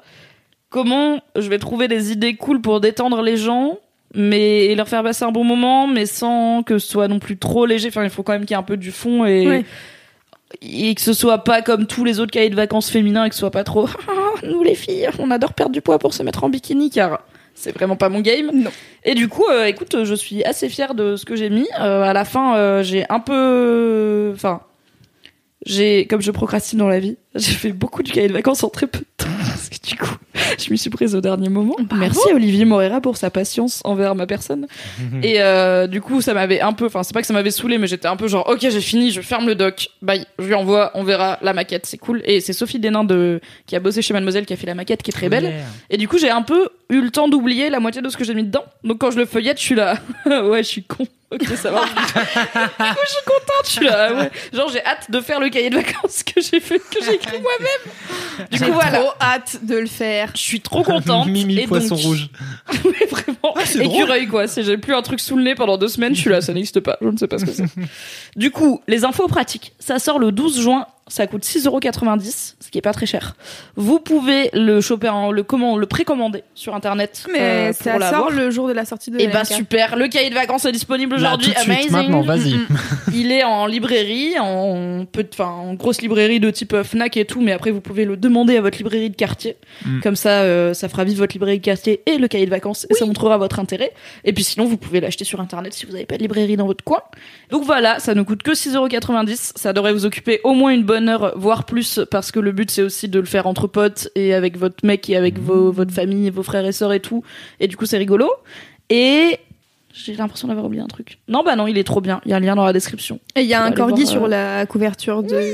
[SPEAKER 2] comment je vais trouver des idées cool pour détendre les gens, mais et leur faire passer un bon moment, mais sans que ce soit non plus trop léger. Enfin, il faut quand même qu'il y ait un peu du fond et.
[SPEAKER 3] Ouais.
[SPEAKER 2] Et que ce soit pas comme tous les autres cahiers de vacances féminins et que ce soit pas trop *laughs* Ah, nous les filles, on adore perdre du poids pour se mettre en bikini car c'est vraiment pas mon game.
[SPEAKER 3] Non.
[SPEAKER 2] Et du coup, euh, écoute, euh, je suis assez fière de ce que j'ai mis. Euh, à la fin, euh, j'ai un peu, enfin, j'ai comme je procrastine dans la vie, *laughs* j'ai fait beaucoup du cahier de vacances en très peu de temps *laughs* parce que du coup, je me suis prise au dernier moment.
[SPEAKER 3] Bravo.
[SPEAKER 2] Merci à Olivier Morera pour sa patience envers ma personne. Et euh, du coup, ça m'avait un peu, enfin, c'est pas que ça m'avait saoulé, mais j'étais un peu genre, ok, j'ai fini, je ferme le doc, bye, je lui envoie, on verra la maquette, c'est cool. Et c'est Sophie Denain de, qui a bossé chez Mademoiselle, qui a fait la maquette, qui est très belle. Et du coup, j'ai un peu eu le temps d'oublier la moitié de ce que j'ai mis dedans. Donc quand je le feuillette, je suis là, *laughs* ouais, je suis con. Ok, ça va. *laughs* du coup, je suis contente, je suis là. Ah ouais. Genre, j'ai hâte de faire le cahier de vacances que j'ai fait, que j'ai écrit moi-même. Du coup, voilà.
[SPEAKER 3] Trop hâte de le faire.
[SPEAKER 2] Je suis trop contente.
[SPEAKER 4] *laughs* Mimi
[SPEAKER 2] et
[SPEAKER 4] Poisson
[SPEAKER 2] donc-
[SPEAKER 4] Rouge.
[SPEAKER 2] *laughs*
[SPEAKER 4] Ah,
[SPEAKER 2] Mais vraiment,
[SPEAKER 4] c'est drôle.
[SPEAKER 2] écureuil quoi. Si j'ai plus un truc sous le nez pendant deux semaines, je suis là, ça n'existe pas. Je ne sais pas ce
[SPEAKER 4] *laughs*
[SPEAKER 2] que c'est. du coup, les infos pratiques. Ça sort le 12 juin. Ça coûte 6,90€, ce qui est pas très cher. Vous pouvez le choper, en, le, comment, le précommander sur internet.
[SPEAKER 3] Mais
[SPEAKER 2] euh, pour
[SPEAKER 3] ça
[SPEAKER 2] l'avoir.
[SPEAKER 3] sort le jour de la sortie de
[SPEAKER 2] Et bah
[SPEAKER 3] LMK.
[SPEAKER 2] super, le cahier de vacances est disponible
[SPEAKER 4] Là,
[SPEAKER 2] aujourd'hui.
[SPEAKER 4] tout de suite,
[SPEAKER 2] Amazing.
[SPEAKER 4] maintenant, vas-y.
[SPEAKER 7] Mm,
[SPEAKER 2] Il est en librairie, en, peu de- enfin, en grosse librairie de type euh, Fnac et tout, mais après vous pouvez le demander à votre librairie de quartier.
[SPEAKER 4] Mm.
[SPEAKER 2] Comme ça, euh, ça fera vivre votre librairie de quartier et le cahier de vacances et ça montrera votre intérêt. Et puis sinon, vous pouvez l'acheter sur internet si vous n'avez pas de librairie dans votre coin. Donc voilà, ça ne coûte que 6,90€. Ça devrait vous occuper au moins une bonne heure, voire plus, parce que le but c'est aussi de le faire entre potes et avec votre mec et
[SPEAKER 4] Mm.
[SPEAKER 2] avec vos, votre famille et vos frères et sœurs et tout. Et du coup, c'est rigolo. Et j'ai l'impression d'avoir oublié un truc. Non, bah non, il est trop bien. Il y a un lien dans la description.
[SPEAKER 3] Et il y a
[SPEAKER 2] Faut
[SPEAKER 3] un
[SPEAKER 2] aller
[SPEAKER 3] corgi
[SPEAKER 2] voir, euh,
[SPEAKER 3] sur la couverture de,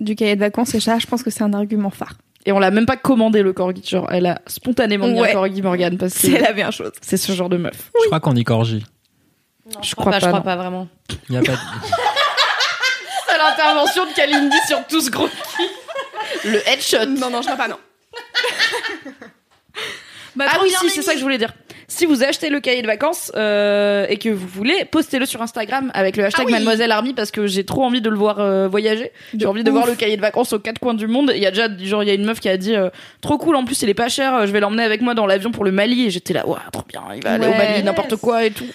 [SPEAKER 3] du cahier de vacances, et ça, je pense que c'est un argument phare.
[SPEAKER 2] Et on l'a même pas commandé le corgi. Genre, elle a spontanément mis un
[SPEAKER 3] Ouais.
[SPEAKER 2] corgi Morgane parce que
[SPEAKER 3] C'est la meilleure chose.
[SPEAKER 2] c'est ce genre de meuf.
[SPEAKER 4] Je crois qu'on y corrige.
[SPEAKER 2] je crois pas.
[SPEAKER 7] je crois
[SPEAKER 2] non.
[SPEAKER 7] pas vraiment.
[SPEAKER 4] Il y a pas de-
[SPEAKER 7] *laughs*
[SPEAKER 2] C'est l'intervention de Kalindi sur tout ce gros qui. *laughs* Le headshot.
[SPEAKER 3] *laughs* Non, non, je crois pas, non. Bah,
[SPEAKER 2] ah oui, si, c'est ça que je voulais dire. Si vous achetez le cahier de vacances euh, et que vous voulez, postez-le sur Instagram avec le hashtag Mademoiselle Army parce que j'ai trop envie de le voir euh, voyager. J'ai envie de voir le cahier de vacances aux quatre coins du monde. Il y a déjà genre il y a une meuf qui a dit euh, trop cool en plus il est pas cher, euh, je vais l'emmener avec moi dans l'avion pour le Mali et j'étais là ouais trop bien, il va aller au
[SPEAKER 3] Ouais.
[SPEAKER 2] Mali n'importe quoi et tout.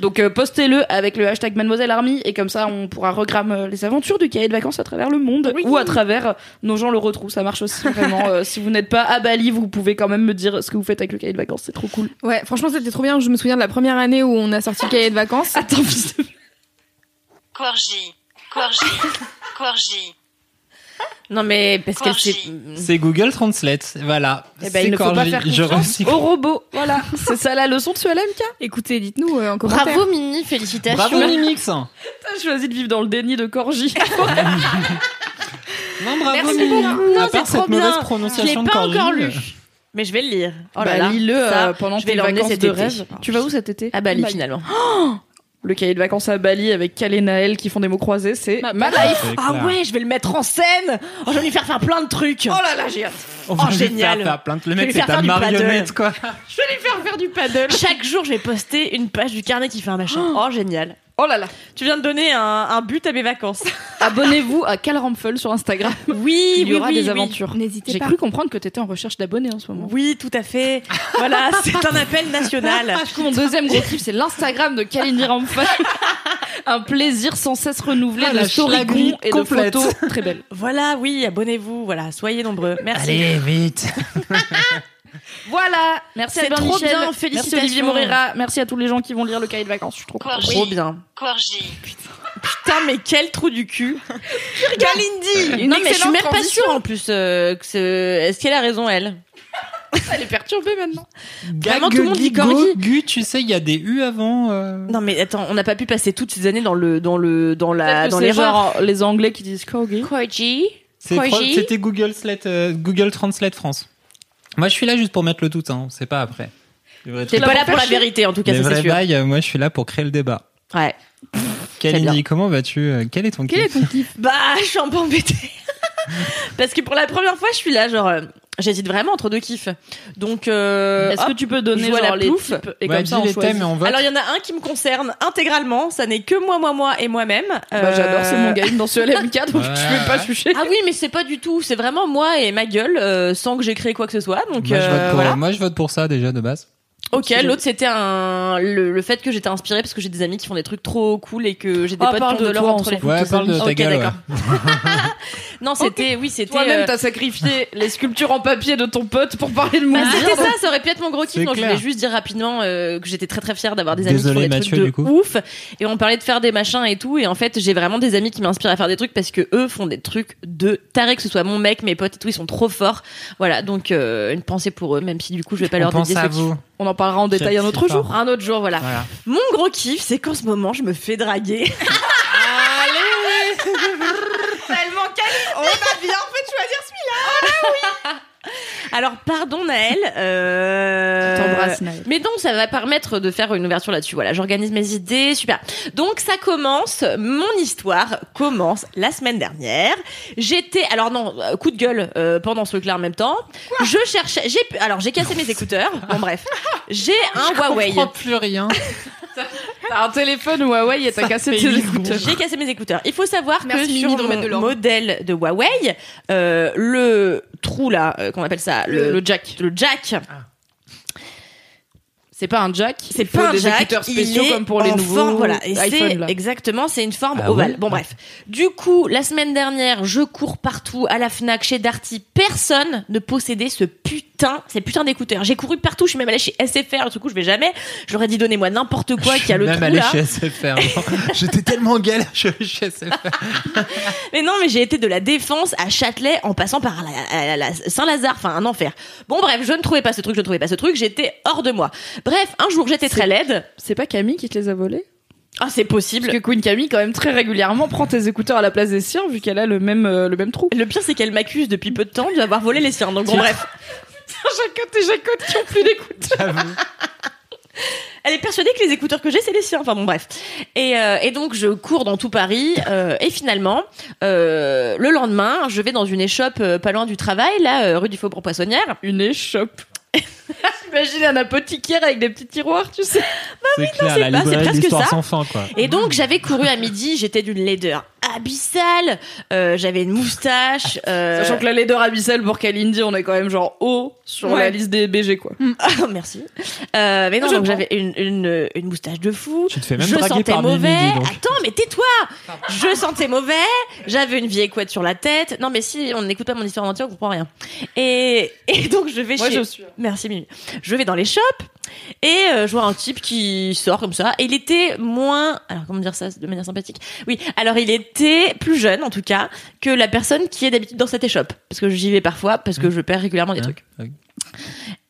[SPEAKER 2] Donc euh, postez-le avec le hashtag Mademoiselle Army et comme ça on pourra regramme euh, les aventures du cahier de vacances à travers le monde ou à travers euh, nos gens le retrouvent. Ça marche aussi vraiment. Euh, si vous n'êtes pas à Bali, vous pouvez quand même me dire ce que vous faites avec le cahier de vacances. C'est trop cool.
[SPEAKER 3] Ouais, franchement, c'était trop bien. Je me souviens de la première année où on a sorti le cahier de
[SPEAKER 2] *laughs*
[SPEAKER 3] vacances.
[SPEAKER 2] Attends, fils de-
[SPEAKER 10] Corgi, Corgi, Corgi.
[SPEAKER 7] Non, mais parce qu'elle s'est.
[SPEAKER 4] C'est Google Translate. Voilà.
[SPEAKER 2] Eh ben, il ne faut pas faire confiance au robot. Voilà, c'est ça la leçon de ce LMK.
[SPEAKER 3] Écoutez, dites-nous euh, en commentaire.
[SPEAKER 7] Bravo, Mimi, félicitations.
[SPEAKER 4] Bravo Mimix. Non,
[SPEAKER 2] T'as choisi de vivre dans le déni de
[SPEAKER 3] *laughs*
[SPEAKER 2] Corgi.
[SPEAKER 4] bravo
[SPEAKER 7] Merci
[SPEAKER 4] Mimi.
[SPEAKER 7] beaucoup.
[SPEAKER 4] À
[SPEAKER 7] Non,
[SPEAKER 4] part
[SPEAKER 7] c'est
[SPEAKER 4] cette
[SPEAKER 7] trop bien.
[SPEAKER 4] mauvaise
[SPEAKER 7] Je l'ai
[SPEAKER 4] prononciation de
[SPEAKER 7] pas
[SPEAKER 4] Corgi.
[SPEAKER 7] encore lu. Mais je vais le lire. Oh là
[SPEAKER 2] Bah,
[SPEAKER 7] là. Ah
[SPEAKER 2] lis-le
[SPEAKER 7] ça,
[SPEAKER 2] euh, pendant
[SPEAKER 7] je vais
[SPEAKER 2] tes
[SPEAKER 7] l'emmener
[SPEAKER 2] vacances
[SPEAKER 7] cet
[SPEAKER 2] de
[SPEAKER 7] été.
[SPEAKER 2] rêve.
[SPEAKER 3] Ah,
[SPEAKER 2] Tu vas où cet été
[SPEAKER 3] bah,
[SPEAKER 7] À Bali, bah, finalement.
[SPEAKER 2] Le cahier de vacances à Bali avec Cal et Naël qui font des mots croisés, c'est
[SPEAKER 3] Bah,
[SPEAKER 2] ma, life.
[SPEAKER 4] C'est
[SPEAKER 7] Ah
[SPEAKER 4] clair.
[SPEAKER 7] ouais, je vais le mettre en scène. Oh, je vais lui faire faire plein de trucs.
[SPEAKER 2] Oh là là, j'ai hâte.
[SPEAKER 4] On va
[SPEAKER 7] Oh,
[SPEAKER 4] lui
[SPEAKER 7] génial.
[SPEAKER 4] faire faire plainte. Le
[SPEAKER 7] Je vais
[SPEAKER 4] mec,
[SPEAKER 7] lui
[SPEAKER 4] c'est
[SPEAKER 7] faire
[SPEAKER 4] ta
[SPEAKER 7] faire du
[SPEAKER 4] marionnette, quoi.
[SPEAKER 2] Je vais les faire faire du paddle.
[SPEAKER 7] Chaque jour, je vais poster une page du carnet qui fait un machin. Oh, génial.
[SPEAKER 2] Oh là là.
[SPEAKER 7] Tu viens de donner un, un but à
[SPEAKER 2] *laughs*
[SPEAKER 7] mes vacances.
[SPEAKER 2] Abonnez-vous à Cal Ramphel sur Instagram.
[SPEAKER 7] Oui,
[SPEAKER 2] Il y
[SPEAKER 7] oui,
[SPEAKER 2] aura
[SPEAKER 7] oui,
[SPEAKER 2] des
[SPEAKER 7] oui.
[SPEAKER 2] aventures.
[SPEAKER 3] N'hésitez
[SPEAKER 2] J'ai
[SPEAKER 3] pas.
[SPEAKER 2] cru comprendre que t'étais en recherche d'abonnés en ce moment.
[SPEAKER 7] Oui, tout à fait.
[SPEAKER 2] *laughs*
[SPEAKER 7] Voilà, c'est un appel national.
[SPEAKER 2] Du coup, mon Ah, deuxième gros clip, c'est l'Instagram de Kalindi Ramphal. Un plaisir sans cesse renouvelé
[SPEAKER 4] Ah,
[SPEAKER 2] de
[SPEAKER 4] la schlagerie
[SPEAKER 2] storygons et de
[SPEAKER 4] complète.
[SPEAKER 2] photos très belles.
[SPEAKER 7] Voilà, oui, abonnez-vous. Voilà, soyez nombreux. Merci.
[SPEAKER 4] vite.
[SPEAKER 2] Voilà, merci
[SPEAKER 7] C'est
[SPEAKER 2] à Albin
[SPEAKER 7] trop
[SPEAKER 2] Michel,
[SPEAKER 7] bien,
[SPEAKER 2] merci
[SPEAKER 7] félicitations.
[SPEAKER 2] Olivier Moreira, merci à tous les gens qui vont lire le cahier de vacances, je suis trop contente.
[SPEAKER 10] Corgi,
[SPEAKER 7] Trop bien.
[SPEAKER 10] Corgi.
[SPEAKER 7] Putain, mais quel trou du cul.
[SPEAKER 2] Euh,
[SPEAKER 7] Kalindi. Non, mais je suis
[SPEAKER 2] excellente
[SPEAKER 7] même pas
[SPEAKER 2] transition.
[SPEAKER 7] sûre en plus. euh, que c'est- Est-ce qu'elle a raison, elle
[SPEAKER 2] Elle est perturbée maintenant.
[SPEAKER 7] Vraiment, tout le monde dit Corgi.
[SPEAKER 4] Gu, tu sais, il y a des U avant. euh.
[SPEAKER 7] Non, mais attends, on n'a pas pu passer toutes ces années dans le dans le dans la dans
[SPEAKER 2] Euh, les
[SPEAKER 7] l'erreur.
[SPEAKER 2] genre les Anglais qui disent corgi.
[SPEAKER 7] Corgi.
[SPEAKER 4] C'est
[SPEAKER 7] Corgi.
[SPEAKER 4] pro- C'était Google, Slate, euh, Google Translate France. Moi, je suis là juste pour mettre le doute, hein. C'est pas après. Les vrais
[SPEAKER 7] T'es
[SPEAKER 4] trucs.
[SPEAKER 7] pas là pour la vérité, en tout cas,
[SPEAKER 4] Les
[SPEAKER 7] ça c'est
[SPEAKER 4] vrais
[SPEAKER 7] sûr.
[SPEAKER 4] bails, euh, moi, je suis là pour créer le débat.
[SPEAKER 7] Ouais.
[SPEAKER 4] Kalindi, comment vas-tu euh, Quel est ton
[SPEAKER 3] Quel est
[SPEAKER 4] kiff
[SPEAKER 3] ton kiff
[SPEAKER 7] Bah, je suis un peu embêtée. *laughs* Parce que pour la première fois, je suis là, genre, euh, j'hésite vraiment entre deux kiffs. Donc, euh,
[SPEAKER 2] Est-ce que
[SPEAKER 7] hop,
[SPEAKER 2] tu peux
[SPEAKER 7] je
[SPEAKER 2] donner
[SPEAKER 7] vois
[SPEAKER 2] genre
[SPEAKER 7] la
[SPEAKER 2] les
[SPEAKER 7] plouffe.
[SPEAKER 2] types et
[SPEAKER 4] Ouais,
[SPEAKER 2] comme
[SPEAKER 4] dis
[SPEAKER 2] ça on
[SPEAKER 4] les
[SPEAKER 2] choisit.
[SPEAKER 4] thèmes et on vote.
[SPEAKER 7] Alors, il y en a un qui me concerne intégralement. Ça n'est que moi, moi, moi et moi-même.
[SPEAKER 2] Bah,
[SPEAKER 7] Euh,
[SPEAKER 2] J'adore, c'est mon game *laughs* dans ce LMK, donc
[SPEAKER 4] Ouais.
[SPEAKER 2] je vais pas toucher.
[SPEAKER 7] Ah oui, mais c'est pas du tout. C'est vraiment moi et ma gueule, euh, sans que j'ai créé quoi que ce soit. Donc,
[SPEAKER 4] moi, Bah, je vote
[SPEAKER 7] euh,
[SPEAKER 4] pour,
[SPEAKER 7] voilà.
[SPEAKER 4] moi, je vote pour ça déjà de base.
[SPEAKER 7] Ok, l'autre c'était un le, le fait que j'étais inspirée parce que j'ai des amis qui font des trucs trop cool et que j'ai des
[SPEAKER 2] Oh,
[SPEAKER 7] potes qui
[SPEAKER 2] parle
[SPEAKER 7] ont Ah, de
[SPEAKER 2] de
[SPEAKER 7] l'or
[SPEAKER 2] toi,
[SPEAKER 7] entre
[SPEAKER 2] on
[SPEAKER 7] les
[SPEAKER 2] s'en
[SPEAKER 4] Ouais,
[SPEAKER 2] tes
[SPEAKER 4] parle de
[SPEAKER 7] amis.
[SPEAKER 4] ta
[SPEAKER 7] Ok,
[SPEAKER 4] gueule. ouais.
[SPEAKER 7] d'accord. Non, c'était oui, c'était
[SPEAKER 2] Toi-même,
[SPEAKER 7] euh,
[SPEAKER 2] t'as sacrifié les sculptures en papier de ton pote pour parler de
[SPEAKER 7] bah,
[SPEAKER 2] mon *laughs*
[SPEAKER 7] c'était ça, ça aurait pu être mon gros kiff.
[SPEAKER 4] Ah. C'est
[SPEAKER 7] Donc je voulais
[SPEAKER 4] clair.
[SPEAKER 7] juste dire rapidement euh, que j'étais très très fière d'avoir des amis
[SPEAKER 4] Désolé,
[SPEAKER 7] qui font des
[SPEAKER 4] Mathieu, du
[SPEAKER 7] trucs de
[SPEAKER 4] coup.
[SPEAKER 7] ouf. Et on parlait de faire des machins et tout. Et en fait, j'ai vraiment des amis qui m'inspirent à faire des trucs parce que eux font des trucs de taré, que ce soit mon mec, mes potes et tout. Ils sont trop forts. Voilà, donc euh, une pensée pour eux, même si du coup je vais pas
[SPEAKER 4] On
[SPEAKER 7] leur
[SPEAKER 4] pense
[SPEAKER 7] dédier
[SPEAKER 4] à
[SPEAKER 7] ce kiff.
[SPEAKER 4] vous.
[SPEAKER 2] On en parlera en détail un
[SPEAKER 4] c'est
[SPEAKER 2] autre
[SPEAKER 4] pas-
[SPEAKER 2] jour.
[SPEAKER 7] Un autre jour, voilà.
[SPEAKER 4] Voilà.
[SPEAKER 7] Mon gros kiff, c'est qu'en ce moment, je me fais draguer. *laughs* Allez Tellement calme On va bien en fait choisir celui-là oui Alors, pardon Naël. Euh...
[SPEAKER 2] T'embrasse, Naël.
[SPEAKER 7] Mais donc, ça va permettre de faire une ouverture là-dessus. Voilà, j'organise mes idées, super. Donc, ça commence, mon histoire commence la semaine dernière. J'étais, alors non, euh, coup de gueule euh, pendant ce truc-là en même temps. je cherchais, j'ai, alors j'ai cassé mes écouteurs. Bon, bref. J'ai un Huawei.
[SPEAKER 4] comprends plus
[SPEAKER 7] *laughs*
[SPEAKER 4] rien.
[SPEAKER 2] T'as un téléphone Huawei et t'as cassé tes écouteurs.
[SPEAKER 7] J'ai cassé mes écouteurs. Il faut savoir
[SPEAKER 3] Merci,
[SPEAKER 7] que
[SPEAKER 3] Mimi,
[SPEAKER 7] sur
[SPEAKER 3] de remettre de
[SPEAKER 7] mon
[SPEAKER 3] l'ordre.
[SPEAKER 7] modèle de Huawei, euh, le trou là, euh, qu'on appelle ça, le,
[SPEAKER 2] Le jack.
[SPEAKER 7] le jack,
[SPEAKER 2] C'est pas un jack.
[SPEAKER 7] c'est
[SPEAKER 2] il faut
[SPEAKER 7] pas un
[SPEAKER 2] des
[SPEAKER 7] jack,
[SPEAKER 2] écouteurs spéciaux
[SPEAKER 7] il est
[SPEAKER 2] comme pour les
[SPEAKER 7] en
[SPEAKER 2] nouveaux
[SPEAKER 7] forme, voilà. Et c'est
[SPEAKER 2] iPhone. là.
[SPEAKER 7] exactement, c'est une forme
[SPEAKER 4] Ah
[SPEAKER 7] ovale.
[SPEAKER 4] ouais
[SPEAKER 7] bon bref. Du coup, la semaine dernière, je cours partout à la Fnac, chez Darty. Personne ne possédait ce putain, ces putains d'écouteurs. J'ai couru partout. Je suis même allée chez SFR. Le truc où je vais jamais. J'aurais dit donnez-moi n'importe quoi qui a le
[SPEAKER 4] même
[SPEAKER 7] trou
[SPEAKER 4] allé
[SPEAKER 7] là.
[SPEAKER 4] chez SFR. genre, *laughs* J'étais tellement en galère, je suis allé chez *laughs* SFR.
[SPEAKER 7] Mais non, mais j'ai été de la Défense à Châtelet en passant par la, à la- la- Saint-Lazare, enfin un enfer. Bon bref, je ne trouvais pas ce truc, je ne trouvais pas ce truc, j'étais hors de moi. Bref, un jour j'étais très laide.
[SPEAKER 2] C'est pas Camille qui te les a volés
[SPEAKER 7] Ah, c'est possible.
[SPEAKER 2] Parce que Queen Camille, quand même, très régulièrement prend tes écouteurs à la place des siens, vu qu'elle a le même, euh, le même *laughs* trou.
[SPEAKER 7] Le pire, c'est qu'elle m'accuse depuis peu de temps d'avoir volé les siens. Donc bon, bref,
[SPEAKER 2] Jacotte et Jacotte qui ont plus d'écouteurs.
[SPEAKER 7] elle est persuadée que les écouteurs que j'ai, c'est les siens. Enfin bon, bref. Et, euh, et donc je cours dans tout Paris. euh, et finalement, euh, le lendemain, *laughs* je vais dans une échoppe euh, pas loin du travail, là, euh, rue du Faubourg Poissonnière.
[SPEAKER 2] Une échoppe. Imagine un apothicaire avec des petits tiroirs, tu sais.
[SPEAKER 4] C'est clair,
[SPEAKER 7] c'est
[SPEAKER 4] la
[SPEAKER 7] pas-
[SPEAKER 4] librairie
[SPEAKER 7] c'est
[SPEAKER 4] de
[SPEAKER 7] presque
[SPEAKER 4] l'histoire
[SPEAKER 7] ça.
[SPEAKER 4] sans fin, quoi.
[SPEAKER 7] Et donc j'avais couru à midi, j'étais d'une laideur abyssale, euh, j'avais une moustache. euh, *laughs*
[SPEAKER 2] Sachant que la laideur abyssale pour Kalindi, on est quand même genre haut sur
[SPEAKER 7] Ouais.
[SPEAKER 2] la liste des BG, quoi.
[SPEAKER 7] Ah, merci. Euh, mais non,
[SPEAKER 2] Je
[SPEAKER 7] donc
[SPEAKER 2] prends.
[SPEAKER 7] j'avais une, une, une moustache de fou.
[SPEAKER 4] Tu te fais même
[SPEAKER 7] je
[SPEAKER 4] draguer
[SPEAKER 7] sentais
[SPEAKER 4] par Mimi,
[SPEAKER 7] mauvais. Ah,
[SPEAKER 4] dis donc.
[SPEAKER 7] Attends, mais tais-toi Je sentais mauvais, j'avais une vieille couette sur la tête. Non, mais si on n'écoute pas mon histoire en entier, on comprend rien. Et, et donc je vais
[SPEAKER 2] Moi,
[SPEAKER 7] chez...
[SPEAKER 2] je suis. hein.
[SPEAKER 7] Merci Mimi. Je vais dans les shops et euh, je vois un type qui sort comme ça. Et il était moins... Alors comment dire ça de manière sympathique Oui, alors il était plus jeune en tout cas que la personne qui est d'habitude dans cette échoppe. Parce que j'y vais parfois, parce que je perds régulièrement des
[SPEAKER 4] Hein
[SPEAKER 7] trucs.
[SPEAKER 4] Ouais.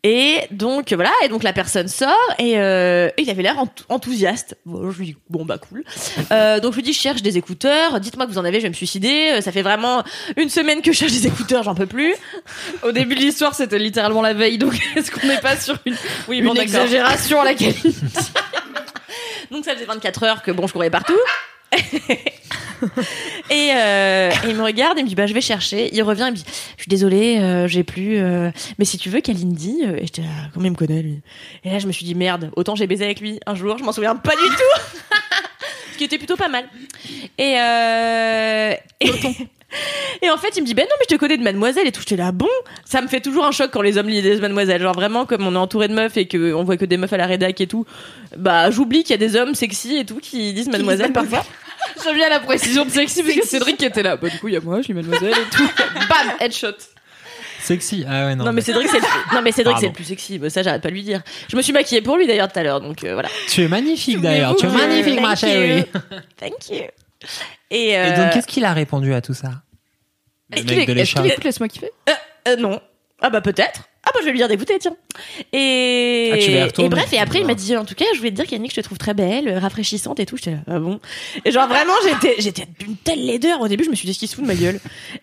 [SPEAKER 7] Et donc euh, voilà, et donc la personne sort et euh, il avait l'air enth- enthousiaste. Bon, je lui dis bon bah cool. Euh, donc je lui dis je cherche des écouteurs. Dites-moi que vous en avez, je vais me suicider. Euh, Ça fait vraiment une semaine que je cherche des écouteurs, j'en peux plus.
[SPEAKER 2] Au début de l'histoire, c'était littéralement la veille, donc *laughs* est-ce qu'on n'est pas sur une,
[SPEAKER 7] Oui,
[SPEAKER 2] une
[SPEAKER 7] bon d'accord.
[SPEAKER 2] exagération à laquelle
[SPEAKER 7] Donc ça faisait 24 heures que bon je courais partout. et, euh, et il me regarde, il me dit bah je vais chercher. Il revient, il me dit je suis désolée, euh, j'ai plus. euh, mais si tu veux, Kalindi. euh, Et j'étais ah, comment il me connaît lui. euh. Et là je me suis dit merde, autant j'ai baisé avec lui un jour, je m'en souviens pas du tout. *laughs* Ce qui était plutôt pas mal. Et euh, et, *laughs* et en fait il me dit ben non mais je te connais de Mademoiselle et tout. J'étais là bon, ça me fait toujours un choc quand les hommes lisent des Mademoiselle. Genre vraiment comme on est entouré de meufs et que on voit que des meufs à la rédac et tout. Bah j'oublie qu'il y a des hommes sexy et tout qui disent Mademoiselle parfois.
[SPEAKER 2] *laughs* J'aime bien la précision de sexy parce que Cédric était là. Bah, du coup, il y a moi, je lui mademoiselle et tout. Bam, headshot.
[SPEAKER 4] Sexy. Ah ouais, non.
[SPEAKER 7] Non, mais Cédric, c'est le... non, mais Cédric,
[SPEAKER 4] Pardon.
[SPEAKER 7] c'est le plus sexy. Bah, ça, j'arrête pas de lui dire. Je me suis maquillée pour lui d'ailleurs tout à l'heure, donc euh, voilà.
[SPEAKER 4] Tu es magnifique d'ailleurs. Tu es
[SPEAKER 7] Souvenez-vous
[SPEAKER 4] magnifique,
[SPEAKER 7] que-
[SPEAKER 4] ma
[SPEAKER 7] Thank
[SPEAKER 4] chérie.
[SPEAKER 7] you. Thank you. Et,
[SPEAKER 4] Et
[SPEAKER 7] euh,
[SPEAKER 4] donc, qu'est-ce qu'il a répondu à tout ça Le
[SPEAKER 7] Est-ce
[SPEAKER 4] mec
[SPEAKER 7] qu'il est-
[SPEAKER 4] de
[SPEAKER 7] est-ce qu'il
[SPEAKER 4] l'écharpe.
[SPEAKER 7] est-
[SPEAKER 2] Écoute, laisse-moi kiffer.
[SPEAKER 7] euh, non. Ah bah peut-être. Ah bah je vais lui dire dégoûté, tiens. Et,
[SPEAKER 4] Ah, tu vas y
[SPEAKER 7] et
[SPEAKER 4] retourner.
[SPEAKER 7] bref, et après il m'a dit en tout cas, je voulais te dire qu'Yannick, je te trouve très belle, euh, rafraîchissante et tout. J'étais là, ah bon. Et genre vraiment, j'étais j'étais d'une telle laideur. Au début, je me suis dit, qu'il se fout de ma gueule.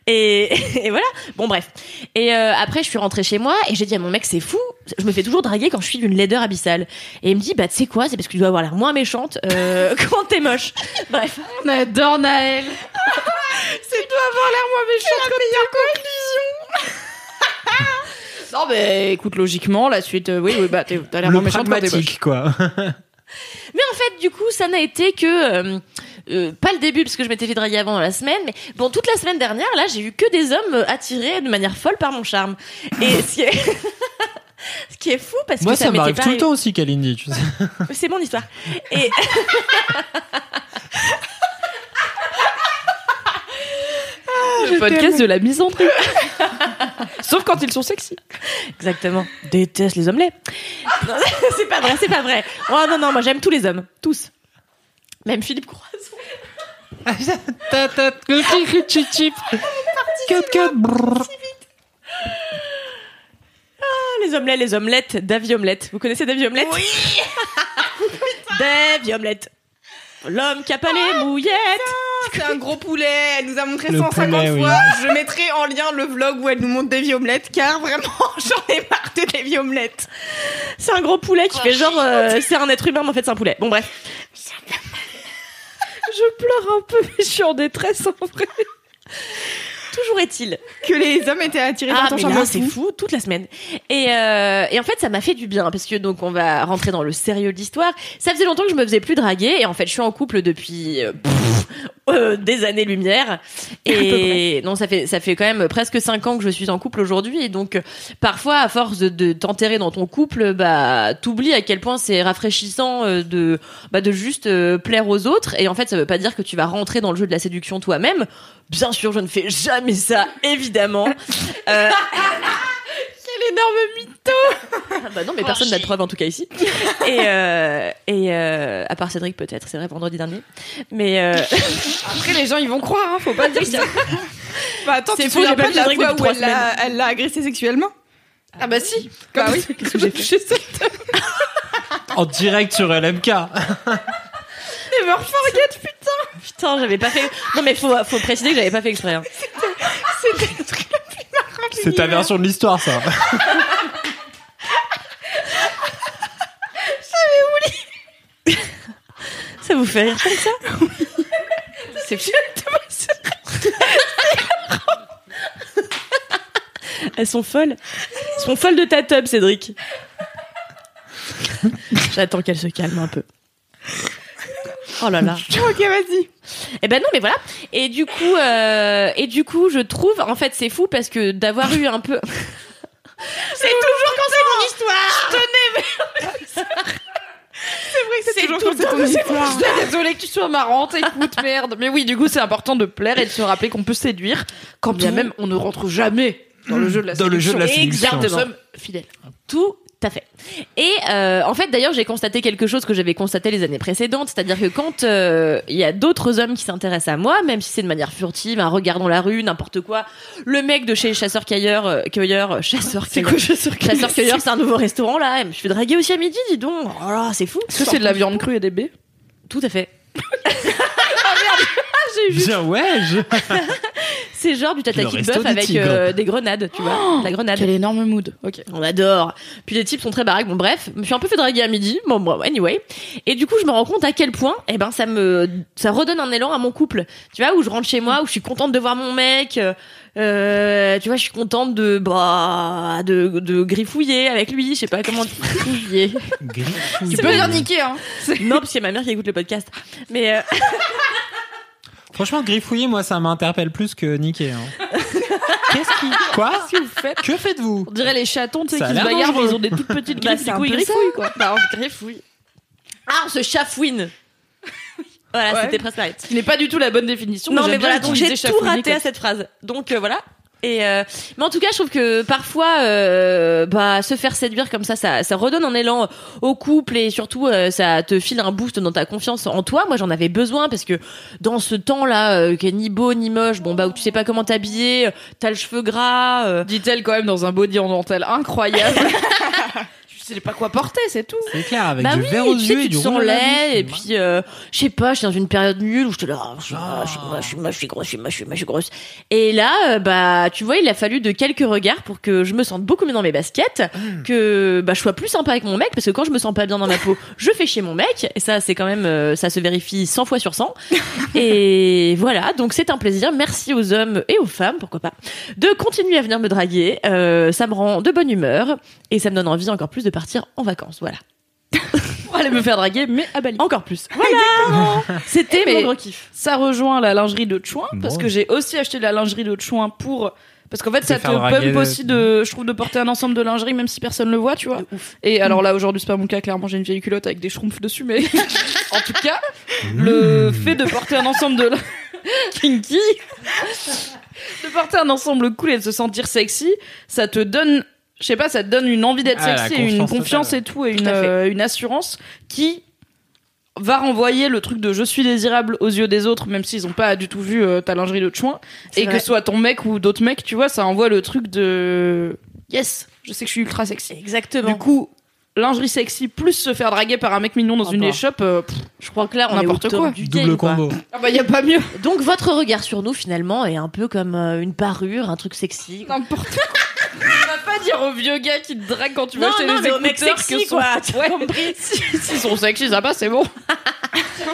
[SPEAKER 7] Et, et voilà. Bon bref. Et euh, après, je suis rentrée chez moi et j'ai dit à mon mec, c'est fou. Je me fais toujours draguer quand je suis d'une laideur abyssale. Et il me dit, bah tu sais quoi, c'est parce que tu dois avoir l'air moins méchante euh, *laughs* quand t'es moche. Bref.
[SPEAKER 2] On adore Naël. *laughs* C'est toi avoir l'air moins méchant que meilleure conclusion. *laughs* non, mais écoute, logiquement, la suite, euh, oui, oui, bah, t'es- t'as l'air moins
[SPEAKER 4] Le
[SPEAKER 2] méchante quand t'es moche.
[SPEAKER 4] pragmatique, quoi.
[SPEAKER 7] Mais en fait, du coup, ça n'a été que euh, euh, pas le début parce que je m'étais fait draguer avant la semaine, mais bon, toute la semaine dernière, là, j'ai eu que des hommes euh, attirés de manière folle par mon charme. Et ce qui est, *laughs* ce qui est fou parce
[SPEAKER 4] Moi,
[SPEAKER 7] que ça,
[SPEAKER 4] ça
[SPEAKER 7] m'était
[SPEAKER 4] m'arrive
[SPEAKER 7] pas
[SPEAKER 4] tout le
[SPEAKER 7] arrivé.
[SPEAKER 4] temps aussi, Kalindi,
[SPEAKER 7] *laughs*
[SPEAKER 4] tu sais.
[SPEAKER 7] C'est mon histoire.
[SPEAKER 2] *laughs*
[SPEAKER 7] Et
[SPEAKER 2] Le podcast de la misandrie. *laughs* Sauf quand ils sont sexy.
[SPEAKER 7] exactement. Déteste les hommes laids. Non, *laughs* c'est pas vrai, c'est pas vrai. Oh non non, moi j'aime tous les hommes, tous. Même Philippe Croise. Ah, les omelettes, les omelettes, Davy Omelette. Vous connaissez Davy Omelette Oui *laughs* Davy Omelette. L'homme qui a pas les mouillettes.
[SPEAKER 3] Ah, C'est un gros poulet. Elle nous a montré
[SPEAKER 4] Le
[SPEAKER 3] 150
[SPEAKER 4] poulet, oui.
[SPEAKER 3] fois. Je mettrai en lien le vlog où elle nous montre des vies omelettes, car vraiment, *laughs* j'en ai marre de des vies omelettes.
[SPEAKER 7] C'est un gros poulet qui fait genre, euh, c'est un être humain, mais en fait c'est un poulet. Bon *laughs* bref.
[SPEAKER 2] Je pleure un peu, mais je suis en détresse en vrai.
[SPEAKER 7] Toujours est-il
[SPEAKER 3] Que les hommes étaient attirés
[SPEAKER 7] Ah,
[SPEAKER 3] par ton
[SPEAKER 7] mais
[SPEAKER 3] charme.
[SPEAKER 7] là, c'est fou, toute la semaine. Et, euh, et en fait, ça m'a fait du bien, parce que donc on va rentrer dans le sérieux de l'histoire. Ça faisait longtemps que je me faisais plus draguer, et en fait, je suis en couple depuis euh, pff, euh, des années-lumière. Et non, ça fait, ça fait quand même presque 5 ans que je suis en couple aujourd'hui, et donc euh, parfois, à force de, de t'enterrer dans ton couple, bah, t'oublies à quel point c'est rafraîchissant euh, de, bah, de juste euh, plaire aux autres, et en fait, ça veut pas dire que tu vas rentrer dans le jeu de la séduction toi-même. Bien sûr, je ne fais jamais ça, évidemment. Euh,
[SPEAKER 2] Quel énorme
[SPEAKER 7] Ah bah non, mais
[SPEAKER 10] Oh,
[SPEAKER 7] personne n'a de
[SPEAKER 10] shit.
[SPEAKER 7] preuve en tout cas ici. Et, euh, et euh, à part Cédric peut-être, c'est vrai vendredi dernier. Mais euh, *laughs*
[SPEAKER 2] Après, les gens, ils vont croire, hein, faut *laughs* pas dire ça.
[SPEAKER 3] Bah, attends,
[SPEAKER 7] c'est
[SPEAKER 3] tu te
[SPEAKER 7] fou, j'ai
[SPEAKER 3] souviens
[SPEAKER 7] pas
[SPEAKER 3] pas de la
[SPEAKER 7] fait de
[SPEAKER 3] fois
[SPEAKER 7] depuis
[SPEAKER 3] où
[SPEAKER 7] trois
[SPEAKER 3] elle l'a- elle l'a agressé sexuellement
[SPEAKER 2] Ah bah si. Bah oui, qu'est-ce que j'ai fait
[SPEAKER 4] En direct sur LMK.
[SPEAKER 3] Never forget, putain.
[SPEAKER 7] putain, j'avais pas fait. Non, mais faut, faut préciser que j'avais pas fait exprès. hein.
[SPEAKER 3] C'était le truc le plus marrant de
[SPEAKER 4] C'est ta
[SPEAKER 3] l'univers.
[SPEAKER 4] version de l'histoire, ça.
[SPEAKER 7] Ça vous fait rire comme ça
[SPEAKER 3] *laughs*
[SPEAKER 7] C'est *laughs* Elles sont folles. Elles sont folles de ta tub, Cédric. J'attends qu'elle se calme un peu. Oh là là.
[SPEAKER 3] *laughs* ok, vas-y.
[SPEAKER 7] Eh ben non, mais voilà. Et du coup, euh, et du coup, je trouve, en fait, c'est fou parce que d'avoir eu
[SPEAKER 3] *laughs*
[SPEAKER 7] un peu. c'est toujours quand c'est mon histoire. Je tenais.
[SPEAKER 3] C'est vrai que c'est toujours
[SPEAKER 2] tout
[SPEAKER 3] comme
[SPEAKER 2] le temps
[SPEAKER 3] ton
[SPEAKER 2] que c'est
[SPEAKER 3] histoire.
[SPEAKER 2] Je suis désolée que tu sois marrante, écoute, merde. Mais oui, du coup, c'est important de plaire et de se rappeler qu'on peut séduire quand bien même on ne rentre jamais dans le jeu de la séduction.
[SPEAKER 4] Dans le jeu de la séduction.
[SPEAKER 2] Exactement. Nous
[SPEAKER 4] Exactement.
[SPEAKER 2] sommes fidèles.
[SPEAKER 7] Tout à fait. Et euh, en fait, d'ailleurs, j'ai constaté quelque chose que j'avais constaté les années précédentes, c'est-à-dire que quand euh, il y a d'autres hommes qui s'intéressent à moi, même si c'est de manière furtive, un regard dans la rue, n'importe quoi, le mec de chez Chasseur Cueilleur, euh, Cueilleur, Chasseur
[SPEAKER 2] C'est
[SPEAKER 7] Cueilleur,
[SPEAKER 2] quoi, chasseur
[SPEAKER 7] Chasseur Cueilleur, c'est un nouveau restaurant là. Et Je me suis draguée aussi à midi, dis donc. Oh là, c'est fou.
[SPEAKER 2] Est-ce que c'est de la viande crue et des baies
[SPEAKER 7] Tout à fait. Ah merde, Ah, j'ai vu.
[SPEAKER 4] *laughs* Bien, ouais, je...
[SPEAKER 7] C'est genre du
[SPEAKER 4] Le
[SPEAKER 7] tataki de
[SPEAKER 4] resto
[SPEAKER 7] bœuf
[SPEAKER 4] du
[SPEAKER 7] avec
[SPEAKER 4] tigre.
[SPEAKER 7] euh, des grenades, tu vois, de
[SPEAKER 2] *gasps*
[SPEAKER 7] la grenade.
[SPEAKER 2] Quel énorme mood. Ok.
[SPEAKER 7] On adore. Puis les types sont très baraques. Bon, bref, je me suis un peu fait draguer à midi. Bon, bon, anyway. Et du coup, je me rends compte à quel point, eh ben, ça me, ça redonne un élan à mon couple. Tu vois, où je rentre chez moi, où je suis contente de voir mon mec. euh, euh, tu vois, je suis contente de, bah, de, de griffouiller avec lui. Je sais pas comment *laughs* griffouiller.
[SPEAKER 4] Griffouille.
[SPEAKER 2] Tu peux dire niquer, hein.
[SPEAKER 7] non, parce qu'il y a ma mère qui écoute le podcast. *laughs* Mais euh,
[SPEAKER 4] Franchement, griffouiller, moi, ça m'interpelle plus que niquer. hein. Qu'est-ce qui... Quoi
[SPEAKER 2] Qu'est-ce que vous faites
[SPEAKER 4] Que faites-vous
[SPEAKER 2] On dirait les chatons, tu sais,
[SPEAKER 4] Ça a
[SPEAKER 2] qui se
[SPEAKER 4] l'air
[SPEAKER 2] bagarrent, mais
[SPEAKER 4] dangereux.
[SPEAKER 2] ils ont des
[SPEAKER 4] *laughs*
[SPEAKER 2] toutes petites
[SPEAKER 7] Bah,
[SPEAKER 2] griffes, du
[SPEAKER 7] c'est un
[SPEAKER 2] coup, ils
[SPEAKER 7] peu ça.
[SPEAKER 2] griffouillent, quoi.
[SPEAKER 7] bah, on se griffouille. Ah, on se *laughs* chafouine. Voilà,
[SPEAKER 2] Ouais.
[SPEAKER 7] c'était presque pareil.
[SPEAKER 2] Ce qui n'est pas du tout la bonne définition.
[SPEAKER 7] Non,
[SPEAKER 2] j'aime
[SPEAKER 7] mais
[SPEAKER 2] bien
[SPEAKER 7] voilà, donc j'ai
[SPEAKER 2] utiliser
[SPEAKER 7] tout
[SPEAKER 2] chafouiner
[SPEAKER 7] raté
[SPEAKER 2] comme-
[SPEAKER 7] à cette phrase. Donc euh, voilà. Et euh, mais en tout cas, je trouve que parfois, euh, bah, se faire séduire comme ça, ça, ça redonne un élan au couple et surtout, euh, ça te file un boost dans ta confiance en toi. Moi, j'en avais besoin parce que dans ce temps-là, euh, qui est ni beau ni moche, bon bah où tu sais pas comment t'habiller, euh, t'as le cheveu gras. euh,
[SPEAKER 2] Dit-elle quand même dans un body en dentelle *laughs* incroyable. Je sais pas quoi porter, c'est tout.
[SPEAKER 4] C'est clair, avec
[SPEAKER 7] bah
[SPEAKER 4] du
[SPEAKER 7] oui,
[SPEAKER 4] verre aux
[SPEAKER 7] tu sais,
[SPEAKER 4] yeux et
[SPEAKER 7] tu
[SPEAKER 4] du
[SPEAKER 7] te
[SPEAKER 4] rouge
[SPEAKER 7] sens
[SPEAKER 4] à lèvres.
[SPEAKER 7] laid et puis euh, je sais pas, je suis dans une période nulle où je te dis Ah, je suis moche, je suis moche, je suis moche, je suis grosse, je suis moche, je suis moche, je suis grosse. Et là euh, bah tu vois, il a fallu de quelques regards pour que je me sente beaucoup mieux dans mes baskets,
[SPEAKER 2] Hmm.
[SPEAKER 7] que bah je sois plus sympa avec mon mec parce que quand je me sens pas bien dans ma peau, je fais chez mon mec et ça c'est quand même euh, ça se vérifie 100 fois
[SPEAKER 2] *laughs*
[SPEAKER 7] sur 100. et voilà, donc c'est un plaisir. Merci aux hommes et aux femmes, pourquoi pas, de continuer à venir me draguer. Euh, ça me rend de bonne humeur et ça me donne envie encore plus de partir en vacances.
[SPEAKER 2] *laughs*
[SPEAKER 7] Voilà.
[SPEAKER 2] Pour aller me faire draguer, mais à Bali.
[SPEAKER 7] Encore plus. Voilà. C'était
[SPEAKER 2] Eh, Mais-
[SPEAKER 7] mon gros kiff.
[SPEAKER 2] Ça rejoint la lingerie de Chouin, parce
[SPEAKER 4] Bon.
[SPEAKER 2] que j'ai aussi acheté de la lingerie de Chouin pour. Parce qu'en fait, ça te
[SPEAKER 4] faire draguer.
[SPEAKER 2] pump aussi de, je trouve, de porter un ensemble de lingerie, même si personne le voit, tu vois. Et alors
[SPEAKER 7] Mm.
[SPEAKER 2] là, aujourd'hui, c'est pas mon cas, clairement, j'ai une vieille culotte avec des schtroumpfs dessus, mais *laughs* en tout cas,
[SPEAKER 4] Mm.
[SPEAKER 2] le fait de porter un ensemble
[SPEAKER 7] *laughs*
[SPEAKER 2] de. Kinky De porter un ensemble cool et de se sentir sexy, ça te donne. Je sais pas, ça te donne une envie d'être
[SPEAKER 4] Ah, la
[SPEAKER 2] sexy et une
[SPEAKER 4] confiance
[SPEAKER 2] confiance
[SPEAKER 4] totale.
[SPEAKER 2] et tout, et une,
[SPEAKER 7] Tout à fait.
[SPEAKER 2] euh, une assurance qui va renvoyer le truc de je suis désirable aux yeux des autres, même s'ils ont pas du tout vu euh, ta lingerie de chouin.
[SPEAKER 7] C'est
[SPEAKER 2] Et
[SPEAKER 7] vrai.
[SPEAKER 2] que ce soit ton mec ou d'autres mecs, tu vois, ça envoie le truc de yes, je sais que je suis ultra sexy.
[SPEAKER 7] Exactement.
[SPEAKER 2] Du coup, lingerie sexy plus se faire draguer par un mec mignon dans
[SPEAKER 7] Ah
[SPEAKER 2] une
[SPEAKER 7] bah.
[SPEAKER 2] échoppe, euh, pff,
[SPEAKER 7] je crois que là, on est au
[SPEAKER 2] N'importe
[SPEAKER 7] top
[SPEAKER 2] quoi.
[SPEAKER 7] du
[SPEAKER 4] Double
[SPEAKER 7] game, quoi.
[SPEAKER 4] combo.
[SPEAKER 2] ah bah y a pas
[SPEAKER 7] *laughs*
[SPEAKER 2] mieux.
[SPEAKER 7] Donc votre regard sur nous finalement est un peu comme euh, une parure, un truc sexy.
[SPEAKER 2] N'importe quoi. Tu vas pas dire au vieux gars qui te drague quand tu vas
[SPEAKER 7] Non,
[SPEAKER 2] chez
[SPEAKER 7] non,
[SPEAKER 2] les
[SPEAKER 7] mais au mec
[SPEAKER 2] écouteurs
[SPEAKER 7] sexy,
[SPEAKER 2] que son...
[SPEAKER 7] quoi, t'as
[SPEAKER 2] Ouais.
[SPEAKER 7] *laughs*
[SPEAKER 2] si, s'ils sont sexy, ça va, c'est bon.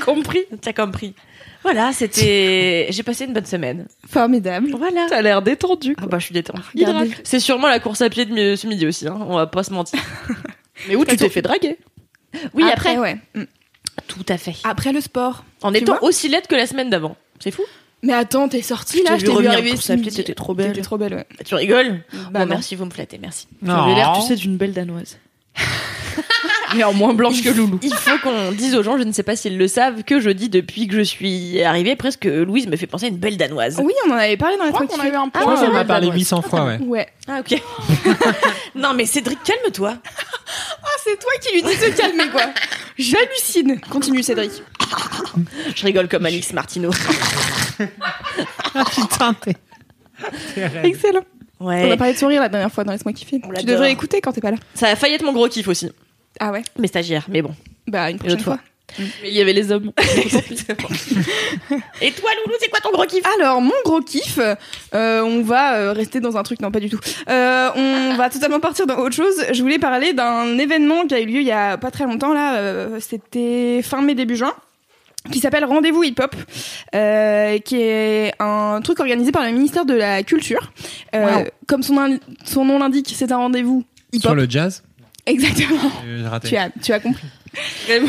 [SPEAKER 2] compris.
[SPEAKER 7] T'as compris. Voilà, c'était. J'ai passé une bonne semaine.
[SPEAKER 3] Formidable.
[SPEAKER 7] Voilà.
[SPEAKER 2] T'as l'air détendu.
[SPEAKER 7] Ah bah je suis détendue.
[SPEAKER 3] Regardez.
[SPEAKER 7] Hydrate. C'est sûrement la course à pied de mi- ce midi aussi. hein, On va pas se *laughs* mentir.
[SPEAKER 2] Mais où tu t'es fait draguer
[SPEAKER 7] Oui après.
[SPEAKER 3] ouais. Mm.
[SPEAKER 7] Tout à fait.
[SPEAKER 3] Après le sport.
[SPEAKER 7] En
[SPEAKER 3] Tu
[SPEAKER 7] étant
[SPEAKER 3] vois
[SPEAKER 7] aussi laide que la semaine d'avant. C'est fou.
[SPEAKER 3] Mais attends, t'es sortie
[SPEAKER 7] Je
[SPEAKER 3] là, je
[SPEAKER 7] t'ai vu
[SPEAKER 3] t'ai vu
[SPEAKER 7] revenir
[SPEAKER 3] arriver
[SPEAKER 7] pour
[SPEAKER 3] ce
[SPEAKER 7] ça, puis
[SPEAKER 3] midi.
[SPEAKER 7] t'étais trop belle.
[SPEAKER 3] T'étais trop belle, ouais.
[SPEAKER 7] Bah, tu rigoles.
[SPEAKER 3] Bah
[SPEAKER 7] bon,
[SPEAKER 3] non.
[SPEAKER 7] merci, vous me flattez, merci.
[SPEAKER 2] Tu avais l'air, tu sais, d'une belle danoise.
[SPEAKER 3] *laughs*
[SPEAKER 2] Mais en moins blanche que Loulou.
[SPEAKER 7] Il faut qu'on dise aux gens, je ne sais pas s'ils le savent, que je dis depuis que je suis arrivée, presque Louise me fait penser à une belle danoise.
[SPEAKER 2] Oh.
[SPEAKER 3] Oui, on en avait parlé dans la fois qu'il fait-
[SPEAKER 2] un
[SPEAKER 4] Je
[SPEAKER 7] Ah,
[SPEAKER 4] crois
[SPEAKER 7] ouais,
[SPEAKER 4] qu'on m'a
[SPEAKER 7] ouais,
[SPEAKER 4] parlé
[SPEAKER 7] ouais.
[SPEAKER 4] 800
[SPEAKER 2] *laughs*
[SPEAKER 4] fois, ouais.
[SPEAKER 3] Ouais.
[SPEAKER 7] Ah ok. *laughs* non mais Cédric, calme-toi.
[SPEAKER 3] Ah, c'est toi qui lui dis de se calmer, quoi. J'hallucine. Continue, Cédric.
[SPEAKER 7] Je rigole comme Alix Martineau.
[SPEAKER 4] Putain, t'es...
[SPEAKER 3] Excellent. On
[SPEAKER 7] Ouais.
[SPEAKER 3] a parlé de sourire la dernière fois dans Laisse-moi kiffer.
[SPEAKER 7] Eh. On
[SPEAKER 3] Tu
[SPEAKER 7] l'adore.
[SPEAKER 3] devrais écouter quand t'es pas là.
[SPEAKER 7] Ça a failli être mon gros kiff aussi.
[SPEAKER 3] Ah ouais
[SPEAKER 7] Mais stagiaire,
[SPEAKER 2] *laughs*
[SPEAKER 7] mais bon.
[SPEAKER 3] Bah, une
[SPEAKER 7] autre
[SPEAKER 3] prochaine fois.
[SPEAKER 2] Mais il y avait les hommes.
[SPEAKER 7] Et toi Loulou, c'est quoi ton gros kiff
[SPEAKER 3] Alors, mon gros kiff, euh, on va euh, rester dans un truc, non pas du tout. Euh, on va totalement partir dans autre chose. Je voulais parler d'un événement qui a eu lieu il y a pas très longtemps, là, euh, c'était fin mai, début juin qui s'appelle Rendez-vous Hip Hop, euh, qui est un truc organisé par le ministère de la Culture. Euh, Comme son, in- son nom l'indique, c'est un rendez-vous hip
[SPEAKER 4] Sur
[SPEAKER 3] hop.
[SPEAKER 4] le jazz
[SPEAKER 3] Exactement.
[SPEAKER 4] J'ai raté.
[SPEAKER 3] Tu as, tu as compris.
[SPEAKER 2] Vraiment.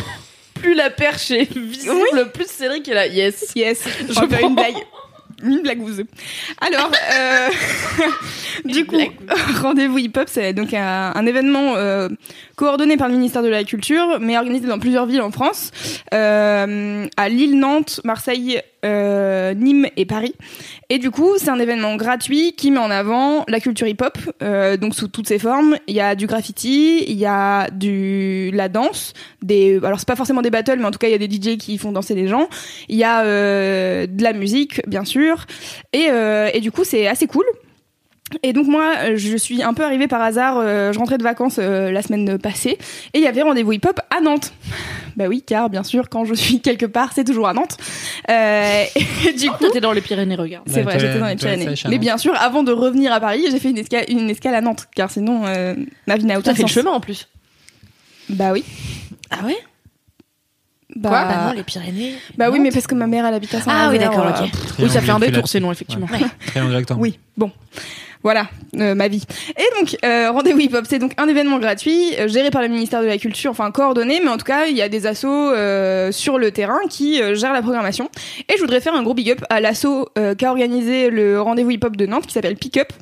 [SPEAKER 2] Plus la perche est *laughs* visible, plus Cédric est là. Yes.
[SPEAKER 3] *laughs* Yes.
[SPEAKER 2] Je
[SPEAKER 3] Je vais
[SPEAKER 2] prends.
[SPEAKER 3] une blague. Une blagouze. Alors, euh, *laughs* du coup, *laughs* Rendez-vous Hip Hop, c'est donc un, un événement euh, coordonné par le ministère de la Culture, mais organisé dans plusieurs villes en France, euh, à Lille, Nantes, Marseille, euh, Nîmes et Paris. Et du coup, c'est un événement gratuit qui met en avant la culture hip hop, euh, donc sous toutes ses formes. Il y a du graffiti, il y a du la danse, des alors c'est pas forcément des battles, mais en tout cas il y a des DJ qui font danser les gens. Il y a euh, de la musique, bien sûr, et euh, et du coup c'est assez cool. Et donc moi, euh, je suis un peu arrivée par hasard. euh, je rentrais de vacances euh, la semaine passée et il y avait rendez-vous hip-hop à Nantes. *laughs* Bah oui, car bien sûr, quand je suis quelque part, c'est toujours à Nantes. Euh, *laughs* et du coup,
[SPEAKER 2] T'étais dans les Pyrénées, regarde.
[SPEAKER 3] c'est
[SPEAKER 4] Ouais,
[SPEAKER 3] vrai,
[SPEAKER 4] toi,
[SPEAKER 3] j'étais dans les
[SPEAKER 4] toi,
[SPEAKER 3] Pyrénées.
[SPEAKER 4] sache à
[SPEAKER 3] Mais
[SPEAKER 4] Nantes.
[SPEAKER 3] bien sûr, avant de revenir à Paris, j'ai fait une escale, une escale à Nantes, car sinon, euh, ma vie n'a aucun
[SPEAKER 7] T'as fait le
[SPEAKER 3] sens.
[SPEAKER 7] chemin en plus.
[SPEAKER 3] Bah oui.
[SPEAKER 7] Ah ouais
[SPEAKER 3] Bah,
[SPEAKER 7] Quoi Bah non, les Pyrénées.
[SPEAKER 3] bah oui, mais parce que ma mère, elle habite à euh, saint
[SPEAKER 7] Ah oui, d'accord, ok.
[SPEAKER 2] Oui, ça fait un
[SPEAKER 4] Triangle
[SPEAKER 2] détour,
[SPEAKER 4] équilatéral.
[SPEAKER 2] sinon, effectivement.
[SPEAKER 4] Triangle rectangle.
[SPEAKER 3] Oui, bon. Voilà euh, ma vie. Et donc, euh, Rendez-vous Hip Hop, c'est donc un événement gratuit euh, géré par le ministère de la Culture, enfin coordonné, mais en tout cas, il y a des assos euh, sur le terrain qui euh, gèrent la programmation. Et je voudrais faire un gros big up à l'asso euh, qu'a organisé le Rendez-vous Hip Hop de Nantes qui s'appelle Pick Up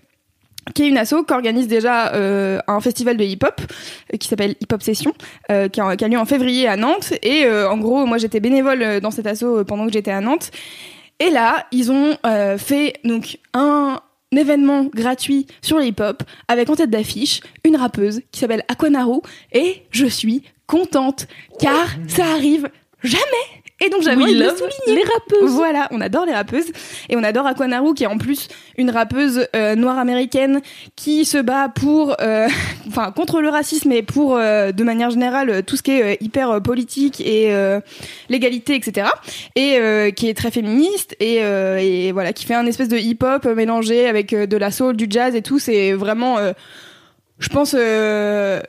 [SPEAKER 3] qui est une asso qui organise déjà euh, un festival de hip-hop euh, qui s'appelle Hip Hop Session, euh, qui, a, qui a lieu en février à Nantes. Et euh, en gros, moi j'étais bénévole euh, dans cette asso euh, pendant que j'étais à Nantes. Et là, ils ont euh, fait donc un événement gratuit sur le hip-hop avec en tête d'affiche une rappeuse qui s'appelle Aquanaru. Et je suis contente car ça arrive jamais. Et donc j'avais
[SPEAKER 2] Oui,
[SPEAKER 3] envie de le
[SPEAKER 2] love
[SPEAKER 3] souligner. Voilà, on adore les rappeuses et on adore Aquanaru qui est en plus une rappeuse euh, noire américaine qui se bat pour, euh, *laughs* enfin contre le racisme et pour euh, de manière générale euh, tout ce qui est euh, hyper euh, politique et euh, l'égalité etc. Et euh, qui est très féministe et, euh, et voilà qui fait un espèce de hip hop mélangé avec euh, de la soul, du jazz et tout. C'est vraiment, euh, je pense. euh,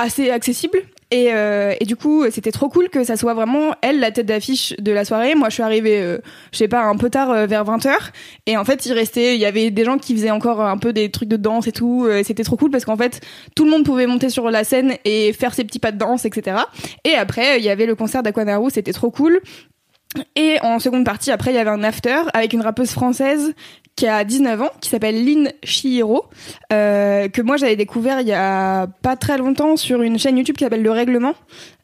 [SPEAKER 3] assez accessible. Et, euh, et du coup, c'était trop cool que ça soit vraiment elle la tête d'affiche de la soirée. Moi, je suis arrivée, euh, je sais pas, un peu tard euh, vers 20h. Et en fait, il restait, il y avait des gens qui faisaient encore un peu des trucs de danse et tout. euh, Et c'était trop cool parce qu'en fait, tout le monde pouvait monter sur la scène et faire ses petits pas de danse, etc. Et après, il y avait le concert d'Aquanaru, c'était trop cool. Et en seconde partie, après, il y avait un after avec une rappeuse française qui a 19 ans, qui s'appelle Lynn Chihiro, euh, que moi j'avais découvert il y a pas très longtemps sur une chaîne YouTube qui s'appelle Le Règlement,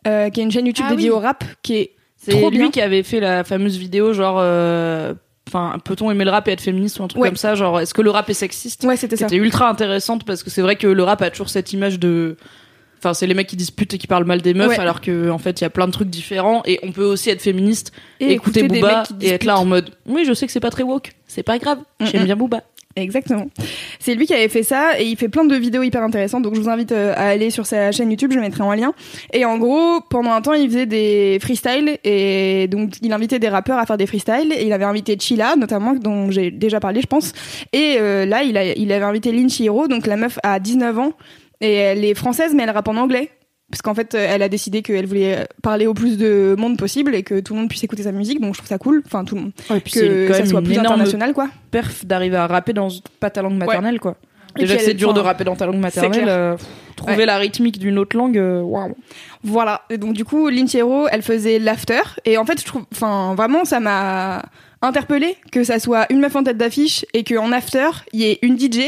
[SPEAKER 3] euh, qui est une chaîne YouTube
[SPEAKER 2] Ah
[SPEAKER 3] dédiée
[SPEAKER 2] oui.
[SPEAKER 3] au rap, qui est
[SPEAKER 2] C'est
[SPEAKER 3] Trop
[SPEAKER 2] lui
[SPEAKER 3] bien.
[SPEAKER 2] qui avait fait la fameuse vidéo, genre, euh, enfin, peut-on aimer le rap et être féministe ou un truc
[SPEAKER 3] Ouais.
[SPEAKER 2] comme ça, genre, est-ce que le rap est sexiste
[SPEAKER 3] ouais c'était ça.
[SPEAKER 2] C'était ultra intéressante parce que c'est vrai que le rap a toujours cette image de. Enfin, c'est les mecs qui disputent et qui parlent mal des meufs,
[SPEAKER 3] Ouais.
[SPEAKER 2] alors que en fait, il y a plein de trucs différents et on peut aussi être féministe,
[SPEAKER 3] Et
[SPEAKER 2] écouter,
[SPEAKER 3] écouter des
[SPEAKER 2] Booba
[SPEAKER 3] mecs qui
[SPEAKER 2] et être là
[SPEAKER 3] discutent.
[SPEAKER 2] en mode Oui, je sais que c'est pas très woke, c'est pas grave, j'aime
[SPEAKER 3] Mm-mm.
[SPEAKER 2] bien Booba.
[SPEAKER 3] Exactement. C'est lui qui avait fait ça et il fait plein de vidéos hyper intéressantes. Donc je vous invite euh, à aller sur sa chaîne YouTube, je mettrai en lien. Et en gros, pendant un temps, il faisait des freestyles et donc il invitait des rappeurs à faire des freestyles. Et il avait invité Chila, notamment, dont j'ai déjà parlé, je pense. Et euh, là, il, a, il avait invité Lynn Chihiro, donc la meuf a 19 ans et elle est française, mais elle rappe en anglais. Parce qu'en fait, euh, elle a décidé qu'elle voulait parler au plus de monde possible et que tout le monde puisse écouter sa musique. Donc je trouve ça cool. Enfin, tout le monde.
[SPEAKER 2] et puis
[SPEAKER 3] Que ça soit plus international, quoi.
[SPEAKER 2] perf d'arriver à rapper dans pas ta langue maternelle, quoi.
[SPEAKER 3] Et
[SPEAKER 2] Déjà
[SPEAKER 3] puis
[SPEAKER 2] que
[SPEAKER 3] elle-
[SPEAKER 2] c'est dur de
[SPEAKER 3] enfin,
[SPEAKER 2] rapper dans ta langue maternelle,
[SPEAKER 3] clair.
[SPEAKER 2] euh, pff, trouver la rythmique d'une autre langue, euh, waouh.
[SPEAKER 3] Voilà. Et donc du coup, Lynn Chero, elle faisait l'after et en fait, je trouve enfin vraiment ça m'a interpellée que ça soit une meuf en tête d'affiche et que en after, il y ait une DJ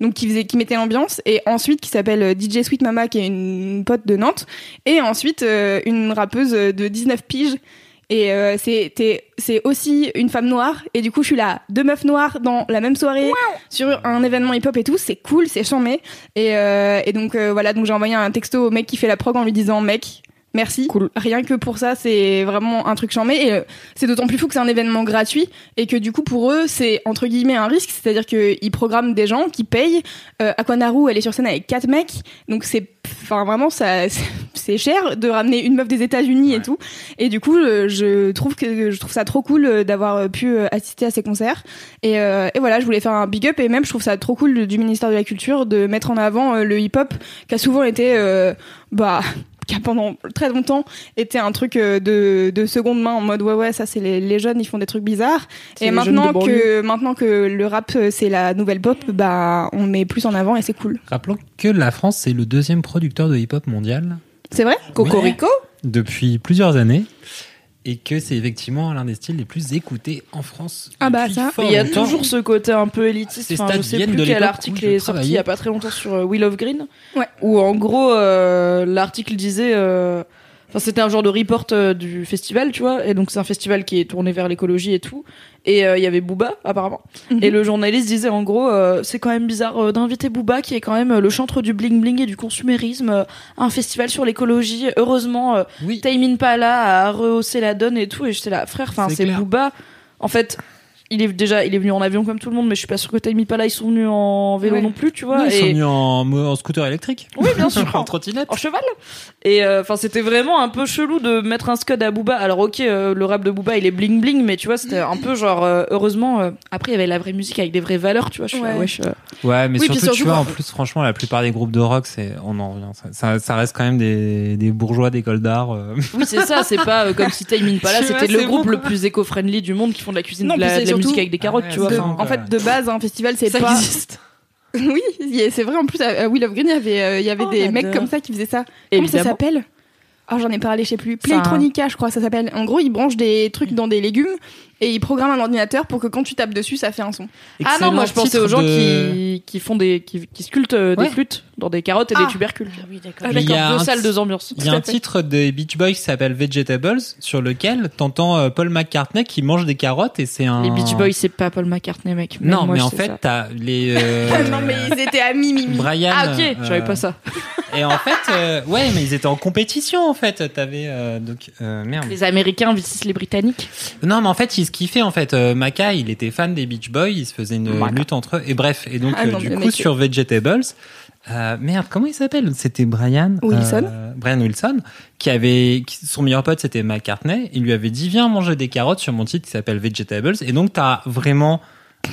[SPEAKER 3] donc qui faisait qui mettait l'ambiance et ensuite qui s'appelle euh, DJ Sweet Mama qui est une pote de Nantes et ensuite euh, une rappeuse de 19 piges et euh, c'était c'est aussi une femme noire et du coup je suis là deux meufs noires dans la même soirée sur un événement hip hop et tout c'est cool c'est charmé et, euh, et donc euh, voilà donc j'ai envoyé un texto au mec qui fait la prog en lui disant mec Merci. Cool. Rien que pour ça, c'est vraiment un truc charmé. Et euh, c'est d'autant plus fou que c'est un événement gratuit et que du coup, pour eux, c'est entre guillemets un risque. C'est-à-dire qu'ils programment des gens qui payent. Euh, Aquanaru, elle est sur scène avec quatre mecs. Donc c'est, enfin vraiment, ça, *laughs* c'est cher de ramener une meuf des États-Unis et tout. Et du coup, euh, je trouve que je trouve ça trop cool euh, d'avoir euh, pu euh, assister à ces concerts. Et, euh, et voilà, je voulais faire un big up. Et même, je trouve ça trop cool du ministère de la Culture de mettre en avant euh, le hip-hop qui a souvent été, euh, bah, *laughs* qui a pendant très longtemps été un truc euh, de, de seconde main en mode ouais ouais ça c'est les, les jeunes ils font des trucs bizarres
[SPEAKER 2] C'est
[SPEAKER 3] et
[SPEAKER 2] les jeunes
[SPEAKER 3] maintenant
[SPEAKER 2] de
[SPEAKER 3] que maintenant que le rap euh, c'est la nouvelle pop bah on met plus en avant et c'est cool
[SPEAKER 4] Rappelons que la France c'est le deuxième producteur de hip-hop mondial
[SPEAKER 3] c'est vrai
[SPEAKER 4] Cocorico depuis plusieurs années et que c'est effectivement l'un des styles les plus écoutés en France.
[SPEAKER 3] ah bah
[SPEAKER 4] depuis
[SPEAKER 3] ça
[SPEAKER 4] fort
[SPEAKER 2] Il y a
[SPEAKER 4] longtemps.
[SPEAKER 2] toujours ce côté un peu élitiste.
[SPEAKER 4] Ces
[SPEAKER 2] Enfin, je
[SPEAKER 4] stats
[SPEAKER 2] sais
[SPEAKER 4] viennent
[SPEAKER 2] plus
[SPEAKER 4] de
[SPEAKER 2] quel
[SPEAKER 4] l'époque où
[SPEAKER 2] article
[SPEAKER 4] je
[SPEAKER 2] est sorti il y
[SPEAKER 4] travaillais.
[SPEAKER 2] a pas très longtemps sur euh, Wheel of Green.
[SPEAKER 3] Ouais.
[SPEAKER 2] Où en gros, euh, l'article disait. euh, Enfin, c'était un genre de report euh, du festival, tu vois. Et donc, c'est un festival qui est tourné vers l'écologie et tout. Et euh, il y avait Booba, apparemment.
[SPEAKER 3] Mhm.
[SPEAKER 2] Et le journaliste disait, en gros, euh, c'est quand même bizarre euh, d'inviter Booba, qui est quand même euh, le chantre du bling-bling et du consumérisme, euh, à un festival sur l'écologie. Heureusement, euh,
[SPEAKER 4] Oui.
[SPEAKER 2] Taimin Pala a rehaussé la donne et tout. Et j'étais là, frère, enfin,
[SPEAKER 4] C'est
[SPEAKER 2] c'est
[SPEAKER 4] clair.
[SPEAKER 2] Booba. En fait, il est déjà il est venu en avion comme tout le monde, mais je suis pas sûre que Taimin Pala, ils sont venus en vélo
[SPEAKER 3] Ouais.
[SPEAKER 2] non plus, tu vois.
[SPEAKER 4] Ils
[SPEAKER 2] et...
[SPEAKER 4] sont venus en, mo- en scooter électrique.
[SPEAKER 2] Oui,
[SPEAKER 4] *laughs*
[SPEAKER 2] bien sûr.
[SPEAKER 4] en trottinette.
[SPEAKER 2] en cheval et euh, enfin c'était vraiment un peu chelou de mettre un scud à Booba alors ok euh, le rap de Booba il est bling bling mais tu vois c'était un peu genre euh, heureusement euh, après il y avait la vraie musique avec des vraies valeurs tu vois je suis là,
[SPEAKER 3] Ouais.
[SPEAKER 2] wesh, euh,
[SPEAKER 4] Ouais, mais
[SPEAKER 2] Oui, puis
[SPEAKER 4] surtout,
[SPEAKER 2] surtout,
[SPEAKER 4] tu vois,
[SPEAKER 2] quand-
[SPEAKER 4] en plus, franchement, la plupart des groupes de rock, c'est, on en revient. Ça, ça, ça reste quand même des, des bourgeois d'école d'art. euh.
[SPEAKER 2] oui c'est ça c'est pas euh, comme si Taimin Pala
[SPEAKER 4] Tu vois,
[SPEAKER 2] c'était le
[SPEAKER 4] c'est
[SPEAKER 2] groupe
[SPEAKER 4] bon,
[SPEAKER 2] le
[SPEAKER 4] quoi.
[SPEAKER 2] plus éco-friendly du monde qui font de la cuisine
[SPEAKER 3] Non,
[SPEAKER 2] de la,
[SPEAKER 3] puis c'est
[SPEAKER 2] de la musique
[SPEAKER 3] surtout-
[SPEAKER 2] avec des carottes
[SPEAKER 4] Ah
[SPEAKER 2] tu
[SPEAKER 4] ouais,
[SPEAKER 2] vois
[SPEAKER 4] c'est
[SPEAKER 3] De-
[SPEAKER 4] ça,
[SPEAKER 2] enfin,
[SPEAKER 3] en
[SPEAKER 4] encore,
[SPEAKER 3] fait
[SPEAKER 4] ouais.
[SPEAKER 3] de base un festival c'est
[SPEAKER 2] ça
[SPEAKER 3] pas
[SPEAKER 2] existe
[SPEAKER 3] oui *laughs* il y a- c'est vrai en plus à à Wheel of Green il y avait euh, il y avait
[SPEAKER 2] Oh,
[SPEAKER 3] des
[SPEAKER 2] j'adore.
[SPEAKER 3] mecs comme ça qui faisaient ça Comment ça
[SPEAKER 2] évidemment
[SPEAKER 3] s'appelle Ah, j'en ai parlé, je sais plus.
[SPEAKER 2] Ça-
[SPEAKER 3] Playtronica, je crois, ça s'appelle. En gros, ils branchent des trucs dans des légumes et ils programment un ordinateur pour que quand tu tapes dessus, ça fait un son.
[SPEAKER 2] ah non moi je
[SPEAKER 4] Excellent
[SPEAKER 2] pensais aux
[SPEAKER 4] titre
[SPEAKER 2] gens
[SPEAKER 4] de-
[SPEAKER 2] qui, qui font des qui, qui sculptent euh, des
[SPEAKER 4] Ouais.
[SPEAKER 2] flûtes dans des carottes et
[SPEAKER 3] Ah.
[SPEAKER 2] des tubercules
[SPEAKER 7] oui, d'accord.
[SPEAKER 2] ah,
[SPEAKER 4] Mais il y a
[SPEAKER 2] d'accord deux
[SPEAKER 4] un
[SPEAKER 2] salles
[SPEAKER 4] petit-
[SPEAKER 2] deux ambiances
[SPEAKER 4] Il y a un titre des Beach Boys qui s'appelle Vegetables, sur lequel t'entends euh, Paul McCartney qui mange des carottes et c'est un.
[SPEAKER 2] les Beach Boys c'est pas Paul McCartney mec Même
[SPEAKER 4] Non,
[SPEAKER 2] moi,
[SPEAKER 4] mais
[SPEAKER 2] je
[SPEAKER 4] en
[SPEAKER 2] sais
[SPEAKER 4] fait,
[SPEAKER 2] ça.
[SPEAKER 4] t'as
[SPEAKER 2] *laughs*
[SPEAKER 4] les. euh,
[SPEAKER 3] non, mais ils étaient amis, Mimi.
[SPEAKER 4] Brian.
[SPEAKER 2] ah ok
[SPEAKER 4] euh,
[SPEAKER 2] j'avais pas ça
[SPEAKER 4] Et en fait, euh, ouais, mais ils étaient en compétition en fait. T'avais euh, donc euh, merde.
[SPEAKER 2] Les Américains vissent les Britanniques.
[SPEAKER 4] Non, mais en fait, il se kiffait en fait. Euh, Maca, il était fan des Beach Boys, il se faisait une
[SPEAKER 2] Maca.
[SPEAKER 4] lutte entre eux. Et bref, et donc
[SPEAKER 3] Ah
[SPEAKER 4] euh,
[SPEAKER 3] non,
[SPEAKER 4] du
[SPEAKER 3] mais
[SPEAKER 4] coup
[SPEAKER 3] mec.
[SPEAKER 4] sur Vegetables, euh, merde, comment il s'appelle C'était Brian
[SPEAKER 3] Wilson.
[SPEAKER 4] euh, Brian Wilson, qui avait qui- son meilleur pote, c'était McCartney. Il lui avait dit viens manger des carottes sur mon titre qui s'appelle Vegetables. Et donc t'as vraiment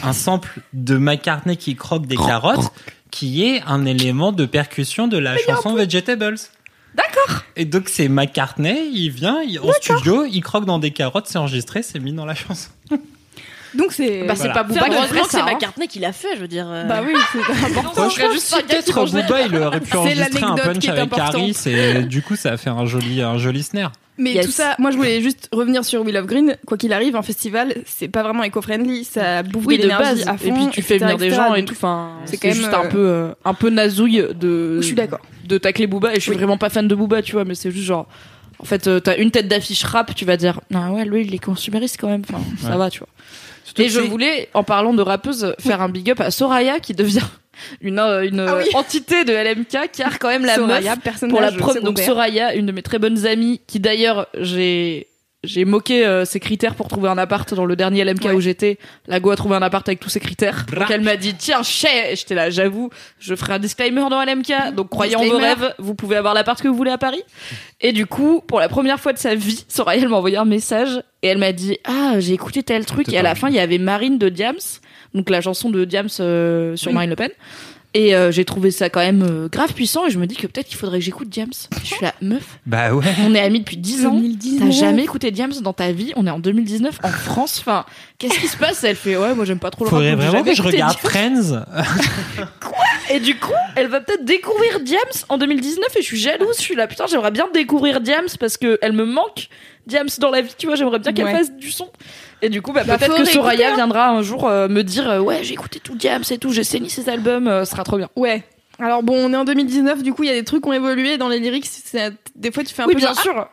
[SPEAKER 4] un sample de McCartney qui croque des carottes, qui est un élément de percussion de la chanson Vegetables. Et donc c'est McCartney, il vient il- en studio, il croque dans des carottes, c'est enregistré, c'est mis dans la chanson.
[SPEAKER 3] Donc c'est.
[SPEAKER 2] Bah, c'est
[SPEAKER 4] voilà.
[SPEAKER 2] pas Booba qui
[SPEAKER 7] heureusement
[SPEAKER 2] ferait
[SPEAKER 7] que c'est
[SPEAKER 2] ça. hein.
[SPEAKER 7] McCartney qui l'a fait, je veux dire. euh,
[SPEAKER 3] Bah oui,
[SPEAKER 2] *laughs*
[SPEAKER 3] c'est important.
[SPEAKER 4] je pense que peut-être Booba il aurait pu
[SPEAKER 3] C'est
[SPEAKER 4] enregistrer un
[SPEAKER 3] l'anecdote
[SPEAKER 4] punch
[SPEAKER 3] qui est
[SPEAKER 4] avec
[SPEAKER 3] importante.
[SPEAKER 4] Harris et du coup ça a fait un joli un joli snare.
[SPEAKER 3] Mais
[SPEAKER 2] Yes.
[SPEAKER 3] tout ça, moi je voulais juste revenir sur Will of Green. Quoi qu'il arrive, un festival, c'est pas vraiment éco-friendly, ça bouffe
[SPEAKER 2] Oui,
[SPEAKER 3] de
[SPEAKER 2] de
[SPEAKER 3] l'énergie
[SPEAKER 2] base.
[SPEAKER 3] à fond.
[SPEAKER 2] et puis tu fais
[SPEAKER 3] etc.,
[SPEAKER 2] venir des
[SPEAKER 3] etc.,
[SPEAKER 2] gens et
[SPEAKER 3] donc
[SPEAKER 2] tout. Enfin,
[SPEAKER 3] c'est
[SPEAKER 2] c'est
[SPEAKER 3] quand même,
[SPEAKER 2] juste
[SPEAKER 3] euh,
[SPEAKER 2] un peu, euh, un peu nazouille de.
[SPEAKER 3] Je suis d'accord.
[SPEAKER 2] De tacler Booba. Et je suis
[SPEAKER 3] Oui.
[SPEAKER 2] vraiment pas fan de Booba, tu vois. Mais c'est juste genre. En fait, euh, t'as une tête d'affiche rap, tu vas dire, ah ouais, lui, il est consumériste quand même. Enfin, ça
[SPEAKER 4] Ouais.
[SPEAKER 2] va, tu vois.
[SPEAKER 4] Surtout
[SPEAKER 2] et
[SPEAKER 4] que
[SPEAKER 2] je
[SPEAKER 4] c'est-
[SPEAKER 2] voulais, en parlant de rappeuse, faire un big up à Soraya qui devient une, euh, une
[SPEAKER 3] Ah oui.
[SPEAKER 2] euh, entité de LMK car quand même la meuf
[SPEAKER 3] Soraya,
[SPEAKER 2] pour la
[SPEAKER 3] personnage
[SPEAKER 2] première donc
[SPEAKER 3] secondaire.
[SPEAKER 2] Soraya une de mes très bonnes amies qui d'ailleurs j'ai j'ai moqué euh, ses critères pour trouver un appart dans le dernier LMK où j'étais. La go a trouvé un appart avec tous ses critères. Donc elle m'a dit tiens chais Et j'étais là j'avoue je ferai un disclaimer dans LMK donc croyez en vos
[SPEAKER 3] Disclaimer.
[SPEAKER 2] rêves vous pouvez avoir l'appart que vous voulez à Paris. Et du coup pour la première fois de sa vie Soraya elle m'a envoyé un message et elle m'a dit ah j'ai écouté tel truc et à la fin il y avait Marine de Diams donc la chanson de Diams euh, sur Marine Le Pen. Et euh, j'ai trouvé ça quand même euh, grave puissant et je me dis que peut-être qu'il faudrait que j'écoute James. Je suis la meuf.
[SPEAKER 4] Bah ouais.
[SPEAKER 2] On est amis depuis 10 ans.
[SPEAKER 3] 2019.
[SPEAKER 2] T'as jamais écouté James dans ta vie. On est en 2019 en France. Enfin, qu'est-ce qui se passe Elle fait ouais, moi j'aime pas trop le rap.
[SPEAKER 4] Faudrait
[SPEAKER 2] donc j'ai
[SPEAKER 4] vraiment
[SPEAKER 2] jamais
[SPEAKER 4] que je
[SPEAKER 2] écouté
[SPEAKER 4] regarde
[SPEAKER 2] Diams.
[SPEAKER 4] Friends.
[SPEAKER 2] Et du coup, elle va peut-être découvrir James en 2019 et je suis jalouse. Je suis là putain, j'aimerais bien découvrir James parce que elle me manque James dans la vie. Tu vois, j'aimerais bien qu'elle
[SPEAKER 3] Ouais.
[SPEAKER 2] fasse du son. Et du coup, bah,
[SPEAKER 3] Bah,
[SPEAKER 2] peut-être
[SPEAKER 3] faut
[SPEAKER 2] que
[SPEAKER 3] réécouter,
[SPEAKER 2] Soraya
[SPEAKER 3] hein.
[SPEAKER 2] viendra un jour euh, me dire euh, ouais, j'ai écouté tout James et tout, j'ai saigné ses albums, euh, ce sera trop bien.
[SPEAKER 3] Ouais. Alors bon, on est en 2019, du coup, il y a des trucs qui ont évolué dans les lyrics. c'est- Des fois, tu fais un
[SPEAKER 2] Oui,
[SPEAKER 3] peu
[SPEAKER 2] bien
[SPEAKER 3] genre, ah,
[SPEAKER 2] sûr.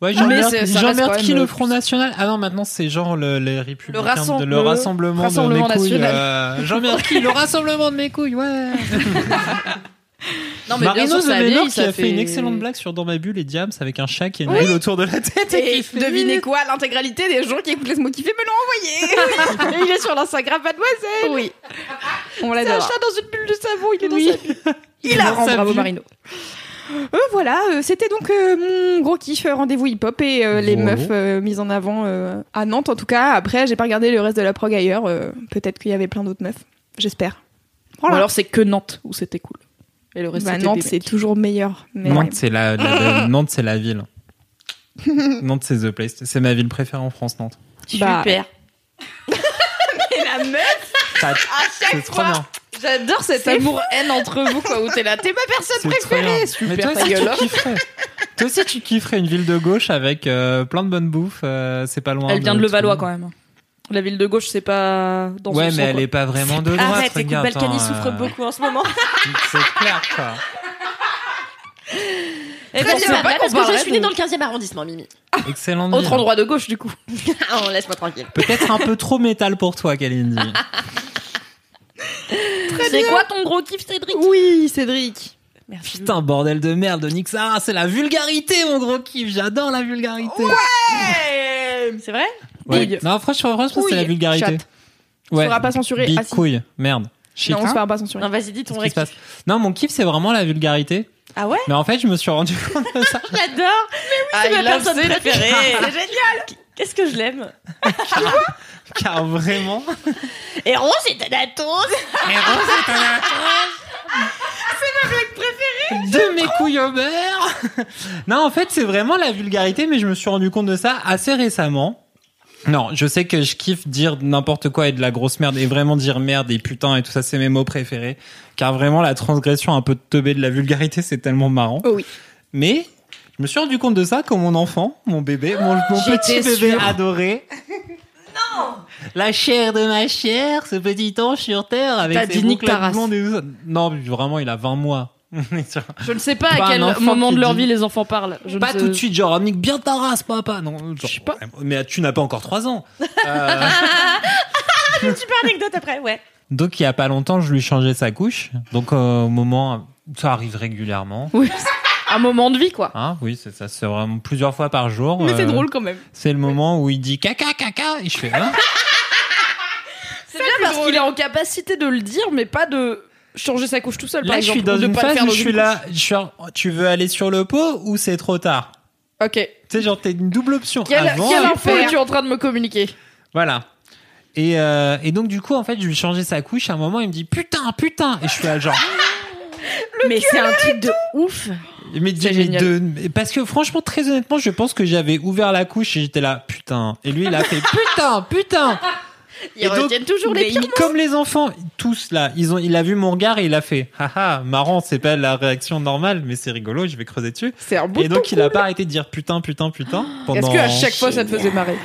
[SPEAKER 4] Ouais,
[SPEAKER 2] Mais
[SPEAKER 4] j'emmerde
[SPEAKER 2] c'est- ça reste
[SPEAKER 4] j'emmerde
[SPEAKER 2] quand
[SPEAKER 4] qui
[SPEAKER 2] même,
[SPEAKER 4] le
[SPEAKER 2] euh,
[SPEAKER 4] Front National Ah non, maintenant c'est genre le, les républicains,
[SPEAKER 2] Le rassemble-
[SPEAKER 4] de- le rassemblement,
[SPEAKER 2] Rassemblement
[SPEAKER 4] de mes couilles.
[SPEAKER 2] national.
[SPEAKER 4] euh, j'emmerde qui Le rassemblement de mes couilles, ouais.
[SPEAKER 2] *laughs* Non
[SPEAKER 4] Marino
[SPEAKER 2] ça
[SPEAKER 4] Zemenour
[SPEAKER 2] vieillit,
[SPEAKER 4] qui
[SPEAKER 2] ça
[SPEAKER 4] a fait une excellente blague sur Dans ma bulle et Diams avec un chat qui a une bulle autour de la tête.
[SPEAKER 3] Et
[SPEAKER 4] qui fait-
[SPEAKER 3] devinez quoi L'intégralité des gens qui écoutent Laisse-moi kiffer me l'ont
[SPEAKER 2] *laughs*
[SPEAKER 3] envoyé Et Il est sur l'Instagram Mademoiselle
[SPEAKER 2] Oui.
[SPEAKER 3] On
[SPEAKER 2] C'est un
[SPEAKER 3] l'adore.
[SPEAKER 2] chat dans une bulle de savon, il est
[SPEAKER 3] Oui.
[SPEAKER 2] dans sa bulle. Il a
[SPEAKER 4] sa
[SPEAKER 2] bravo
[SPEAKER 4] bulle.
[SPEAKER 2] Marino.
[SPEAKER 3] Euh, voilà, euh, c'était donc euh, mon gros kiff euh, rendez-vous hip-hop et euh, les
[SPEAKER 4] Voilà.
[SPEAKER 3] meufs euh, mises en avant euh, à Nantes en tout cas. Après, j'ai pas regardé le reste de la prog ailleurs. euh, Peut-être qu'il y avait plein d'autres meufs. J'espère.
[SPEAKER 2] Ou
[SPEAKER 3] Voilà.
[SPEAKER 2] alors c'est que Nantes où c'était cool.
[SPEAKER 6] Et le reste,
[SPEAKER 3] Bah,
[SPEAKER 6] c'était
[SPEAKER 3] Nantes,
[SPEAKER 6] des
[SPEAKER 3] c'est toujours meilleur. mais-
[SPEAKER 4] Nantes, c'est
[SPEAKER 2] *laughs*
[SPEAKER 4] la, la- Nantes, c'est la ville. Nantes, c'est the place. C'est ma ville préférée en France, Nantes.
[SPEAKER 2] Super.
[SPEAKER 3] Mais la meuf,
[SPEAKER 4] Ça-
[SPEAKER 2] chaque
[SPEAKER 4] C'est trop
[SPEAKER 2] fois.
[SPEAKER 4] bien.
[SPEAKER 2] J'adore cet amour-haine entre vous, quoi, où t'es là, t'es ma
[SPEAKER 4] C'est
[SPEAKER 2] personne
[SPEAKER 4] trop bien.
[SPEAKER 2] préférée,
[SPEAKER 4] Mais toi
[SPEAKER 2] super ta
[SPEAKER 4] aussi,
[SPEAKER 2] gueule.
[SPEAKER 4] tu kifferais. toi aussi, tu kifferais une ville de gauche avec euh, plein de bonnes bouffes. euh, c'est pas loin.
[SPEAKER 2] Elle vient de
[SPEAKER 4] tout.
[SPEAKER 2] Levallois quand même. La ville de gauche, c'est pas dans son
[SPEAKER 4] ouais, mais
[SPEAKER 2] sang,
[SPEAKER 4] elle
[SPEAKER 2] quoi.
[SPEAKER 4] est pas vraiment de droite.
[SPEAKER 7] Arrête, écoute,
[SPEAKER 4] regarde,
[SPEAKER 7] Balkany
[SPEAKER 4] attends,
[SPEAKER 7] souffre
[SPEAKER 4] euh,
[SPEAKER 7] beaucoup en ce moment.
[SPEAKER 2] Ah,
[SPEAKER 4] *laughs* C'est clair, quoi.
[SPEAKER 7] Et
[SPEAKER 2] bien,
[SPEAKER 7] c'est pas
[SPEAKER 2] pas
[SPEAKER 7] vrai,
[SPEAKER 2] qu'on
[SPEAKER 7] parce que je
[SPEAKER 2] parlerait
[SPEAKER 7] suis née
[SPEAKER 2] de-
[SPEAKER 7] dans le 15e arrondissement, Mimi.
[SPEAKER 4] Excellente
[SPEAKER 2] Autre
[SPEAKER 4] ville.
[SPEAKER 2] endroit de gauche, du coup.
[SPEAKER 7] Ah, Laisse-moi tranquille.
[SPEAKER 4] Peut-être un peu trop métal pour
[SPEAKER 2] *laughs*
[SPEAKER 4] toi, Kalindi.
[SPEAKER 2] C'est quoi ton gros kiff, Cédric
[SPEAKER 7] Oui, Cédric.
[SPEAKER 4] Putain, bordel de merde, Nick Sarah, c'est la vulgarité, mon gros kiff. J'adore la vulgarité.
[SPEAKER 7] Euh, C'est vrai
[SPEAKER 4] Ouais.
[SPEAKER 3] Big.
[SPEAKER 4] Non, franchement, franchement, c'est la
[SPEAKER 3] Couille,
[SPEAKER 4] vulgarité.
[SPEAKER 3] chatte. On sera pas censuré.
[SPEAKER 4] Big
[SPEAKER 3] Ah, si.
[SPEAKER 4] couille, merde. Shit.
[SPEAKER 3] Non, on se fera pas censurer.
[SPEAKER 2] Ah,
[SPEAKER 7] Non,
[SPEAKER 2] bah,
[SPEAKER 7] vas-y, dis ton
[SPEAKER 4] Qu'est-ce qui se passe
[SPEAKER 7] récit.
[SPEAKER 4] Non, mon kiff, c'est vraiment la vulgarité.
[SPEAKER 7] Ah ouais
[SPEAKER 4] Mais en fait, je me suis rendu compte de ça.
[SPEAKER 7] J'adore.
[SPEAKER 2] Ah,
[SPEAKER 7] C'est ma
[SPEAKER 2] il a
[SPEAKER 7] personne
[SPEAKER 2] fait-
[SPEAKER 7] préférée. C'est génial. Ah. Qu'est-ce que je l'aime
[SPEAKER 4] Car vraiment.
[SPEAKER 7] Et Ron, c'est Thanatos.
[SPEAKER 4] de mes couilles au beurre. non, en fait, c'est vraiment la vulgarité, mais je me suis rendu compte de ça assez récemment. Non, je sais que je kiffe dire n'importe quoi et de la grosse merde et vraiment dire merde et putain et tout ça, c'est mes mots préférés. Car vraiment, la transgression un peu teubée de la vulgarité, c'est tellement marrant.
[SPEAKER 3] Oh oui.
[SPEAKER 4] Mais je me suis rendu compte de ça quand mon enfant, mon bébé, mon, mon petit
[SPEAKER 2] J'étais
[SPEAKER 4] bébé
[SPEAKER 2] sûre.
[SPEAKER 4] adoré. non La chair de ma chair, ce petit ange sur terre avec
[SPEAKER 2] T'as
[SPEAKER 4] ses
[SPEAKER 2] dit Nick
[SPEAKER 4] boucles
[SPEAKER 2] Taras.
[SPEAKER 4] blondes et tout ça. Non, mais vraiment, il a 20 mois. *laughs*
[SPEAKER 2] Je ne sais pas
[SPEAKER 4] Pas
[SPEAKER 2] à
[SPEAKER 4] un
[SPEAKER 2] quel
[SPEAKER 4] enfant
[SPEAKER 2] moment
[SPEAKER 4] qui
[SPEAKER 2] de leur
[SPEAKER 4] dit.
[SPEAKER 2] vie les enfants parlent. Je ne
[SPEAKER 4] pas
[SPEAKER 2] sais-
[SPEAKER 4] tout de suite, genre, nique bien ta race, papa. Non, genre,
[SPEAKER 2] Je sais pas.
[SPEAKER 4] Mais tu n'as pas encore 3
[SPEAKER 2] *laughs*
[SPEAKER 4] ans. Euh,
[SPEAKER 7] Super anecdote après, ouais.
[SPEAKER 4] donc, il y a pas longtemps, je lui changeais sa couche. Donc, euh, au moment, ça arrive régulièrement.
[SPEAKER 2] Oui. Un moment de vie, quoi.
[SPEAKER 4] Hein, oui, c'est ça, c'est vraiment plusieurs fois par jour.
[SPEAKER 3] Mais c'est
[SPEAKER 4] Euh,
[SPEAKER 3] drôle quand même.
[SPEAKER 4] C'est le moment où il dit caca, caca. Et je fais, hein
[SPEAKER 2] C'est bien parce qu'il est en capacité de le dire, mais pas de changer sa couche tout seul, par
[SPEAKER 4] Là, je
[SPEAKER 2] exemple.
[SPEAKER 4] suis dans
[SPEAKER 2] ou de
[SPEAKER 4] une
[SPEAKER 2] pas le
[SPEAKER 4] phase
[SPEAKER 2] faire
[SPEAKER 4] où
[SPEAKER 2] dans
[SPEAKER 4] je
[SPEAKER 2] une
[SPEAKER 4] suis
[SPEAKER 2] couche.
[SPEAKER 4] là, je suis en- tu veux aller sur le pot ou c'est trop tard?
[SPEAKER 2] Ok.
[SPEAKER 4] Tu sais, genre, t'es une double option.
[SPEAKER 2] Quelle,
[SPEAKER 4] Avant,
[SPEAKER 2] quelle info
[SPEAKER 4] après.
[SPEAKER 2] es-tu en train de me communiquer
[SPEAKER 4] Voilà. Et, euh, et donc, du coup, en fait, je lui changeais sa couche. À un moment, il me dit putain, putain. Et je suis
[SPEAKER 2] *laughs*
[SPEAKER 4] là, genre,
[SPEAKER 7] Mais c'est un truc de ouf.
[SPEAKER 4] Mais, mais
[SPEAKER 2] génial.
[SPEAKER 4] de- mais parce que franchement, très honnêtement, je pense que j'avais ouvert la couche et j'étais là, putain. Et lui, il a fait putain, putain.
[SPEAKER 2] Ils
[SPEAKER 4] Et donc,
[SPEAKER 2] retiennent toujours les
[SPEAKER 4] mais
[SPEAKER 2] pires.
[SPEAKER 4] il- Comme les enfants, tous là, ils ont, il a vu mon regard et il a fait, haha, marrant, c'est pas la réaction normale, mais c'est rigolo, je vais creuser dessus.
[SPEAKER 2] C'est un bout
[SPEAKER 4] et
[SPEAKER 2] de
[SPEAKER 4] donc, il a pas arrêté de dire putain, putain, putain.
[SPEAKER 2] Est-ce
[SPEAKER 4] Pendant...
[SPEAKER 2] que à chaque fois ça te faisait marrer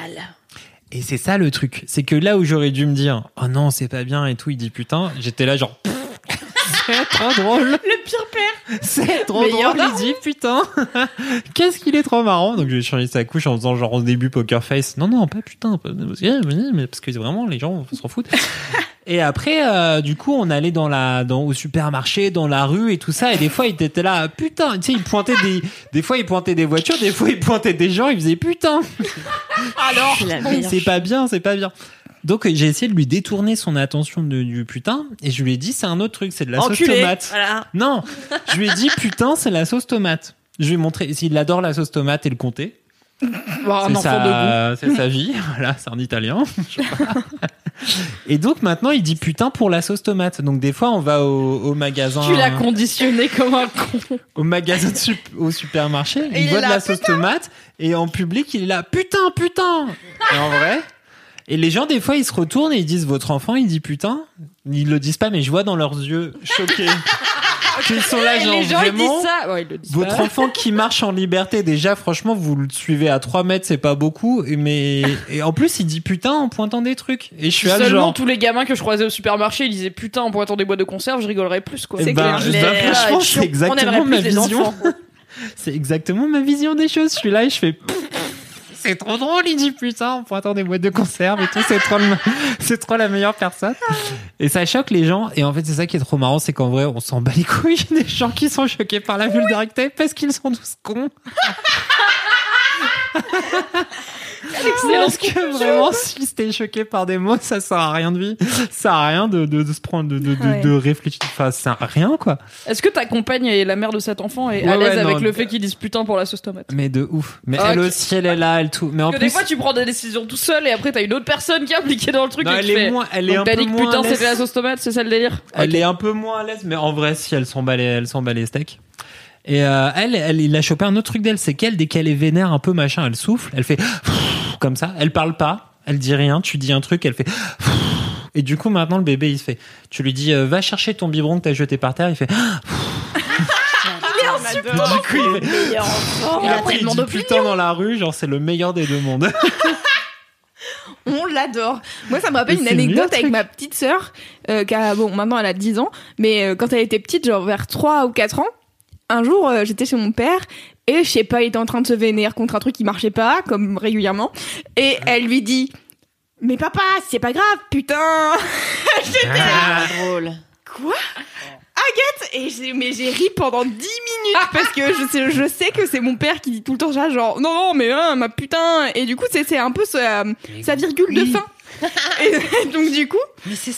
[SPEAKER 4] Et c'est ça le truc, c'est que là où j'aurais dû me dire, oh non, c'est pas bien et tout, il dit putain, j'étais là genre, Pff, c'est trop drôle,
[SPEAKER 7] Le pire père.
[SPEAKER 4] c'est trop
[SPEAKER 2] Meilleur
[SPEAKER 4] drôle, il dit putain, *laughs* qu'est-ce qu'il est trop marrant. Donc j'ai changé sa couche en faisant genre au début poker face, non non pas putain, pas- parce que, eh, mais parce que vraiment les gens s'en
[SPEAKER 7] *laughs*
[SPEAKER 4] foutent. Et après, euh, du coup, on allait dans la, dans, au supermarché, dans la rue et tout ça. Et des fois, il était là, putain. Tu sais, il pointait des, des fois, il pointait des voitures, des fois, il pointait des gens. Il faisait putain. Alors,
[SPEAKER 7] C'est la
[SPEAKER 4] bon,
[SPEAKER 7] meilleure
[SPEAKER 4] c'est pas bien, c'est pas bien. Donc, euh, j'ai essayé de lui détourner son attention de- du putain. Et je lui ai dit, c'est un autre truc, c'est de la sauce
[SPEAKER 7] Enculé.
[SPEAKER 4] tomate.
[SPEAKER 7] Voilà.
[SPEAKER 4] Non, je lui ai dit, putain, c'est la sauce tomate. Je lui ai montré, s'il adore la sauce tomate et le comté
[SPEAKER 2] Un
[SPEAKER 4] c'est
[SPEAKER 2] enfant
[SPEAKER 4] sa-
[SPEAKER 2] de goût.
[SPEAKER 4] C'est sa vie, *laughs* voilà, c'est
[SPEAKER 2] *laughs*
[SPEAKER 4] un Italien. je sais pas. et donc maintenant, il dit putain pour la sauce tomate. Donc des fois, on va au, au magasin,
[SPEAKER 2] Tu l'as conditionné comme un con.
[SPEAKER 4] au magasin de sup- au supermarché, il,
[SPEAKER 2] il est
[SPEAKER 4] voit de
[SPEAKER 2] là,
[SPEAKER 4] la sauce tomate et en public, il est là putain, putain. Et en vrai. Et les gens, des fois, ils se retournent et ils disent Votre enfant, il dit putain. Ils le disent pas, mais je vois dans leurs yeux choqués
[SPEAKER 2] *laughs*
[SPEAKER 4] qu'ils sont là,
[SPEAKER 2] Et
[SPEAKER 4] genre,
[SPEAKER 2] Eh, les gens ils
[SPEAKER 4] vraiment,
[SPEAKER 2] disent ça. Ouais, ils le disent
[SPEAKER 4] votre
[SPEAKER 2] pas.
[SPEAKER 4] enfant qui marche en liberté, déjà, franchement, vous le suivez à 3 mètres, c'est pas beaucoup. et Mais et en plus, il dit putain en pointant des trucs. Et je suis là,
[SPEAKER 2] Seulement
[SPEAKER 4] genre.
[SPEAKER 2] tous les gamins que je croisais au supermarché, ils disaient putain, en pointant des boîtes de conserve, je rigolerais plus quoi.
[SPEAKER 4] eh ben,
[SPEAKER 2] Je
[SPEAKER 4] ben,
[SPEAKER 2] l'ai-
[SPEAKER 4] franchement,
[SPEAKER 2] Ah,
[SPEAKER 4] c'est
[SPEAKER 2] on
[SPEAKER 4] exactement
[SPEAKER 2] aimerait
[SPEAKER 4] ma
[SPEAKER 2] plus les
[SPEAKER 4] vision.
[SPEAKER 2] enfants.
[SPEAKER 4] *laughs* c'est exactement ma vision des choses. Je suis là et je fais. C'est trop drôle, il dit putain en pointant des boîtes de conserve et tout. C'est trop, le- *laughs* c'est trop la meilleure personne. Et ça choque les gens. Et en fait, c'est ça qui est trop marrant, c'est qu'en vrai, on s'en bat les *laughs* couilles des gens qui sont choqués par la vulgarité parce qu'ils sont tous cons. Parce que vraiment, si t'es choqué par des mots, ça sert à rien de vie. Ça sert à rien de, de, de se prendre, de, de, de-
[SPEAKER 2] Ouais.
[SPEAKER 4] de réfléchir. Enfin, ça sert à rien, quoi.
[SPEAKER 2] euh, Est-ce que ta compagne et la mère de cet enfant est
[SPEAKER 4] Ouais,
[SPEAKER 2] à l'aise
[SPEAKER 4] ouais,
[SPEAKER 2] avec
[SPEAKER 4] non,
[SPEAKER 2] le
[SPEAKER 4] mais-
[SPEAKER 2] fait qu'ils disent putain pour la sauce tomate
[SPEAKER 4] Mais de ouf. Mais
[SPEAKER 2] Ok.
[SPEAKER 4] elle aussi, elle est là, elle tout. Mais en
[SPEAKER 2] Oh, Parce que
[SPEAKER 4] plus.
[SPEAKER 2] des fois tu prends des décisions tout seul et après t'as une autre personne qui est impliquée dans le truc
[SPEAKER 4] Non,
[SPEAKER 2] et
[SPEAKER 4] elle
[SPEAKER 2] qui
[SPEAKER 4] est
[SPEAKER 2] fait-
[SPEAKER 4] moins- elle est
[SPEAKER 2] Donc
[SPEAKER 4] un
[SPEAKER 2] t'as
[SPEAKER 4] peu
[SPEAKER 2] dit que
[SPEAKER 4] moins à
[SPEAKER 2] putain
[SPEAKER 4] l'aise.
[SPEAKER 2] c'était la sauce tomate c'est ça le délire
[SPEAKER 4] Elle est un peu moins à l'aise, mais en vrai, si elle s'en bat les, elle s'en bat les steaks. Et euh, elle, elle, il a chopé un autre truc d'elle, c'est qu'elle, dès qu'elle est vénère un peu machin, elle souffle, elle fait *laughs* comme ça, elle parle pas, elle dit rien, tu dis un truc, elle fait *laughs* et du coup maintenant le bébé il se fait, tu lui dis euh, va chercher ton biberon que t'as jeté par terre,
[SPEAKER 2] *laughs*
[SPEAKER 4] il fait *laughs* du coup il fait et après il dit putain dans la rue, genre c'est le meilleur des deux mondes.
[SPEAKER 3] *laughs* On l'adore. Moi, ça me rappelle
[SPEAKER 4] Mais
[SPEAKER 3] une
[SPEAKER 4] c'est nul,
[SPEAKER 3] anecdote
[SPEAKER 4] le
[SPEAKER 3] avec ma petite sœur, euh, qui a, bon, maintenant elle a 10 ans, mais euh, quand elle était petite, genre vers 3 ou 4 ans, un jour, euh, j'étais chez mon père, et je sais pas, il était en train de se vénérer contre un truc qui marchait pas, comme régulièrement, et elle lui dit, mais papa, c'est pas grave, putain! j'étais
[SPEAKER 4] Ah,
[SPEAKER 3] là,
[SPEAKER 7] drôle.
[SPEAKER 3] quoi? Agathe! Et j'ai, mais j'ai ri pendant 10 minutes parce que je sais, je sais que c'est mon père qui dit tout le temps ça, genre, non, non, mais hein, ma putain! Et du coup, c'est, c'est un peu sa, sa virgule de fin. Et *laughs* donc du coup,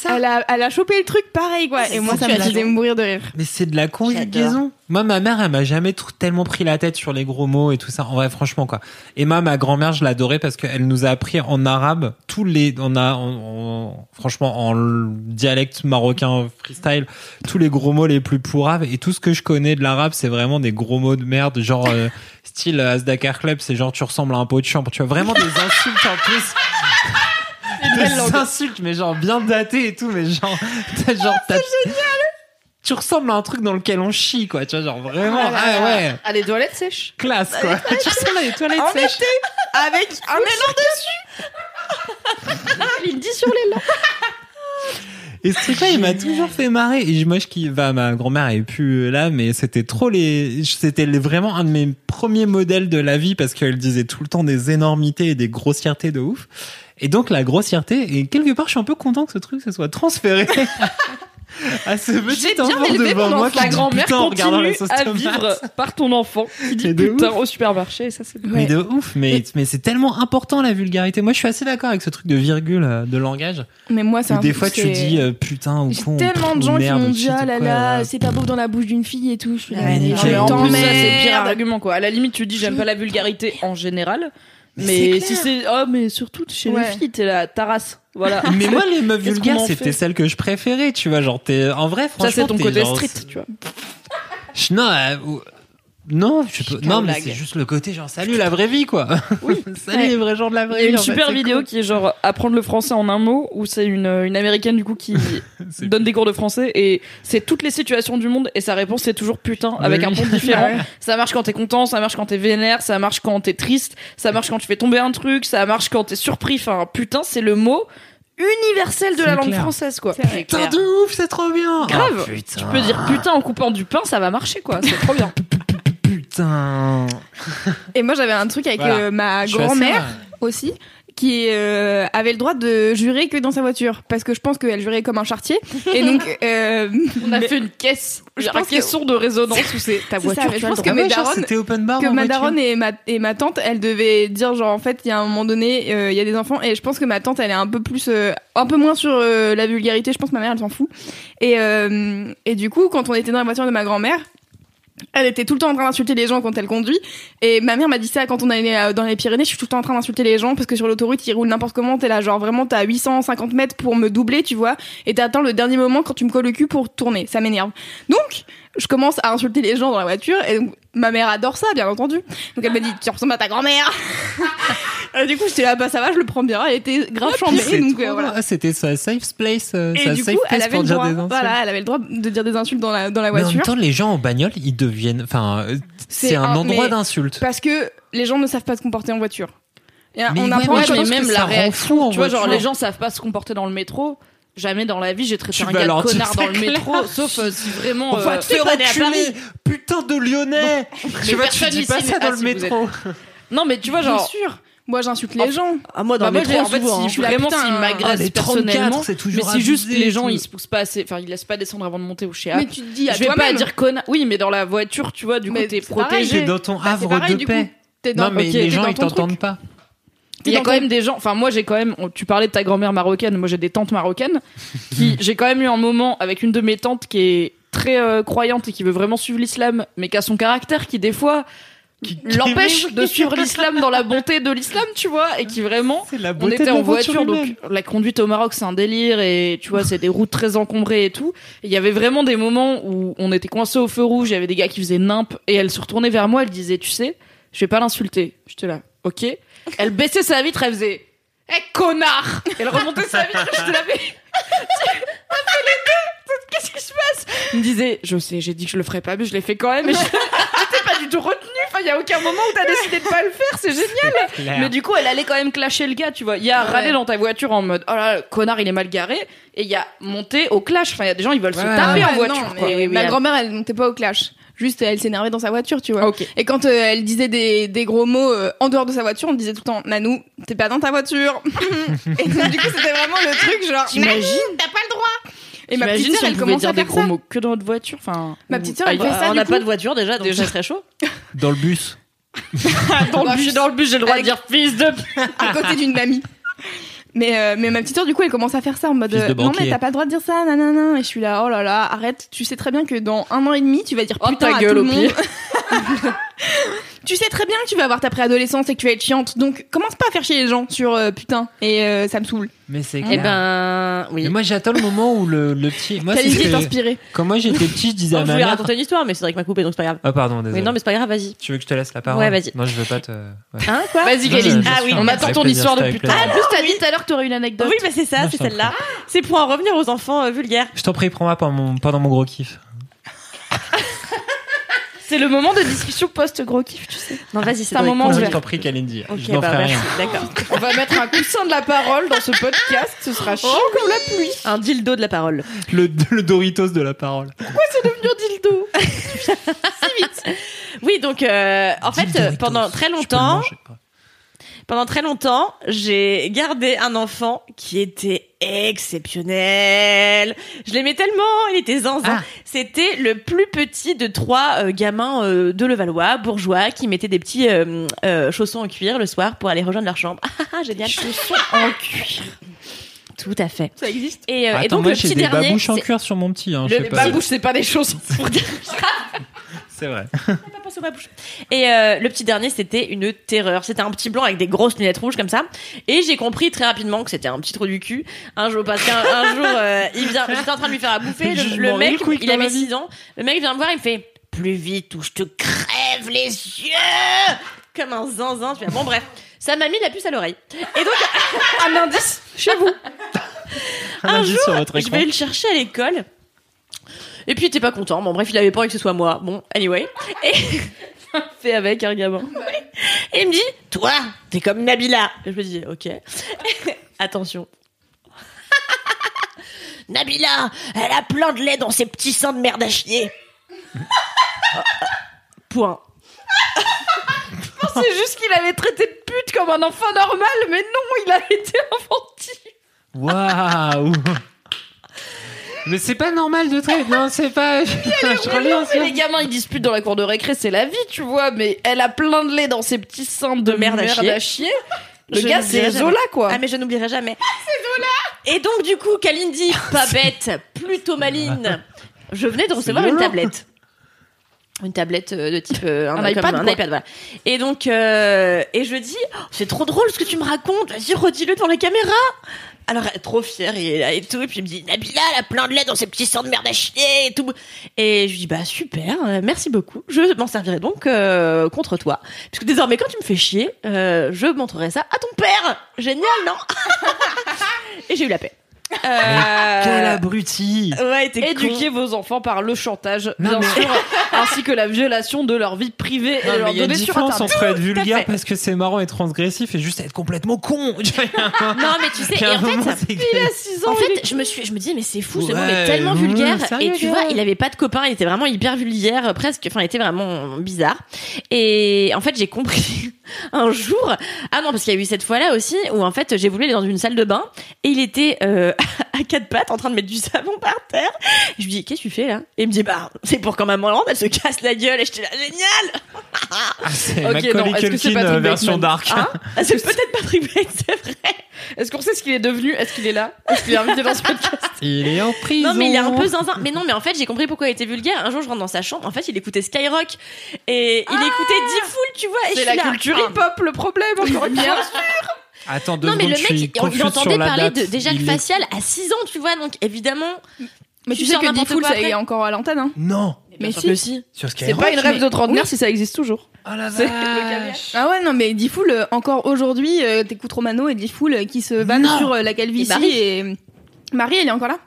[SPEAKER 3] Elle, a, elle a chopé le truc pareil quoi. Et moi ça me faisait mourir de rire.
[SPEAKER 4] Mais c'est de la conjugaison. Moi, ma mère, elle m'a jamais tr- tellement pris la tête sur les gros mots et tout ça. En vrai, franchement, quoi. Et moi, ma grand-mère, je l'adorais parce qu'elle nous a appris en arabe tous les, on a, on- on- franchement, en l- dialecte marocain freestyle, tous les gros mots les plus pourraves. Et tout ce que je connais de l'arabe, c'est vraiment des gros mots de merde, genre, euh, style euh, Asdakar Club, c'est genre, tu ressembles à un pot de chambre. Tu vois, vraiment des insultes en plus. Des insultes, mais genre bien datées et tout, mais genre, *laughs* t'as- genre, t'as- tu ressembles à un truc dans lequel on chie, quoi. Tu vois, genre vraiment,
[SPEAKER 2] Oh
[SPEAKER 4] ah, ouais,
[SPEAKER 2] À des toilettes sèches
[SPEAKER 4] classe, quoi. *laughs* tu ressembles à des toilettes
[SPEAKER 2] En
[SPEAKER 4] sèches.
[SPEAKER 2] été,
[SPEAKER 3] avec un élan
[SPEAKER 2] dessus Il dit sur les lèvres
[SPEAKER 4] Et ce truc-là, il m'a toujours fait marrer. Et moi, je qui, va, ma grand-mère elle est plus euh, là, mais c'était trop les, c'était les- vraiment un de mes premiers modèles de la vie parce qu'elle disait tout le temps des énormités et des grossièretés de ouf. Et donc, la grossièreté, et quelque part, je suis un peu content que ce truc se soit transféré. *laughs* à ce
[SPEAKER 2] J'ai
[SPEAKER 4] petit
[SPEAKER 2] bien
[SPEAKER 4] enfant
[SPEAKER 2] élevé
[SPEAKER 4] devant
[SPEAKER 2] mon
[SPEAKER 4] moi
[SPEAKER 2] enfant.
[SPEAKER 4] qui
[SPEAKER 2] Ta
[SPEAKER 4] dit,
[SPEAKER 2] grand-mère
[SPEAKER 4] putain, en regardant la
[SPEAKER 2] continue
[SPEAKER 4] sauce
[SPEAKER 2] à
[SPEAKER 4] tomate.
[SPEAKER 2] vivre par ton enfant qui dit
[SPEAKER 4] Mais de
[SPEAKER 2] putain au supermarché et ça c'est
[SPEAKER 4] Mais de ouf, mais, mais c'est tellement important la vulgarité. Moi, je suis assez d'accord avec ce truc de virgule euh, de langage.
[SPEAKER 3] Mais moi c'est
[SPEAKER 4] Où
[SPEAKER 3] un
[SPEAKER 4] des
[SPEAKER 3] truc,
[SPEAKER 4] fois, tu
[SPEAKER 3] c'est-
[SPEAKER 4] dis euh, putain ou
[SPEAKER 3] J'ai
[SPEAKER 4] con.
[SPEAKER 3] tellement de
[SPEAKER 4] ou
[SPEAKER 3] gens qui
[SPEAKER 4] merde,
[SPEAKER 3] m'ont
[SPEAKER 4] ou
[SPEAKER 3] dit
[SPEAKER 4] shit,
[SPEAKER 3] ah
[SPEAKER 4] ou
[SPEAKER 3] là
[SPEAKER 4] quoi,
[SPEAKER 3] là,
[SPEAKER 4] là.
[SPEAKER 3] c'est pas beau dans la bouche d'une fille et tout. Je suis là,
[SPEAKER 4] Ouais,
[SPEAKER 3] Ah, mais
[SPEAKER 4] nickel.
[SPEAKER 3] je
[SPEAKER 4] Mais en
[SPEAKER 2] En plus, ça, c'est le
[SPEAKER 3] t'emmerde.
[SPEAKER 2] pire argument, quoi. À la limite, tu dis, j'aime pas la vulgarité en général. Mais si c'est. Oh, mais surtout chez
[SPEAKER 3] Ouais.
[SPEAKER 2] les filles, t'es la tarasse. Voilà.
[SPEAKER 4] Mais moi, les meufs
[SPEAKER 2] *laughs* Qu'est-ce qu'on
[SPEAKER 4] vulgaires,
[SPEAKER 2] en fait
[SPEAKER 4] c'était celles que je préférais, tu vois. Genre, t'es en vrai, franchement.
[SPEAKER 2] Ça, c'est ton
[SPEAKER 4] t'es
[SPEAKER 2] côté
[SPEAKER 4] genre-
[SPEAKER 2] street, tu vois.
[SPEAKER 4] Je- Non, euh, ou- non, je peux- non, mais
[SPEAKER 2] blague.
[SPEAKER 4] c'est juste le côté genre salut la vraie vie, quoi. *laughs* Salut les vrais gens de la
[SPEAKER 2] Il
[SPEAKER 4] vraie
[SPEAKER 2] y
[SPEAKER 4] vie.
[SPEAKER 2] a une
[SPEAKER 4] en fait,
[SPEAKER 2] super
[SPEAKER 4] c'est
[SPEAKER 2] vidéo
[SPEAKER 4] cool.
[SPEAKER 2] qui est genre apprendre le français en un mot, où c'est une, euh, une américaine du coup
[SPEAKER 4] *laughs*
[SPEAKER 2] qui donne des cours de français et c'est toutes les situations du monde et sa réponse c'est toujours putain
[SPEAKER 4] Mais
[SPEAKER 2] avec un
[SPEAKER 4] oui. Ah
[SPEAKER 2] ton différent.
[SPEAKER 4] *laughs* Ouais.
[SPEAKER 2] Ça marche quand t'es content, ça marche quand t'es vénère, ça marche quand t'es triste, ça marche quand tu fais tomber un truc, ça marche quand t'es surpris. Enfin, putain, c'est le mot universel de
[SPEAKER 4] C'est
[SPEAKER 2] la langue
[SPEAKER 4] clair.
[SPEAKER 2] française quoi.
[SPEAKER 4] Putain de ouf, c'est trop bien.
[SPEAKER 2] Grave.
[SPEAKER 4] Ah, putain.
[SPEAKER 2] Tu peux dire putain en coupant du pain, ça va marcher quoi, c'est trop bien.
[SPEAKER 4] putain.
[SPEAKER 3] Et moi j'avais un truc avec
[SPEAKER 4] Voilà.
[SPEAKER 3] euh, ma
[SPEAKER 4] Je suis assez
[SPEAKER 3] grand-mère
[SPEAKER 4] marrant.
[SPEAKER 3] aussi qui euh, avait le droit de jurer que dans sa voiture parce que je pense qu'elle jurait comme un chartier et donc euh,
[SPEAKER 2] On a
[SPEAKER 3] mais-
[SPEAKER 2] fait une caisse,
[SPEAKER 3] Je
[SPEAKER 2] genre
[SPEAKER 3] pense
[SPEAKER 2] un caisson de résonance où c'est ta
[SPEAKER 3] C'est
[SPEAKER 2] voiture.
[SPEAKER 3] ça, mais
[SPEAKER 2] tu
[SPEAKER 3] je
[SPEAKER 2] as le
[SPEAKER 3] pense
[SPEAKER 2] droit.
[SPEAKER 3] que mes
[SPEAKER 4] Ah Ouais, genre,
[SPEAKER 3] darons-
[SPEAKER 4] c'était open bar
[SPEAKER 3] que
[SPEAKER 4] en
[SPEAKER 3] ma
[SPEAKER 4] voiture.
[SPEAKER 3] daronne et ma, et ma tante, elles devaient dire genre en fait il y a un moment donné euh, il y a des enfants et je pense que ma tante elle est un peu plus euh, un peu moins sur euh, la vulgarité, je pense que ma mère elle s'en fout. Et euh, et du coup quand on était dans la voiture de ma grand-mère elle était tout le temps en train d'insulter les gens quand elle conduit. Et ma mère m'a dit ça quand on allait euh, dans les Pyrénées. Je suis tout le temps en train d'insulter les gens parce que sur l'autoroute, ils roulent n'importe comment. T'es là, genre vraiment, t'as 850 mètres pour me doubler, tu vois. Et t'attends le dernier moment quand tu me colles le cul pour tourner. Ça m'énerve. Donc, je commence à insulter les gens dans la voiture. Et donc, ma mère adore ça, bien entendu. Donc, elle m'a dit, tu ressembles à
[SPEAKER 4] *laughs*
[SPEAKER 3] ta grand-mère. Et du coup, j'étais là, bah ça va, je le prends bien. Elle était grave
[SPEAKER 4] Ah, C'est
[SPEAKER 3] chambée. Donc,
[SPEAKER 4] trop
[SPEAKER 3] euh, voilà.
[SPEAKER 4] bien. Ah, C'était sa safe place, euh,
[SPEAKER 3] Et
[SPEAKER 4] sa
[SPEAKER 3] du
[SPEAKER 4] safe
[SPEAKER 3] coup, elle
[SPEAKER 4] place
[SPEAKER 3] avait,
[SPEAKER 4] pour
[SPEAKER 3] le
[SPEAKER 4] dire
[SPEAKER 3] droit,
[SPEAKER 4] des insultes.
[SPEAKER 3] voilà, elle avait le droit de dire des insultes dans la, dans la
[SPEAKER 4] Mais en
[SPEAKER 3] voiture.
[SPEAKER 4] même temps, les gens en bagnole, ils deviennent. Enfin, euh, c'est un endroit
[SPEAKER 3] mais-
[SPEAKER 4] d'insulte.
[SPEAKER 3] Parce que les gens ne savent pas se comporter en voiture. Et
[SPEAKER 4] Mais
[SPEAKER 3] on
[SPEAKER 4] ouais,
[SPEAKER 3] apprend
[SPEAKER 4] moi,
[SPEAKER 3] à
[SPEAKER 4] je
[SPEAKER 2] mais
[SPEAKER 4] pense que
[SPEAKER 2] même
[SPEAKER 4] ça
[SPEAKER 2] la
[SPEAKER 4] rend
[SPEAKER 2] réaction.
[SPEAKER 4] fou en
[SPEAKER 2] tu vois, genre,
[SPEAKER 4] voiture.
[SPEAKER 2] les gens savent pas se comporter dans le métro. Jamais dans la vie, j'ai traité
[SPEAKER 4] Tu
[SPEAKER 2] un
[SPEAKER 4] vas
[SPEAKER 2] gars
[SPEAKER 4] leur
[SPEAKER 2] de
[SPEAKER 4] dire,
[SPEAKER 2] connard dans
[SPEAKER 4] c'est
[SPEAKER 2] le métro,
[SPEAKER 4] clair.
[SPEAKER 2] sauf euh, si vraiment.
[SPEAKER 4] On va
[SPEAKER 2] euh,
[SPEAKER 4] te faire
[SPEAKER 2] on est à
[SPEAKER 4] enculer,
[SPEAKER 2] Paris.
[SPEAKER 4] putain de Lyonnais.
[SPEAKER 2] Mais
[SPEAKER 4] Tu vois, tu
[SPEAKER 2] personne
[SPEAKER 4] dis
[SPEAKER 2] ici
[SPEAKER 4] pas
[SPEAKER 2] n'est-
[SPEAKER 4] ça
[SPEAKER 2] Ah,
[SPEAKER 4] dans le
[SPEAKER 2] si, vous
[SPEAKER 4] métro.
[SPEAKER 2] Non, mais tu vois,
[SPEAKER 3] Bien
[SPEAKER 2] genre.
[SPEAKER 3] sûr. Moi, j'insulte
[SPEAKER 2] Ah,
[SPEAKER 3] les gens.
[SPEAKER 7] Ah, moi, dans
[SPEAKER 2] bah,
[SPEAKER 7] le
[SPEAKER 2] moi, j'ai-
[SPEAKER 7] métro,
[SPEAKER 2] en fait,
[SPEAKER 7] souvent,
[SPEAKER 2] si,
[SPEAKER 7] hein.
[SPEAKER 3] suis là,
[SPEAKER 2] vraiment,
[SPEAKER 3] putain,
[SPEAKER 2] s'ils
[SPEAKER 4] ah,
[SPEAKER 2] m'agressent
[SPEAKER 4] les 34,
[SPEAKER 2] personnellement,
[SPEAKER 4] c'est
[SPEAKER 2] mais
[SPEAKER 4] toujours
[SPEAKER 2] si juste
[SPEAKER 4] abusé
[SPEAKER 2] les
[SPEAKER 4] et
[SPEAKER 2] gens,
[SPEAKER 4] tout.
[SPEAKER 2] ils se poussent pas assez, enfin, ils laissent pas descendre avant de monter au chez
[SPEAKER 3] Mais
[SPEAKER 2] Hap.
[SPEAKER 3] tu te dis à
[SPEAKER 2] Je vais
[SPEAKER 3] toi-même.
[SPEAKER 2] pas dire connard. Oui, mais dans la voiture, tu vois, du coup,
[SPEAKER 3] Mais
[SPEAKER 2] t'es
[SPEAKER 3] c'est pareil,
[SPEAKER 2] protégé.
[SPEAKER 4] T'es dans ton
[SPEAKER 3] Bah, c'est
[SPEAKER 4] havre
[SPEAKER 3] pareil,
[SPEAKER 4] de
[SPEAKER 3] du
[SPEAKER 4] paix.
[SPEAKER 3] coup.
[SPEAKER 2] T'es
[SPEAKER 4] Non,
[SPEAKER 2] dans-
[SPEAKER 4] mais
[SPEAKER 2] ok,
[SPEAKER 4] les
[SPEAKER 2] t'es
[SPEAKER 4] gens,
[SPEAKER 2] dans
[SPEAKER 4] ils
[SPEAKER 2] ton
[SPEAKER 4] t'entendent
[SPEAKER 2] truc.
[SPEAKER 4] pas.
[SPEAKER 2] Il y a quand même des gens. Enfin, moi, j'ai quand même. on- Tu parlais de ta grand-mère marocaine. Moi, j'ai des tantes marocaines. qui J'ai quand même eu un moment avec une de mes tantes qui est très euh, croyante et qui veut vraiment suivre l'islam, mais qui a son caractère qui, des fois, l'empêche
[SPEAKER 6] oui.
[SPEAKER 2] de suivre l'islam dans la bonté de l'islam, tu vois, et qui vraiment.
[SPEAKER 6] la
[SPEAKER 2] On
[SPEAKER 6] beauté de
[SPEAKER 2] était
[SPEAKER 6] la
[SPEAKER 2] en
[SPEAKER 6] voiture
[SPEAKER 2] voiture, donc
[SPEAKER 6] lui-même.
[SPEAKER 2] la conduite au Maroc, c'est un délire, et tu vois, c'est des routes très encombrées et tout. Et Il y avait vraiment des moments où on était coincés au feu rouge, il y avait des gars qui faisaient nimp, et elle se retournait vers moi, elle disait, tu sais, je vais pas l'insulter. J'étais là, ok. Elle baissait sa vitre, elle faisait, hé connard Elle remontait sa vitre, j'étais là, mais. tu- t'as fait les deux Qu'est-ce qui se passe Il me disait, je sais, j'ai dit que je le ferais pas, mais je l'ai fait quand même. Et je- *laughs* j'étais pas du tout retenue. Enfin, il y a aucun moment où t'as décidé de pas le faire, c'est
[SPEAKER 4] C'est
[SPEAKER 2] génial.
[SPEAKER 4] clair.
[SPEAKER 2] Mais du coup, elle allait quand même clasher le gars, tu vois. Il y a râler dans ta voiture en mode, oh là, le connard, il est mal garé. Et il y a monter au clash. Enfin, il y a des gens, ils veulent se taper en
[SPEAKER 3] Ah,
[SPEAKER 2] voiture.
[SPEAKER 3] non,
[SPEAKER 2] quoi.
[SPEAKER 3] mais ma grand-mère, elle montait pas au clash. Juste, elle s'énervait dans sa voiture, tu vois. Et quand euh, elle disait des, des gros mots euh, en dehors de sa voiture, on disait tout le temps Nanou, t'es pas dans ta *laughs* voiture. et donc, du coup, c'était vraiment le truc genre
[SPEAKER 2] T'imagines
[SPEAKER 3] Nanou, t'as pas le droit. Et ma petite
[SPEAKER 2] T'imagines
[SPEAKER 3] sœur,
[SPEAKER 2] si on
[SPEAKER 3] elle
[SPEAKER 2] pouvait
[SPEAKER 3] commence
[SPEAKER 2] dire
[SPEAKER 3] à
[SPEAKER 2] des
[SPEAKER 3] faire
[SPEAKER 2] gros
[SPEAKER 3] ça.
[SPEAKER 2] mots Ah, bah, que dans notre voiture. Enfin,
[SPEAKER 3] Ma petite sœur, elle fait ça.
[SPEAKER 7] bah, on
[SPEAKER 3] du
[SPEAKER 7] n'a
[SPEAKER 3] coup.
[SPEAKER 7] pas de voiture déjà, donc
[SPEAKER 2] Déjà.
[SPEAKER 7] ça serait chaud.
[SPEAKER 4] Dans le bus.
[SPEAKER 2] dans le bus, dans le bus, j'ai le droit
[SPEAKER 3] Avec-
[SPEAKER 2] de dire fils de. *laughs*
[SPEAKER 3] à côté d'une mamie. Mais, euh, mais ma petite soeur, du coup, elle commence à faire ça en mode
[SPEAKER 4] Fils de
[SPEAKER 3] euh, Non, mais
[SPEAKER 4] banquier.
[SPEAKER 3] t'as pas le droit de dire ça, nanana. Et je suis là, oh là là, arrête, tu sais très bien que dans un an et demi, tu vas dire
[SPEAKER 2] Oh,
[SPEAKER 3] putain
[SPEAKER 2] ta
[SPEAKER 3] à
[SPEAKER 2] gueule,
[SPEAKER 3] tout
[SPEAKER 2] au
[SPEAKER 3] le monde.
[SPEAKER 2] pire.
[SPEAKER 3] *laughs* tu sais très bien que tu vas avoir ta préadolescence et que tu vas être chiante, donc commence pas à faire chier les gens sur euh, putain. Et euh, ça me saoule.
[SPEAKER 4] Mais c'est
[SPEAKER 7] Eh
[SPEAKER 4] clair.
[SPEAKER 7] ben, oui.
[SPEAKER 4] Mais moi, j'attends le moment où le, le petit. Moi,
[SPEAKER 3] T'as
[SPEAKER 4] c'est ce
[SPEAKER 3] l'idée
[SPEAKER 4] que-
[SPEAKER 3] est inspirée.
[SPEAKER 4] Quand moi j'étais petit, je disais
[SPEAKER 7] Non,
[SPEAKER 4] à
[SPEAKER 7] je
[SPEAKER 4] ma
[SPEAKER 7] voulais
[SPEAKER 4] mère.
[SPEAKER 7] raconter une histoire, mais c'est vrai que m'a coupé, donc c'est pas grave.
[SPEAKER 4] Ah, pardon, désolé.
[SPEAKER 7] Mais non, mais c'est pas grave, vas-y.
[SPEAKER 4] Tu veux que je te laisse la parole
[SPEAKER 7] Ouais, vas-y.
[SPEAKER 4] Non, je veux pas te. ouais.
[SPEAKER 7] Hein, quoi
[SPEAKER 2] Vas-y,
[SPEAKER 4] Non, mais
[SPEAKER 2] Galine.
[SPEAKER 4] bien
[SPEAKER 7] Ah oui,
[SPEAKER 4] sûr,
[SPEAKER 2] on
[SPEAKER 4] avec
[SPEAKER 2] attend ton
[SPEAKER 4] plaisir,
[SPEAKER 2] histoire de
[SPEAKER 4] avec
[SPEAKER 2] putain.
[SPEAKER 4] plaisir.
[SPEAKER 2] En plus, t'as dit tout à l'heure que t'aurais une anecdote.
[SPEAKER 7] Oui, bah c'est ça,
[SPEAKER 4] Non, je
[SPEAKER 7] c'est
[SPEAKER 4] t'en prie.
[SPEAKER 7] celle-là. C'est pour en revenir aux enfants euh, vulgaires.
[SPEAKER 4] Je t'en prie, prends-moi pendant mon, pendant mon gros kiff.
[SPEAKER 2] C'est le moment de discussion post-gros kiff, tu sais.
[SPEAKER 7] Non, vas-y, c'est
[SPEAKER 2] un
[SPEAKER 7] dans les
[SPEAKER 2] moment
[SPEAKER 7] cours.
[SPEAKER 2] ouvert.
[SPEAKER 4] je t'en prie, Kalindi.
[SPEAKER 7] Ok,
[SPEAKER 4] je n'en
[SPEAKER 7] bah
[SPEAKER 4] ferai
[SPEAKER 7] merci,
[SPEAKER 4] rien.
[SPEAKER 7] d'accord.
[SPEAKER 2] On va mettre un coussin de la parole dans ce podcast, ce
[SPEAKER 3] Oh,
[SPEAKER 2] sera chaud comme la pluie.
[SPEAKER 7] Un dildo de la parole.
[SPEAKER 4] Le, le Doritos de la parole.
[SPEAKER 2] dildo.
[SPEAKER 7] Oui, donc euh, en
[SPEAKER 4] Dis
[SPEAKER 7] fait,
[SPEAKER 4] le
[SPEAKER 7] euh,
[SPEAKER 4] Doritos.
[SPEAKER 7] pendant
[SPEAKER 4] Je
[SPEAKER 7] très
[SPEAKER 4] peux le
[SPEAKER 7] longtemps, euh,
[SPEAKER 4] manger, quoi.
[SPEAKER 7] pendant très longtemps, j'ai gardé un enfant qui était exceptionnel. Je l'aimais tellement, il était zinzin. C'était le plus petit de trois euh, gamins euh, de Levallois, bourgeois, qui mettaient des petits euh, euh, chaussons en cuir le soir pour aller rejoindre leur chambre. *laughs* Ah, ah, ah, génial. Chaussons en cuir. Tout à fait.
[SPEAKER 3] Ça existe.
[SPEAKER 7] Et, euh, et
[SPEAKER 4] Attends,
[SPEAKER 7] donc
[SPEAKER 4] moi
[SPEAKER 7] le
[SPEAKER 4] j'ai
[SPEAKER 7] petit
[SPEAKER 4] des
[SPEAKER 7] dernier,
[SPEAKER 4] babouches en
[SPEAKER 7] c'est-
[SPEAKER 4] cuir sur mon petit. Hein, je sais
[SPEAKER 2] Le
[SPEAKER 4] pas.
[SPEAKER 2] babouche, c'est pas des
[SPEAKER 7] *laughs*
[SPEAKER 2] choses pour dire.
[SPEAKER 4] C'est vrai.
[SPEAKER 7] pas pensé au babouche. Et euh, le petit dernier, c'était une terreur. C'était un petit blanc avec des grosses lunettes rouges comme ça. Et j'ai compris très rapidement que c'était un petit trou du cul. Un jour, parce qu'un un jour, euh, il vient, j'étais en train de lui faire à bouffer. Le, le
[SPEAKER 4] Jugement
[SPEAKER 7] mec,
[SPEAKER 4] real quick
[SPEAKER 7] il
[SPEAKER 4] dans
[SPEAKER 7] avait
[SPEAKER 4] la vie.
[SPEAKER 7] 6 ans. Le mec vient me voir, il me fait plus vite ou je te crève les yeux comme un zinzin. Je fais, bon bref, ça m'a mis la puce à l'oreille. Et donc
[SPEAKER 2] Un indice chez vous.
[SPEAKER 4] Un indice sur votre
[SPEAKER 7] je
[SPEAKER 4] écran.
[SPEAKER 7] vais le chercher à l'école. Et puis il était pas content. Bon bref, il avait pas envie que ce soit moi. Bon, anyway. Et *laughs*
[SPEAKER 2] Fait avec un gamin.
[SPEAKER 7] Et il me dit, toi, t'es comme Nabila. Et je me dis, ok. *laughs* Attention. *laughs* Nabila, elle a plein de lait dans ses petits seins de merde à chier. *laughs* Point.
[SPEAKER 2] C'est juste qu'il avait traité de pute comme un enfant normal, mais non, il a été infantile.
[SPEAKER 4] *laughs* Waouh Mais c'est pas normal de traiter. Non, c'est pas. *laughs* je
[SPEAKER 2] Mais non,
[SPEAKER 4] reviens
[SPEAKER 2] mais les gamins, ils disputent dans la cour de récré, c'est la vie, tu vois. Mais elle a plein de lait dans ses petits seins de merde,
[SPEAKER 7] merde à
[SPEAKER 2] à,
[SPEAKER 7] chier.
[SPEAKER 2] chier. Le
[SPEAKER 7] Je
[SPEAKER 2] gars,
[SPEAKER 7] ne
[SPEAKER 2] c'est
[SPEAKER 7] dirai jamais.
[SPEAKER 2] Zola, quoi.
[SPEAKER 7] Ah, mais je n'oublierai jamais. C'est Zola Et donc, du coup, Kalindi, pas bête, plutôt maline, je venais de recevoir une
[SPEAKER 4] violent.
[SPEAKER 7] tablette. Une tablette euh, de type euh, un,
[SPEAKER 2] Un iPad,
[SPEAKER 7] comme un
[SPEAKER 2] quoi.
[SPEAKER 7] iPad, voilà. Et donc, euh, et je dis, Oh, c'est trop drôle ce que tu me racontes, vas-y, redis-le dans la caméra. Alors, elle est trop fière et, et tout, et puis il me dit, Nabila, elle a plein de lait dans ses petits sangs de merde à chier et tout. Et je lui dis, bah super, euh, merci beaucoup, je m'en servirai donc euh, contre toi. Parce que désormais, quand tu me fais chier, euh, je montrerai ça à ton père. Génial, non *laughs* Et j'ai eu la paix. Euh,
[SPEAKER 4] Quel abruti
[SPEAKER 7] Ouais, t'es
[SPEAKER 2] Éduquez vos enfants par le chantage, bien
[SPEAKER 4] Non, mais-
[SPEAKER 2] sûr, ainsi que la violation de leur vie privée et
[SPEAKER 4] Non,
[SPEAKER 2] de
[SPEAKER 4] mais
[SPEAKER 2] leur
[SPEAKER 4] il y a une
[SPEAKER 2] donner sur
[SPEAKER 4] différence
[SPEAKER 2] Internet.
[SPEAKER 4] entre être vulgaire
[SPEAKER 7] fait.
[SPEAKER 4] parce que c'est marrant et transgressif et juste être complètement con. *laughs*
[SPEAKER 7] con. Non, mais tu sais, et en *laughs* fait,
[SPEAKER 2] Il a 6 ans.
[SPEAKER 7] en
[SPEAKER 2] il
[SPEAKER 7] fait,
[SPEAKER 2] est-
[SPEAKER 7] je me suis, je me dis, mais c'est fou, ce
[SPEAKER 4] Ouais,
[SPEAKER 7] monde est tellement
[SPEAKER 4] mmh,
[SPEAKER 7] vulgaire.
[SPEAKER 4] sérieux,
[SPEAKER 7] Et tu
[SPEAKER 4] gars.
[SPEAKER 7] vois, il avait pas de copain, il était vraiment hyper vulgaire, euh, presque. Enfin, il était vraiment bizarre. Et en fait, j'ai compris *laughs* un jour. Ah non, parce qu'il y a eu cette fois-là aussi où en fait, j'ai voulu aller dans une salle de bain et il était euh, *laughs* à quatre pattes en train de mettre du savon par terre. Je lui dis, qu'est-ce que tu fais là Et il me dit, bah, c'est pour quand maman rentre, elle se casse la gueule. Et j'étais là, génial
[SPEAKER 4] Ah, C'est
[SPEAKER 2] Ok,
[SPEAKER 4] Macaulay
[SPEAKER 2] non, est-ce que c'est
[SPEAKER 4] Culkin,
[SPEAKER 2] Patrick
[SPEAKER 4] euh, version
[SPEAKER 2] Bateman
[SPEAKER 4] dark.
[SPEAKER 2] Hein
[SPEAKER 7] Ah, C'est peut-être Patrick Bates, c'est vrai.
[SPEAKER 2] Est-ce qu'on sait ce qu'il est devenu Est-ce qu'il est là Est-ce qu'il est invité
[SPEAKER 3] Ah,
[SPEAKER 2] dans ce podcast
[SPEAKER 4] *laughs* Il est en prison.
[SPEAKER 7] Non, mais il est un peu zinzin. Mais non, mais en fait, j'ai compris pourquoi il était vulgaire. Un jour, je rentre dans sa chambre. En fait, il écoutait Skyrock. Et il écoutait Diffoul, tu vois. et je
[SPEAKER 2] C'est
[SPEAKER 7] suis
[SPEAKER 2] la
[SPEAKER 7] là,
[SPEAKER 2] culture
[SPEAKER 7] ah,
[SPEAKER 2] hip-hop le problème, encore une fois.
[SPEAKER 4] Attends deux
[SPEAKER 7] Non, mais
[SPEAKER 4] secondes,
[SPEAKER 7] le
[SPEAKER 4] je suis
[SPEAKER 7] mec, on- il
[SPEAKER 4] confus
[SPEAKER 7] entendait
[SPEAKER 4] sur la
[SPEAKER 7] parler
[SPEAKER 4] date.
[SPEAKER 7] de, déjà
[SPEAKER 4] Il est-
[SPEAKER 7] facial à 6 ans, tu vois. Donc, évidemment.
[SPEAKER 3] Mais tu sais
[SPEAKER 7] sors
[SPEAKER 3] que
[SPEAKER 7] n'importe
[SPEAKER 3] Diffoul,
[SPEAKER 7] quoi
[SPEAKER 3] ça
[SPEAKER 7] après.
[SPEAKER 3] est encore à l'antenne, hein.
[SPEAKER 4] Non
[SPEAKER 3] Mais
[SPEAKER 7] sûr
[SPEAKER 3] si.
[SPEAKER 7] que si.
[SPEAKER 4] Sur
[SPEAKER 2] C'est
[SPEAKER 4] Skyrock
[SPEAKER 2] pas une rêve de trentenaire
[SPEAKER 3] Oui.
[SPEAKER 2] si ça existe toujours.
[SPEAKER 4] Oh
[SPEAKER 3] *laughs*
[SPEAKER 4] la
[SPEAKER 2] C'est-
[SPEAKER 4] vache
[SPEAKER 3] Ah ouais, non, mais Diffoul, euh, encore aujourd'hui, euh, t'écoutes Romano et Diffoul euh, qui se vannent
[SPEAKER 4] Non.
[SPEAKER 3] sur euh, la calvitie.
[SPEAKER 7] Et Marie.
[SPEAKER 3] Et Marie, elle est encore là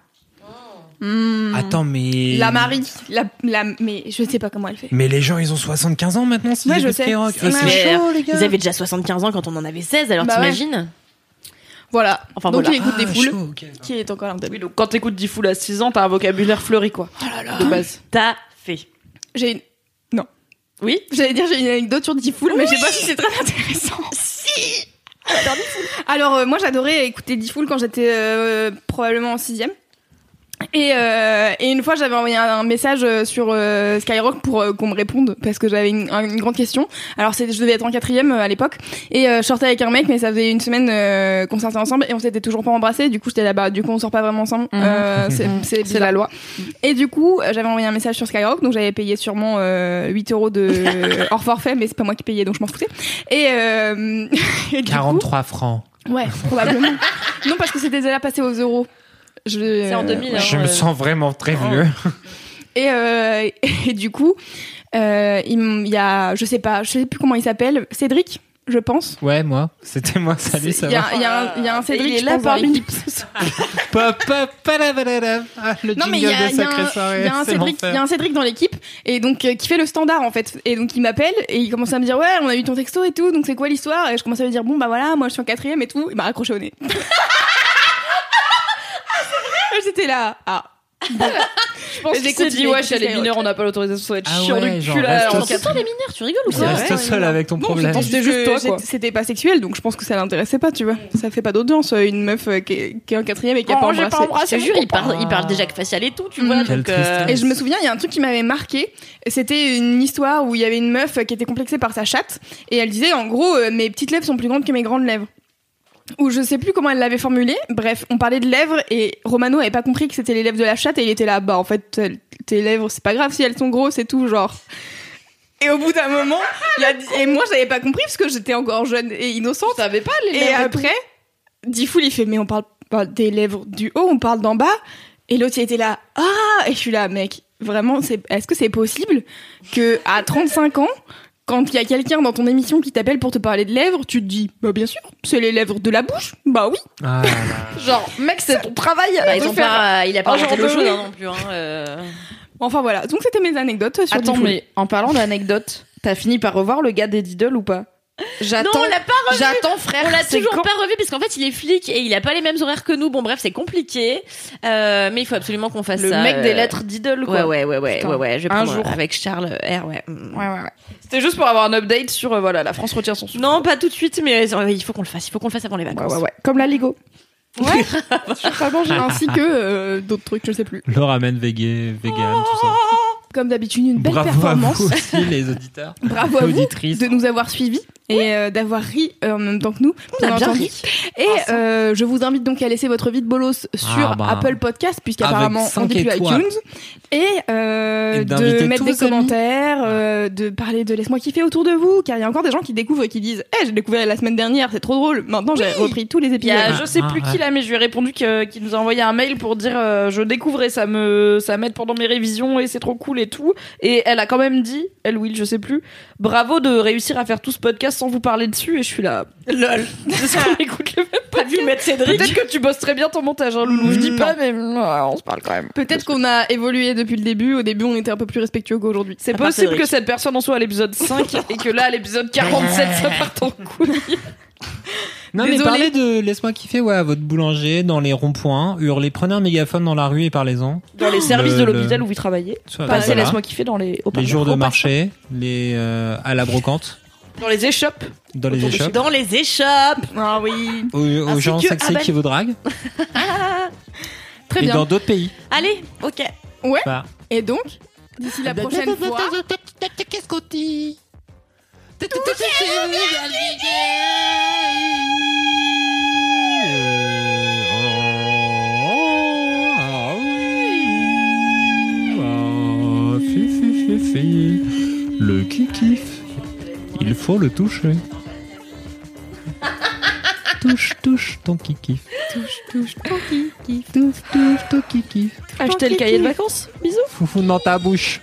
[SPEAKER 3] Hmm.
[SPEAKER 4] Attends, mais...
[SPEAKER 3] La Marie, la, la, mais je sais pas comment elle fait.
[SPEAKER 4] Mais les gens, ils ont 75 ans maintenant, si
[SPEAKER 3] Ouais, je sais.
[SPEAKER 4] Skyrock.
[SPEAKER 3] C'est
[SPEAKER 4] Ah, c'est
[SPEAKER 7] vrai.
[SPEAKER 4] chaud, les gars.
[SPEAKER 7] Ils avaient déjà 75 ans quand on en avait 16, alors
[SPEAKER 3] Bah ouais.
[SPEAKER 7] t'imagines
[SPEAKER 3] Voilà.
[SPEAKER 7] Enfin,
[SPEAKER 3] Donc
[SPEAKER 7] voilà.
[SPEAKER 3] il écoute
[SPEAKER 4] Ah,
[SPEAKER 3] Diffoul,
[SPEAKER 4] chaud, ok.
[SPEAKER 3] qui est encore là.
[SPEAKER 2] Oui, donc quand t'écoutes Diffoul à 6 ans, t'as un vocabulaire fleuri, quoi. De base.
[SPEAKER 7] T'as fait.
[SPEAKER 3] J'ai une...
[SPEAKER 7] Oui
[SPEAKER 3] J'allais dire j'ai une anecdote sur Diffoul, mais je sais pas si c'est très intéressant.
[SPEAKER 7] Si
[SPEAKER 3] Alors euh, moi j'adorais écouter Diffoul quand j'étais euh, probablement en sixième. Et, euh, et une fois j'avais envoyé un, un message euh, sur euh, Skyrock pour euh, qu'on me réponde parce que j'avais une, un- une grande question. Alors c'est- je devais être en quatrième euh, à l'époque et euh, je sortais avec un mec mais ça faisait une semaine euh, qu'on sortait ensemble et on s'était toujours pas embrassés. Du coup j'étais là bah du coup on sort pas vraiment ensemble. Euh,
[SPEAKER 2] *laughs*
[SPEAKER 3] c'est- c'est
[SPEAKER 2] Mhm. C'est
[SPEAKER 3] bizarre.
[SPEAKER 2] la loi.
[SPEAKER 3] Et du coup, euh, j'avais envoyé un message sur Skyrock, donc j'avais payé sûrement euh, 8
[SPEAKER 2] *laughs*
[SPEAKER 3] euros de hors forfait, mais c'est pas moi qui payais, donc je m'en foutais. Et, euh, *laughs* et du coup-
[SPEAKER 4] 43 francs.
[SPEAKER 3] ouais, probablement. non, parce que c'était déjà passé aux euros. Je-
[SPEAKER 7] C'est en
[SPEAKER 3] euh,
[SPEAKER 7] 2000.
[SPEAKER 4] Je
[SPEAKER 7] hein,
[SPEAKER 4] me
[SPEAKER 7] euh.
[SPEAKER 4] sens vraiment très vieux.
[SPEAKER 3] Et, euh, et du coup, euh, il m- il y a, je sais pas, je sais plus comment il s'appelle, Cédric, je pense.
[SPEAKER 4] Ouais, moi. C'était moi, salut, ça
[SPEAKER 3] Il y,
[SPEAKER 4] va.
[SPEAKER 3] a- il y a un- il y a un Cédric
[SPEAKER 2] il est
[SPEAKER 3] je
[SPEAKER 2] là
[SPEAKER 3] pense, dans
[SPEAKER 2] parmi
[SPEAKER 3] l'équipe. *laughs*
[SPEAKER 4] Pa, pa, pa, la, la, la, la. Ah, le
[SPEAKER 3] Non mais il y
[SPEAKER 4] jingle
[SPEAKER 3] a,
[SPEAKER 4] de
[SPEAKER 3] il y a
[SPEAKER 4] Sacré
[SPEAKER 3] un, il y
[SPEAKER 4] Soirée,
[SPEAKER 3] a un
[SPEAKER 4] c'est
[SPEAKER 3] Cédric, il y a
[SPEAKER 4] l'enfer.
[SPEAKER 3] un Cédric dans l'équipe et donc euh, qui fait le standard en fait et donc il m'appelle et il commence à me dire ouais on a eu ton texto et tout donc c'est quoi l'histoire et je commence à lui dire bon bah voilà moi je suis en quatrième et tout il m'a raccroché au nez. *laughs* Ah, J'étais là ah
[SPEAKER 2] Je pense
[SPEAKER 3] Mais
[SPEAKER 2] qu'il s'est
[SPEAKER 3] j'écoute,
[SPEAKER 2] dit,
[SPEAKER 3] il
[SPEAKER 2] ouais,
[SPEAKER 3] écoute
[SPEAKER 2] chez les
[SPEAKER 3] Skyrock.
[SPEAKER 2] mineurs, on n'a pas l'autorisation, ça va être
[SPEAKER 4] Ah
[SPEAKER 2] chiant
[SPEAKER 4] ouais,
[SPEAKER 2] du
[SPEAKER 4] genre,
[SPEAKER 2] cul là.
[SPEAKER 4] reste
[SPEAKER 2] en
[SPEAKER 4] au-
[SPEAKER 2] quatre-
[SPEAKER 7] Toi, les mineurs, tu rigoles ou quoi
[SPEAKER 4] Reste seul avec ton problème.
[SPEAKER 3] pense
[SPEAKER 2] C'était juste
[SPEAKER 3] que
[SPEAKER 2] toi,
[SPEAKER 3] j'ai-
[SPEAKER 2] quoi.
[SPEAKER 3] c'était pas sexuel donc je pense que ça l'intéressait pas tu vois ça fait pas d'audience une meuf euh, qui est, qui est en quatrième et qui a
[SPEAKER 2] Oh,
[SPEAKER 3] pas embrassé.
[SPEAKER 7] Je te jure, il parle, il parle déjà que facial et tout, tu
[SPEAKER 3] Mm.
[SPEAKER 7] vois.
[SPEAKER 4] Quelle
[SPEAKER 7] Donc, euh,
[SPEAKER 3] Et je me souviens, il y a un truc qui m'avait marqué. C'était une histoire où il y avait une meuf qui était complexée par sa chatte et elle disait en gros euh, mes petites lèvres sont plus grandes que mes grandes lèvres. Ou je sais plus comment elle l'avait formulé. Bref, on parlait de lèvres et Romano avait pas compris que c'était les lèvres de la chatte et il était là bah en fait euh, tes lèvres c'est pas grave si elles sont grosses et tout genre. Et au bout d'un moment, il a dit- et moi j'avais pas compris parce que j'étais encore jeune et innocente.
[SPEAKER 2] T'avais pas les
[SPEAKER 3] Et
[SPEAKER 2] lèvres et
[SPEAKER 3] après, Diffoul, il fait, mais on parle pas des lèvres du haut, on parle d'en bas. Et l'autre, il était là, ah Et je suis là, mec, vraiment, c'est, est-ce que c'est possible que à 35 ans, quand il y a quelqu'un dans ton émission qui t'appelle pour te parler de lèvres, tu te dis, bah bien sûr, c'est les lèvres de la bouche, bah oui.
[SPEAKER 4] Ah,
[SPEAKER 2] tout. Genre, mec, c'est ton travail.
[SPEAKER 7] bah, ils
[SPEAKER 2] de
[SPEAKER 7] ont
[SPEAKER 2] faire-
[SPEAKER 7] pas, il a pas
[SPEAKER 2] un genre
[SPEAKER 7] inventé
[SPEAKER 2] de
[SPEAKER 7] le chose
[SPEAKER 2] oui.
[SPEAKER 7] hein, non plus. Hein, euh.
[SPEAKER 3] Enfin voilà, donc c'était mes anecdotes euh, sur
[SPEAKER 2] Attends,
[SPEAKER 3] Diffoul.
[SPEAKER 2] mais en parlant d'anecdote, t'as fini par revoir le gars des Diddle ou pas
[SPEAKER 7] Non,
[SPEAKER 2] J'attends,
[SPEAKER 7] on l'a pas revu.
[SPEAKER 2] j'attends, frère.
[SPEAKER 7] On l'a
[SPEAKER 2] c'est
[SPEAKER 7] toujours
[SPEAKER 2] quand-
[SPEAKER 7] pas revu parce qu'en fait, il est flic et il a pas les mêmes horaires que nous. Bon, bref, c'est compliqué. Euh, mais il faut absolument qu'on fasse
[SPEAKER 2] Le
[SPEAKER 7] ça.
[SPEAKER 2] mec
[SPEAKER 7] euh,
[SPEAKER 2] des lettres Diddle, quoi.
[SPEAKER 7] Ouais, ouais, ouais, ouais,
[SPEAKER 2] Putain.
[SPEAKER 7] ouais, ouais. Je vais
[SPEAKER 2] Un
[SPEAKER 7] prendre
[SPEAKER 2] jour.
[SPEAKER 7] avec Charles R. Ouais. Mm.
[SPEAKER 2] Ouais, ouais, ouais. C'était juste pour avoir un update sur, euh, voilà, la France retient son souffle.
[SPEAKER 7] Non, pas tout de suite, mais euh, il faut qu'on le fasse. Il faut qu'on le fasse avant les
[SPEAKER 2] Ouais,
[SPEAKER 7] vacances.
[SPEAKER 2] ouais, ouais. Comme la Ligo.
[SPEAKER 3] *laughs* Ouais, Apparemment, j'ai- ainsi que euh, d'autres trucs, je sais plus.
[SPEAKER 4] Le ramen véga- vegan, tout ça.
[SPEAKER 3] Comme d'habitude, une Oh, belle
[SPEAKER 4] Bravo
[SPEAKER 3] performance.
[SPEAKER 4] à vous aussi, les auditeurs.
[SPEAKER 3] *laughs* Bravo à vous
[SPEAKER 4] Auditrices.
[SPEAKER 3] de nous avoir suivis et euh, d'avoir ri euh, en même temps que nous.
[SPEAKER 7] On a
[SPEAKER 3] Bien
[SPEAKER 7] bien
[SPEAKER 3] entendu.
[SPEAKER 7] ri.
[SPEAKER 3] Et euh, je vous invite donc à laisser votre vie de bolos sur
[SPEAKER 4] Ah bah.
[SPEAKER 3] Apple Podcast, puisqu'apparemment
[SPEAKER 4] Avec
[SPEAKER 3] on n'est plus
[SPEAKER 4] cinq étoiles.
[SPEAKER 3] iTunes. Et, euh,
[SPEAKER 4] Et d'inviter
[SPEAKER 3] de mettre
[SPEAKER 4] tous
[SPEAKER 3] des
[SPEAKER 4] vos amis.
[SPEAKER 3] commentaires, euh, de parler de Laisse-moi kiffer autour de vous, car il y a encore des gens qui découvrent et qui disent Eh, j'ai découvert la semaine dernière, c'est trop drôle, maintenant j'ai repris tous les
[SPEAKER 2] Il y a
[SPEAKER 3] épisodes.
[SPEAKER 2] je sais
[SPEAKER 4] Ah,
[SPEAKER 2] plus
[SPEAKER 4] ouais.
[SPEAKER 2] qui là, mais je lui ai répondu que- qu'il nous a envoyé un mail pour dire euh, je découvrais, ça me ça m'aide pendant mes révisions et c'est trop cool et tout. Et elle a quand même dit, elle Will, je sais plus, bravo de réussir à faire tout ce podcast sans vous parler dessus. Et je suis là, *laughs* lol. Est-ce qu'on écoute le même Pas vu mettre Cédric. Peut-être que tu bosses très bien ton montage, hein, Loulou. Je dis pas, mais mm, ouais, on se parle quand même.
[SPEAKER 3] Peut-être qu'on a évolué depuis le début, au début on était un peu plus respectueux qu'aujourd'hui.
[SPEAKER 2] C'est
[SPEAKER 7] À part
[SPEAKER 2] possible
[SPEAKER 7] Cédric.
[SPEAKER 2] que cette personne en soit à l'épisode 5 et que là, à l'épisode 47,
[SPEAKER 4] *laughs*
[SPEAKER 2] ça part en couille.
[SPEAKER 4] Non, mais
[SPEAKER 3] Désolée.
[SPEAKER 4] parlez de laisse-moi kiffer ouais, à votre boulanger, dans les ronds-points, hurlez, prenez un mégaphone dans la rue et parlez-en.
[SPEAKER 2] Dans les services
[SPEAKER 4] services
[SPEAKER 2] de
[SPEAKER 4] de le-
[SPEAKER 2] l'hôpital
[SPEAKER 4] l'hôpital
[SPEAKER 2] où vous travaillez.
[SPEAKER 4] Soit-
[SPEAKER 2] Passez,
[SPEAKER 4] voilà.
[SPEAKER 2] laisse-moi kiffer dans les
[SPEAKER 4] Les jours de marché, les euh, à la brocante,
[SPEAKER 2] Dans les échoppes.
[SPEAKER 4] dans les échoppes,
[SPEAKER 7] Dans les échoppes.
[SPEAKER 3] Ah oui
[SPEAKER 4] aux, aux
[SPEAKER 7] Ainsi
[SPEAKER 4] gens
[SPEAKER 7] que *laughs*
[SPEAKER 4] sexy
[SPEAKER 7] Abel.
[SPEAKER 4] qui vous draguent.
[SPEAKER 7] Très
[SPEAKER 4] et
[SPEAKER 7] bien.
[SPEAKER 4] dans d'autres pays.
[SPEAKER 7] Allez, ok.
[SPEAKER 3] Ouais.
[SPEAKER 4] Bah.
[SPEAKER 3] Et donc, d'ici la prochaine fois.
[SPEAKER 4] Qu'est-ce qu'on dit Ah, fi, fi, fi, fi. Le kikif, il faut le toucher. touche, touche ton kikif.
[SPEAKER 3] Touche, touche, ton kiki.
[SPEAKER 4] Touche, touche ton kikif.
[SPEAKER 7] Achetez le cahier de vacances. Bisous.
[SPEAKER 4] Foufou dans ta bouche.